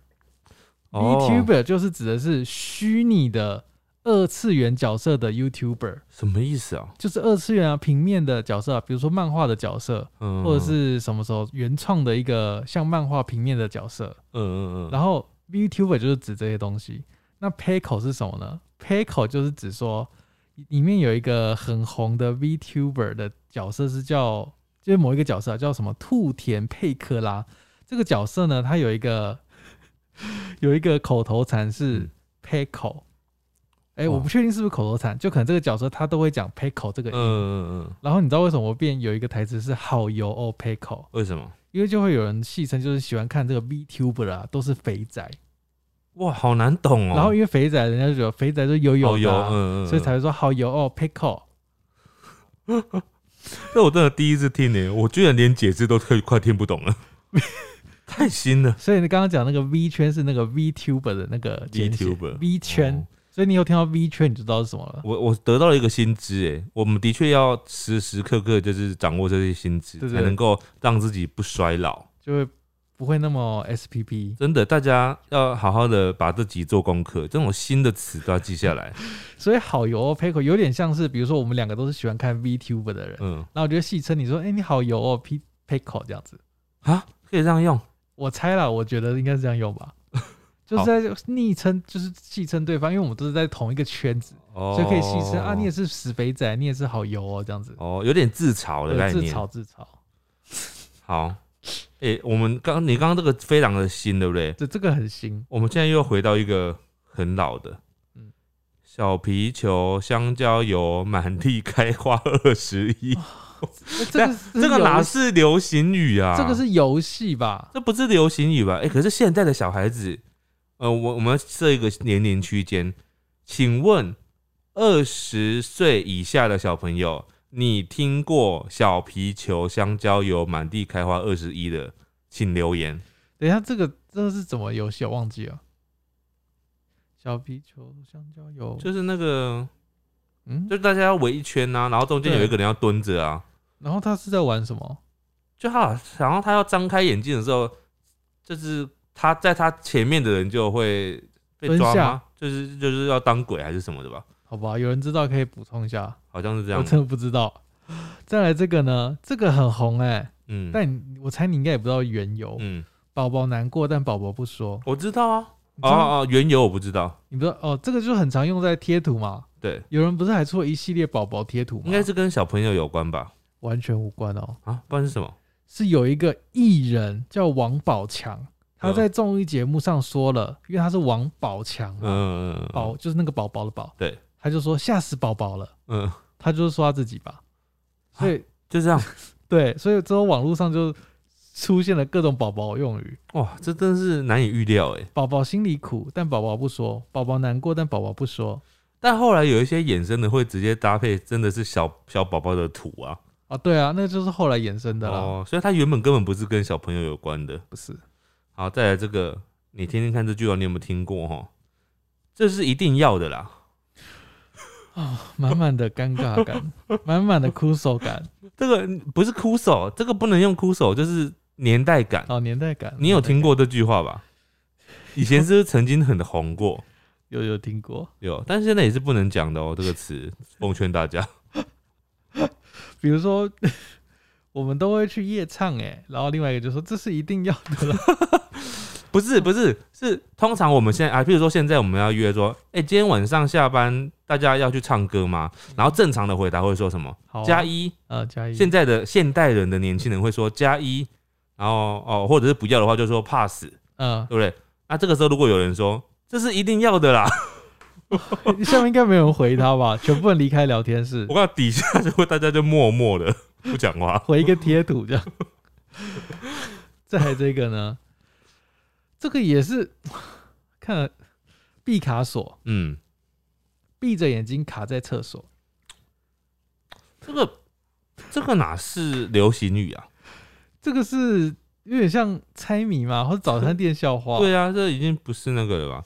[SPEAKER 2] 哦
[SPEAKER 1] VTuber 就是指的是虚拟的二次元角色的 YouTuber，
[SPEAKER 2] 什么意思啊？
[SPEAKER 1] 就是二次元啊平面的角色啊，比如说漫画的角色，
[SPEAKER 2] 嗯，
[SPEAKER 1] 或者是什么时候原创的一个像漫画平面的角色。
[SPEAKER 2] 嗯嗯嗯，
[SPEAKER 1] 然后 VTuber 就是指这些东西。那 Payco 是什么呢？Payco 就是指说里面有一个很红的 VTuber 的角色是叫，就是某一个角色啊叫什么兔田佩克拉。这个角色呢，他有一个有一个口头禅是
[SPEAKER 2] 嗯
[SPEAKER 1] Payco。哎、
[SPEAKER 2] 哇
[SPEAKER 1] 我不确定是不是口头禅，就可能这个角色他都会讲 Payco 这个
[SPEAKER 2] 嗯
[SPEAKER 1] 音。
[SPEAKER 2] 嗯嗯，
[SPEAKER 1] 然后你知道为什么我变有一个台词是好油哦 Payco？
[SPEAKER 2] 为什么？
[SPEAKER 1] 因为就会有人戏称，就是喜欢看这个 VTuber 啊，都是肥仔。
[SPEAKER 2] 哇，好难懂哦。
[SPEAKER 1] 然后因为肥仔，人家就觉得肥仔就油油
[SPEAKER 2] 好油，
[SPEAKER 1] 的啊、
[SPEAKER 2] 嗯嗯，
[SPEAKER 1] 所以才会说好油哦，pickle。
[SPEAKER 2] 这我真的第一次听呢、我居然连解释都快快听不懂 了，太新了。
[SPEAKER 1] 所以你刚刚讲那个 V 圈是那个 VTuber 的那个简写
[SPEAKER 2] VTuber
[SPEAKER 1] V 圈，
[SPEAKER 2] 哦
[SPEAKER 1] 所以你有听到 V 圈，你就知道是什么了。
[SPEAKER 2] 我我得到了一个新知哎、我们的确要时时刻刻就是掌握这些新知，
[SPEAKER 1] 对对
[SPEAKER 2] 才能够让自己不衰老。
[SPEAKER 1] 就会不会那么 SPP。
[SPEAKER 2] 真的，大家要好好的把这集做功课，这种新的词都要记下 来。
[SPEAKER 1] 所以好油哦，pickle 有点像是，比如说我们两个都是喜欢看 VTuber 的人，
[SPEAKER 2] 嗯，
[SPEAKER 1] 然后我就戏称你说，哎、你好油哦，p pickle 这样子。
[SPEAKER 2] 啊，可以这样用，
[SPEAKER 1] 我猜了，我觉得应该是这样用吧，就是在昵称，就是戏称对方，因为我们都是在同一个圈子。
[SPEAKER 2] 哦
[SPEAKER 1] 所以可以戏称啊，你也是死肥仔，你也是好油哦，这样子，
[SPEAKER 2] 哦，有点自嘲的
[SPEAKER 1] 对
[SPEAKER 2] 概
[SPEAKER 1] 自
[SPEAKER 2] 念。
[SPEAKER 1] 嘲自嘲。
[SPEAKER 2] 好，哎、我们刚你刚刚这个非常的新，对不对？
[SPEAKER 1] 这这个很新，
[SPEAKER 2] 我们现在又回到一个很老的，
[SPEAKER 1] 嗯
[SPEAKER 2] 小皮球、香蕉油满地开花二十一，
[SPEAKER 1] 哦那这个是
[SPEAKER 2] 这个哪
[SPEAKER 1] 游
[SPEAKER 2] 是流行语啊？
[SPEAKER 1] 这个是游戏吧？
[SPEAKER 2] 这不是流行语吧？哎、可是现在的小孩子，呃，我我们设一个年龄区间，请问二十岁以下的小朋友，你听过小皮球、香蕉油满地开花二十一的，请留言。
[SPEAKER 1] 等一下，这个这个是怎么游戏啊？我忘记了。小皮球、香蕉油，
[SPEAKER 2] 就是那个，
[SPEAKER 1] 嗯，
[SPEAKER 2] 就是大家要围一圈啊呐、然后中间有一个人要蹲着啊。
[SPEAKER 1] 然后他是在玩什么？
[SPEAKER 2] 就他好，然后他要张开眼睛的时候，就是他在他前面的人就会被抓
[SPEAKER 1] 蹲
[SPEAKER 2] 吗
[SPEAKER 1] 下？
[SPEAKER 2] 就是就是要当鬼还是什么的吧？
[SPEAKER 1] 好吧，有人知道可以补充一下，
[SPEAKER 2] 好像是这
[SPEAKER 1] 我
[SPEAKER 2] 样。
[SPEAKER 1] 真的不知道。再来这个呢，这个很红哎、
[SPEAKER 2] 嗯，
[SPEAKER 1] 但你我猜你应该也不知道缘由。
[SPEAKER 2] 嗯，
[SPEAKER 1] 宝宝难过，但宝宝不说。
[SPEAKER 2] 我知道啊。
[SPEAKER 1] 你知
[SPEAKER 2] 哦
[SPEAKER 1] 道
[SPEAKER 2] 哦，缘由我不知道。
[SPEAKER 1] 你不知道哦，这个就很常用在贴图嘛。
[SPEAKER 2] 对，
[SPEAKER 1] 有人不是还出了一系列宝宝贴图吗？
[SPEAKER 2] 应该是跟小朋友有关吧？
[SPEAKER 1] 完全无关哦，
[SPEAKER 2] 啊，不然是什么？
[SPEAKER 1] 是有一个艺人叫王宝强，他
[SPEAKER 2] 嗯
[SPEAKER 1] 在综艺节目上说了，因为他是王宝强嘛，
[SPEAKER 2] 嗯嗯嗯
[SPEAKER 1] 宝就是那个宝宝的宝，
[SPEAKER 2] 对，
[SPEAKER 1] 他就说吓死宝宝了，
[SPEAKER 2] 嗯，嗯
[SPEAKER 1] 他就是说他自己吧，所
[SPEAKER 2] 啊
[SPEAKER 1] 以、
[SPEAKER 2] 就这样。
[SPEAKER 1] 对，所以之后网络上就出现了各种宝宝用语，
[SPEAKER 2] 哇，这真是难以预料哎。
[SPEAKER 1] 宝宝心里苦，但宝宝不说，宝宝难过，但宝宝不说，
[SPEAKER 2] 但后来有一些衍生的会直接搭配，真的是小小宝宝的图啊。
[SPEAKER 1] 啊，对啊，那就是后来衍生的啦，
[SPEAKER 2] 哦，所以它原本根本不是跟小朋友有关的。
[SPEAKER 1] 不是，
[SPEAKER 2] 好，再来这个，你听听看这句哦话，你有没有听过哈？这是一定要的啦。
[SPEAKER 1] 满满的尴尬 感，满满的哭手感，
[SPEAKER 2] 这个不是哭手，这个不能用哭手，就是年代感。
[SPEAKER 1] 哦，年代感，
[SPEAKER 2] 你有
[SPEAKER 1] 年代
[SPEAKER 2] 听
[SPEAKER 1] 感
[SPEAKER 2] 过这句话吧？以前是不是曾经很红过？
[SPEAKER 1] 有 有听过，
[SPEAKER 2] 有，但是现在也是不能讲的哦，这 个词，奉劝大家。
[SPEAKER 1] 比如说 我们都会去夜唱哎、然后另外一个就说这是一定要的啦，
[SPEAKER 2] 不是不是，是通常我们现在啊，譬如说现在我们要约说，哎、今天晚上下班大家要去唱歌吗？
[SPEAKER 1] 嗯
[SPEAKER 2] 然后正常的回答会说什么？
[SPEAKER 1] 好啊
[SPEAKER 2] 加一。
[SPEAKER 1] 呃加一，
[SPEAKER 2] 现在的现代人的年轻人会说加一，然后哦，或者是不要的话就说怕死，
[SPEAKER 1] 嗯、
[SPEAKER 2] 对不对？那、这个时候如果有人说这是一定要的啦，
[SPEAKER 1] 下面应该没有人回他吧？全部人离开聊天室
[SPEAKER 2] 我，看底下就会大家就默默的 不讲话。
[SPEAKER 1] 回一个贴图这样。 再来这个呢，这个也是 看了毕卡索
[SPEAKER 2] 嗯，
[SPEAKER 1] 闭着眼睛卡在厕所，
[SPEAKER 2] 这个这个哪是流行语啊？
[SPEAKER 1] 这个是有点像猜谜嘛，或者早餐店笑话。
[SPEAKER 2] 对啊，这已经不是那个了吧？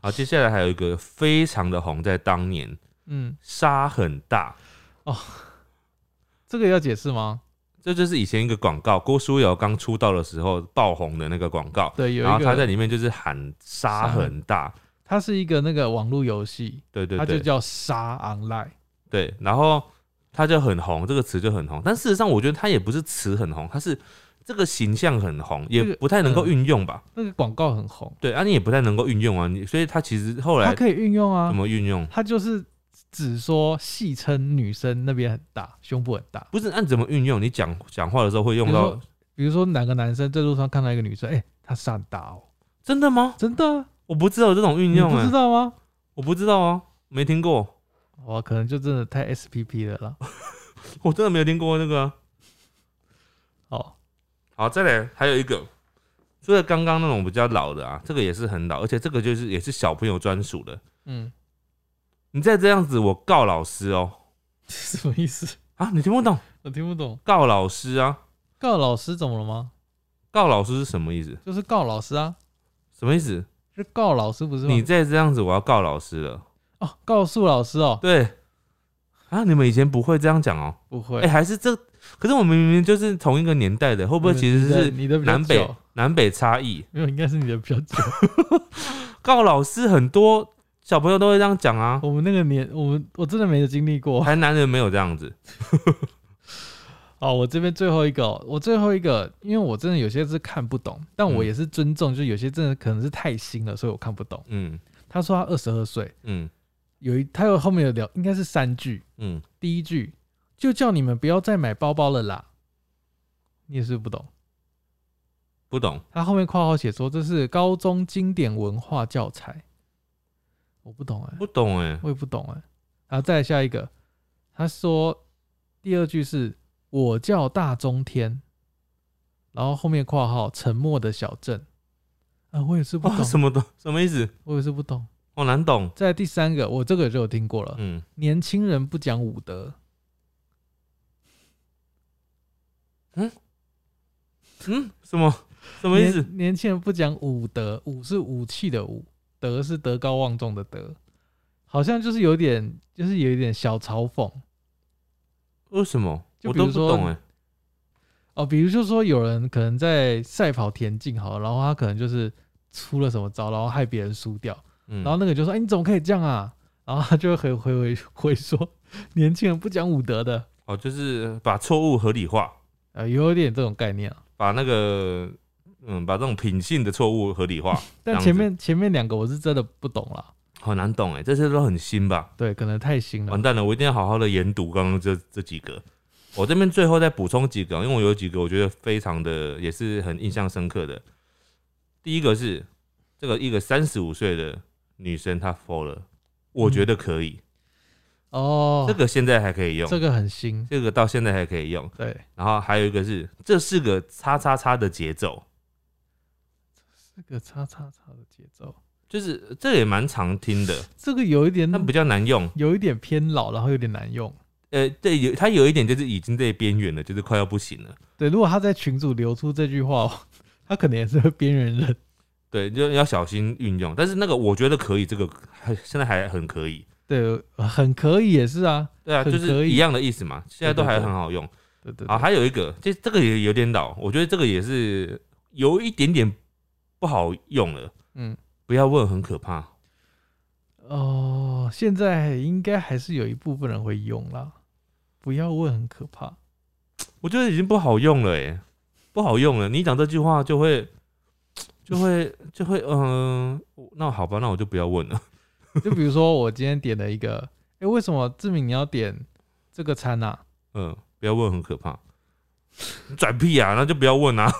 [SPEAKER 2] 好，接下来还有一个非常的红，在当年
[SPEAKER 1] 嗯，
[SPEAKER 2] 沙很大，
[SPEAKER 1] 这个要解释吗？
[SPEAKER 2] 这就是以前一个广告，郭书瑶刚出道的时候爆红的那个广告。
[SPEAKER 1] 对，有
[SPEAKER 2] 然后
[SPEAKER 1] 一
[SPEAKER 2] 他
[SPEAKER 1] 个，
[SPEAKER 2] 在里面就是喊沙很大，
[SPEAKER 1] 它是一个那个网络游戏，
[SPEAKER 2] 对对
[SPEAKER 1] 它就
[SPEAKER 2] 对
[SPEAKER 1] 叫杀 online。
[SPEAKER 2] 对，然后他就很红，这个词就很红。但事实上，我觉得他也不是词很红，他是这个形象很红，也
[SPEAKER 1] 这个
[SPEAKER 2] 不太能够
[SPEAKER 1] 嗯
[SPEAKER 2] 运用吧？
[SPEAKER 1] 那个广告很红，
[SPEAKER 2] 对，啊，你也不太能够运用啊，你所以他其实后
[SPEAKER 1] 它
[SPEAKER 2] 来
[SPEAKER 1] 可以运用啊
[SPEAKER 2] 怎，么运用？
[SPEAKER 1] 它就是只说戏称女生那边很大，胸部很大。
[SPEAKER 2] 不是按怎么运用？你讲讲话的时候会用
[SPEAKER 1] 比如
[SPEAKER 2] 到
[SPEAKER 1] 说，比如说哪个男生在路上看到一个女生，哎、她上大哦，
[SPEAKER 2] 真的吗？
[SPEAKER 1] 真的啊、
[SPEAKER 2] 我不知道有这种运
[SPEAKER 1] 你
[SPEAKER 2] 用
[SPEAKER 1] 不
[SPEAKER 2] 哎、
[SPEAKER 1] 知道吗？
[SPEAKER 2] 我不知道啊，没听过，
[SPEAKER 1] 我可能就真的太 SPP 了啦。
[SPEAKER 2] 我真的没有听过那个啊、
[SPEAKER 1] 哦，
[SPEAKER 2] 好，再来还有一个，除了刚刚那种比较老的啊，这个也是很老，而且这个就是也是小朋友专属的。
[SPEAKER 1] 嗯，
[SPEAKER 2] 你再这样子，我告老师哦！
[SPEAKER 1] 什么意思？
[SPEAKER 2] 啊，你听不懂，
[SPEAKER 1] 我听不懂。
[SPEAKER 2] 告老师啊，
[SPEAKER 1] 告老师怎么了吗？
[SPEAKER 2] 告老师是什么意思？
[SPEAKER 1] 就是告老师啊，
[SPEAKER 2] 什么意思？
[SPEAKER 1] 是告老师不是吗？
[SPEAKER 2] 你再这样子，我要告老师了。
[SPEAKER 1] 哦，告诉老师哦，
[SPEAKER 2] 对，啊，你们以前不会这样讲哦。
[SPEAKER 1] 不
[SPEAKER 2] 哎、
[SPEAKER 1] 会，
[SPEAKER 2] 还是这，可是我们明明就是同一个年代的，会不会其实是
[SPEAKER 1] 嗯你的你的
[SPEAKER 2] 南
[SPEAKER 1] 比较
[SPEAKER 2] 北
[SPEAKER 1] 久，
[SPEAKER 2] 南北差异？
[SPEAKER 1] 没有，应该是你的比较 久。
[SPEAKER 2] 告老师很多小朋友都会这样讲啊，
[SPEAKER 1] 我们那个年，我们我真的没有经历过。
[SPEAKER 2] 台南人没有这样子。
[SPEAKER 1] 哦，我这边最后一个哦、我最后一个，因为我真的有些是看不懂，但我
[SPEAKER 2] 嗯
[SPEAKER 1] 也是尊重，就有些真的可能是太新了，所以我看不懂。
[SPEAKER 2] 嗯
[SPEAKER 1] 他说他二十二岁，
[SPEAKER 2] 嗯
[SPEAKER 1] 有一他有后面有聊，应该是三句，
[SPEAKER 2] 嗯，
[SPEAKER 1] 第一句就叫你们不要再买包包了啦，你也是不懂。
[SPEAKER 2] 不懂。
[SPEAKER 1] 他后面括号写说这是高中经典文化教材，我不懂哎、
[SPEAKER 2] 不懂哎、
[SPEAKER 1] 我也不懂哎、然后再来下一个，他说第二句是“我叫大中天”，然后后面括号“沉默的小镇”。啊，我也是不
[SPEAKER 2] 哇，
[SPEAKER 1] 懂，
[SPEAKER 2] 什么懂？什么意思？
[SPEAKER 1] 我也是不懂。
[SPEAKER 2] 好难懂。
[SPEAKER 1] 再来第三个，我这个就有听过了，
[SPEAKER 2] 嗯，
[SPEAKER 1] 年轻人不讲武德。
[SPEAKER 2] 嗯，什么什么意思？
[SPEAKER 1] 年年轻人不讲武德，武是武器的武，德是德高望重的德，好像就是有点，就是有一点小嘲讽
[SPEAKER 2] 为什么？
[SPEAKER 1] 就
[SPEAKER 2] 我
[SPEAKER 1] 比如
[SPEAKER 2] 都不
[SPEAKER 1] 说
[SPEAKER 2] 懂哎、
[SPEAKER 1] 哦。比如就说有人可能在赛跑田径好了，然后他可能就是出了什么招，然后害别人输掉，
[SPEAKER 2] 嗯，
[SPEAKER 1] 然后那个就说：“哎、你怎么可以这样啊？”然后他就会回回回回说：“年轻人不讲武德的。
[SPEAKER 2] 哦，就是把错误合理化，”
[SPEAKER 1] 呃，有一点这种概念啊。
[SPEAKER 2] 把那个嗯，把这种品性的错误合理化，
[SPEAKER 1] 但
[SPEAKER 2] 这样子
[SPEAKER 1] 前面前面两个我是真的不懂啦，
[SPEAKER 2] 好难懂哎、这些都很新吧？
[SPEAKER 1] 对，可能太新了
[SPEAKER 2] 完。蛋了，我一定要好好的研读刚刚这这几个。我这边最后再补充几个，因为我有几个我觉得非常的也是很印象深刻的。第一个是这个一个三十五岁的女生她 f 了，我觉得可以。
[SPEAKER 1] 哦，
[SPEAKER 2] 这个现在还可以用，
[SPEAKER 1] 这个很新，
[SPEAKER 2] 这个到现在还可以用。
[SPEAKER 1] 对，
[SPEAKER 2] 然后还有一个是，这是个叉叉叉的节奏，
[SPEAKER 1] 这个叉叉叉的节奏，
[SPEAKER 2] 就是这个也蛮常听的，
[SPEAKER 1] 这个有一点
[SPEAKER 2] 但比较难用。
[SPEAKER 1] 有一点偏老，然后有点难用。
[SPEAKER 2] 呃，对，有它有一点就是已经在边缘了，就是快要不行了。
[SPEAKER 1] 对，如果他在群组流出这句话， 他可能也是会边缘人。
[SPEAKER 2] 对，就要小心运用。但是那个我觉得可以，这个还现在还很可以。
[SPEAKER 1] 对，很可以也是啊。
[SPEAKER 2] 对啊，
[SPEAKER 1] 很
[SPEAKER 2] 就
[SPEAKER 1] 可
[SPEAKER 2] 是
[SPEAKER 1] 以
[SPEAKER 2] 一样的意思嘛，现在都还
[SPEAKER 1] 对对
[SPEAKER 2] 很
[SPEAKER 1] 对
[SPEAKER 2] 好用。
[SPEAKER 1] 对对
[SPEAKER 2] 啊，
[SPEAKER 1] 对，
[SPEAKER 2] 还有一个，这这个也有点老，我觉得这个也是有一点点不好用了。
[SPEAKER 1] 嗯，
[SPEAKER 2] 不要问，很可怕。
[SPEAKER 1] 哦现在应该还是有一部分人会用啦。不要问，很可怕。
[SPEAKER 2] 我觉得已经不好用了，哎，不好用了。你讲这句话就会，就会，就会，嗯、那好吧，那我就不要问了。
[SPEAKER 1] 就比如说我今天点了一个，哎、为什么志明你要点这个餐啊？
[SPEAKER 2] 嗯，不要问，很可怕。你拽屁啊，那就不要问啊。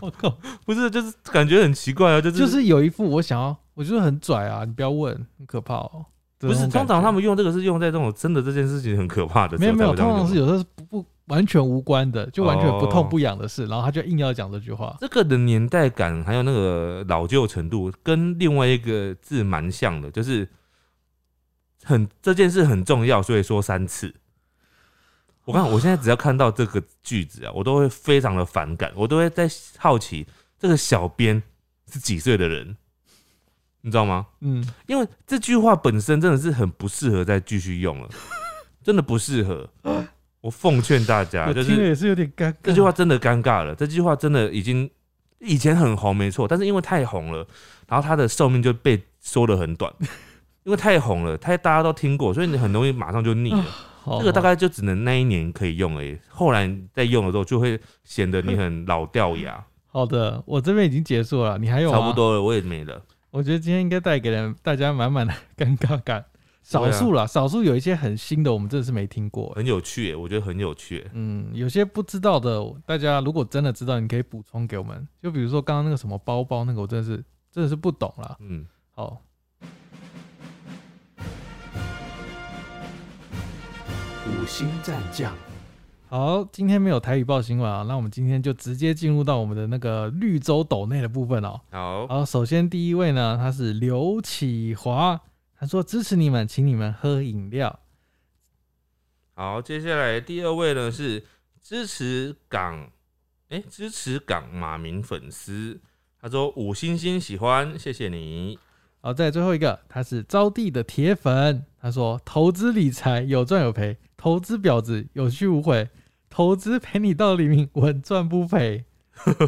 [SPEAKER 1] 我靠，
[SPEAKER 2] 不是，就是感觉很奇怪啊，就是
[SPEAKER 1] 就是有一副我想要，我就是很拽啊，你不要问，很可怕哦、
[SPEAKER 2] 不是
[SPEAKER 1] 这种感
[SPEAKER 2] 通常
[SPEAKER 1] 觉
[SPEAKER 2] 他们用这个是用在这种真的这件事情很可怕的，
[SPEAKER 1] 没有没有，
[SPEAKER 2] 才会这
[SPEAKER 1] 通常
[SPEAKER 2] 样用啊
[SPEAKER 1] 是有时候是不不完全无关的，就完全不
[SPEAKER 2] 哦
[SPEAKER 1] 痛不痒的事，然后他就硬要讲这句话。
[SPEAKER 2] 这个的年代感还有那个老旧程度，跟另外一个字蛮像的，就是很这件事很重要，所以说三次。我看我现在只要看到这个句子啊，我都会非常的反感，我都会在好奇这个小编是几岁的人，你知道吗？
[SPEAKER 1] 嗯，
[SPEAKER 2] 因为这句话本身真的是很不适合再继续用了，真的不适合。我奉劝大家，
[SPEAKER 1] 我
[SPEAKER 2] 啊就
[SPEAKER 1] 听
[SPEAKER 2] 是
[SPEAKER 1] 了也是有点尴尬。
[SPEAKER 2] 这句话真的尴尬了，这句话真的已经以前很红没错，但是因为太红了，然后它的寿命就被缩得很短，因为太红了，太大家都听过，所以你很容易马上就腻了。
[SPEAKER 1] 好，
[SPEAKER 2] 这个大概就只能那一年可以用而已，后来你再用的时候就会显得你很老掉牙，
[SPEAKER 1] 好好的，我这边已经结束了，你还有吗啊
[SPEAKER 2] 差不。多了，我也没了。
[SPEAKER 1] 我觉得今天应该带给人大家满满的尴尬感，
[SPEAKER 2] 对
[SPEAKER 1] 少
[SPEAKER 2] 啊
[SPEAKER 1] 数啦，少数有一些很新的，我们真的是没听过、欸
[SPEAKER 2] 很有趣耶，我觉得很有趣耶。
[SPEAKER 1] 嗯，有些不知道的，大家如果真的知道，你可以补充给我们。就比如说刚刚那个什么包包，那个我真的是真的是不懂啦。
[SPEAKER 2] 嗯，
[SPEAKER 1] 好，
[SPEAKER 3] 五星战将，
[SPEAKER 1] 好，今天没有台语报新闻啊，那我们今天就直接进入到我们的那个绿洲斗内的部分哦。
[SPEAKER 2] 好，
[SPEAKER 1] 好，首先第一位呢，他是刘启华，他说支持你们，请你们喝饮料。
[SPEAKER 2] 好，接下来第二位呢是支持港，哎、支持港马明粉丝，他说五星星喜欢，谢谢你。
[SPEAKER 1] 好，再来最后一个，他是招娣的铁粉，他说投资理财有赚有赔，投资婊子有去无回，投资陪你到黎明，稳赚不 赔。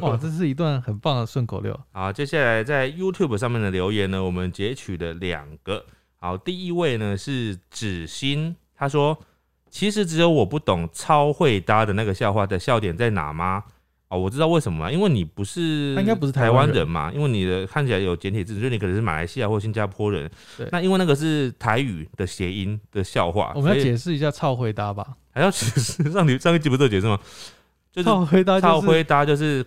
[SPEAKER 1] 哇，这是一段很棒的顺口溜。
[SPEAKER 2] 好，接下来在 YouTube 上面的留言呢，我们截取了两个。好，第一位呢是芷欣，他说：“其实只有我不懂超会搭的那个笑话的笑点在哪吗？”哦，我知道为什么了，因为你不是
[SPEAKER 1] 他应该不是
[SPEAKER 2] 台
[SPEAKER 1] 台湾人
[SPEAKER 2] 人嘛，因为你的看起来有简体字，所以你可能是马来西亚或新加坡人
[SPEAKER 1] 对。
[SPEAKER 2] 那因为那个是台语的谐音的笑话，
[SPEAKER 1] 我们要
[SPEAKER 2] 啊所以
[SPEAKER 1] 解释一下超回答吧。
[SPEAKER 2] 还要解释上你上一集不是有解释吗？就是
[SPEAKER 1] 超回答
[SPEAKER 2] 超
[SPEAKER 1] 就是
[SPEAKER 2] 会搭就是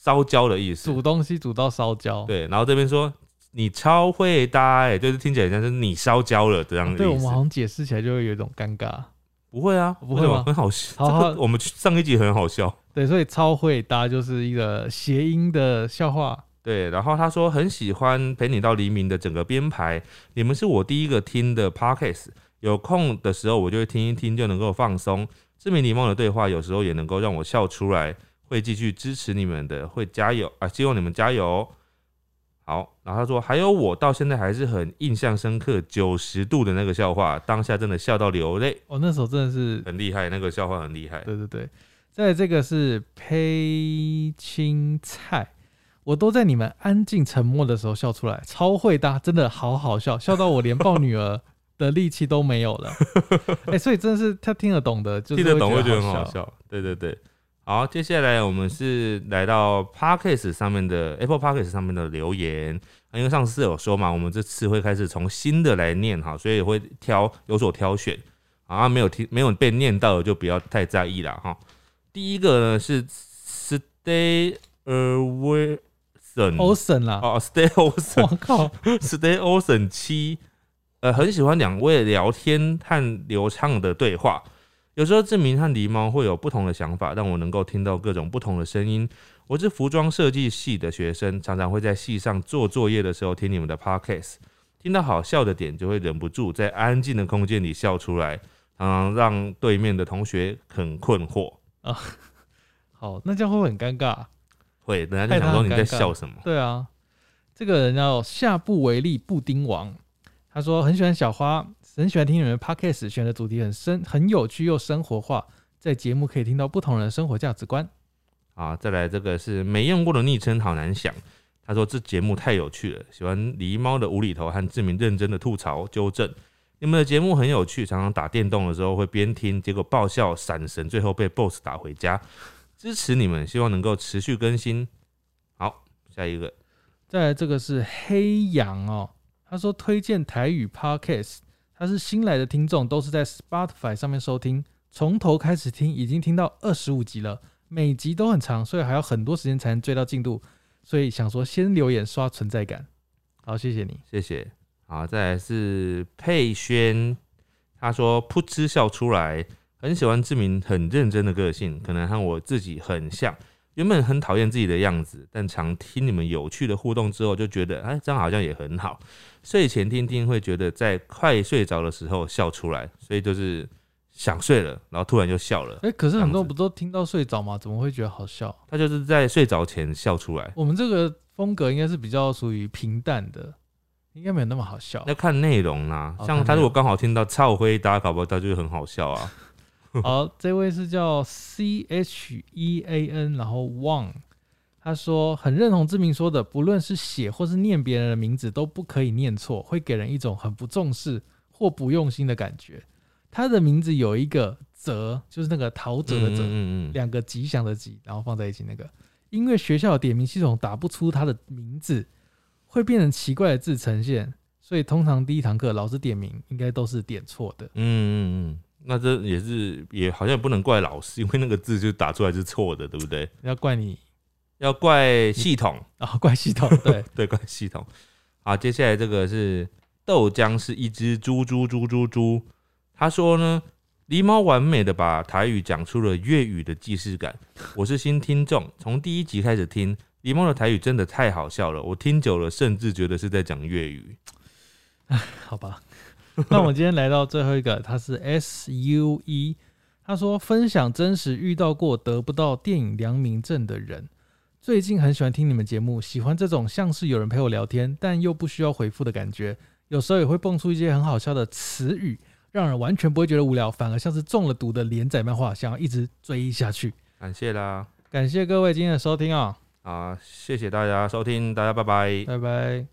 [SPEAKER 2] 烧焦的意思，
[SPEAKER 1] 煮东西煮到烧焦。
[SPEAKER 2] 对，然后这边说你超会搭、欸，就是听起来像是你烧焦了这样的
[SPEAKER 1] 哦对我
[SPEAKER 2] 意
[SPEAKER 1] 们
[SPEAKER 2] 思。
[SPEAKER 1] 好像解释起来就会有一种尴尬。
[SPEAKER 2] 不会啊，
[SPEAKER 1] 不会
[SPEAKER 2] 为什么
[SPEAKER 1] 吗
[SPEAKER 2] 很好笑。
[SPEAKER 1] 好好
[SPEAKER 2] 这个我们去上一集很好笑。
[SPEAKER 1] 对，所以超会搭就是一个谐音的笑话。
[SPEAKER 2] 对，然后他说很喜欢陪你到黎明的整个编排，你们是我第一个听的 podcast，有空的时候我就会听一听，就能够放松。志明礼貌的对话有时候也能够让我笑出来，会继续支持你们的，会加油啊！希望你们加油哦。好，然后他说还有我到现在还是很印象深刻九十度的那个笑话，当下真的笑到流泪，
[SPEAKER 1] 我、哦那时候真的是，
[SPEAKER 2] 很厉害，那个笑话很厉害。
[SPEAKER 1] 对对对。在这个是胚青菜，我都在你们安静沉默的时候笑出来，超会搭，真的好好笑，笑到我连抱女儿的力气都没 有了。哎、所以真的是他听得懂的，就是
[SPEAKER 2] 听得懂会
[SPEAKER 1] 会
[SPEAKER 2] 觉得很好
[SPEAKER 1] 好。
[SPEAKER 2] 笑。对对对，好，接下来我们是来到 Podcast 上面的 Apple Podcast 上面的留言，啊因为上次有说嘛，我们这次会开始从新的来念哈，所以会挑有所挑选啊，没有听没有被念到的就不要太在意啦哈。第一个呢是 Stay Away。
[SPEAKER 1] 欧
[SPEAKER 2] Olson
[SPEAKER 1] 森 啦，
[SPEAKER 2] 哦，Stay Olson，
[SPEAKER 1] 我靠，
[SPEAKER 2] Stay Olsen 七，呃，很喜欢两位聊天和流畅的对话。有时候志明和狸猫会有不同的想法，让我能够听到各种不同的声音。我是服装设计系的学生，常常会在系上做作业的时候听你们的 podcast，听到好笑的点就会忍不住在安静的空间里笑出来，常常让对面的同学很困惑。
[SPEAKER 1] 好，那这样会不会很尴尬啊、
[SPEAKER 2] 会，人家就想说你在笑什么？
[SPEAKER 1] 对啊，这个人叫下不为例布丁王，他说很喜欢小花，很喜欢听你们的 podcast，选的主题很生，很有趣又生活化，在节目可以听到不同人的生活价值观。
[SPEAKER 2] 啊，再来这个是没用过的昵称，好难想。他说这节目太有趣了，喜欢狸猫的无厘头和志明认真的吐槽纠正。你们的节目很有趣，常常打电动的时候会边听，结果爆笑闪神，最后被 BOSS 打回家。支持你们，希望能够持续更新。好，下一个，
[SPEAKER 1] 再来这个是黑羊哦，他说推荐台语 podcast，他是新来的听众，都是在 Spotify 上面收听，从头开始听，已经听到二十五集了，每集都很长，所以还要很多时间才能追到进度，所以想说先留言刷存在感。好，谢谢你。
[SPEAKER 2] 谢谢。好，再来是佩轩，他说噗嗤笑出来，很喜欢志明很认真的个性，可能和我自己很像。原本很讨厌自己的样子，但常听你们有趣的互动之后，就觉得哎，这样好像也很好。睡前听听会觉得在快睡着的时候笑出来，所以就是想睡了，然后突然就笑了。
[SPEAKER 1] 哎、可是很多
[SPEAKER 2] 这样
[SPEAKER 1] 人
[SPEAKER 2] 子
[SPEAKER 1] 不都听到睡着吗？怎么会觉得好笑？
[SPEAKER 2] 他就是在睡着前笑出来，
[SPEAKER 1] 我们这个风格应该是比较属于平淡的，应该没有那么好笑
[SPEAKER 2] 要。看内容啦、
[SPEAKER 1] 哦
[SPEAKER 2] 像
[SPEAKER 1] 看
[SPEAKER 2] 他
[SPEAKER 1] 内
[SPEAKER 2] 如果
[SPEAKER 1] 容
[SPEAKER 2] 刚好听到超灰搭，搞不好他就很好 笑啊。
[SPEAKER 1] 好，这位是叫 C H E A N，然后 Wang，他说很认同志明说的，不论是写或是念别人的名字都不可以念错，会给人一种很不重视或不用心的感觉。他的名字有一个“泽”，就是那个陶喆的“泽”，
[SPEAKER 2] 嗯嗯嗯，
[SPEAKER 1] 两个吉祥的“吉”，然后放在一起那个。因为学校的点名系统打不出他的名字，会变成奇怪的字呈现，所以通常第一堂课老师点名应该都是点错的。
[SPEAKER 2] 嗯嗯嗯，那这也是也好像也不能怪老师，因为那个字就打出来是错的，对不对？
[SPEAKER 1] 要怪你
[SPEAKER 2] 要怪系统，
[SPEAKER 1] 啊、怪系统对。
[SPEAKER 2] 对，怪系统。好，接下来这个是豆浆是一只猪猪猪猪猪，他说呢，狸猫完美的把台语讲出了粤语的既视感。我是新听众，从第一集开始听狸猫的台语真的太好笑了，我听久了甚至觉得是在讲粤语。
[SPEAKER 1] 好吧。 那我们今天来到最后一个，他是 S U E，他说分享真实遇到过得不到电影良民证的人。最近很喜欢听你们节目，喜欢这种像是有人陪我聊天，但又不需要回复的感觉。有时候也会蹦出一些很好笑的词语，让人完全不会觉得无聊，反而像是中了毒的连载漫画，想要一直追下去。
[SPEAKER 2] 感谢啦，
[SPEAKER 1] 感谢各位今天的收听啊、
[SPEAKER 2] 啊，谢谢大家收听，大家拜拜。
[SPEAKER 1] 拜拜。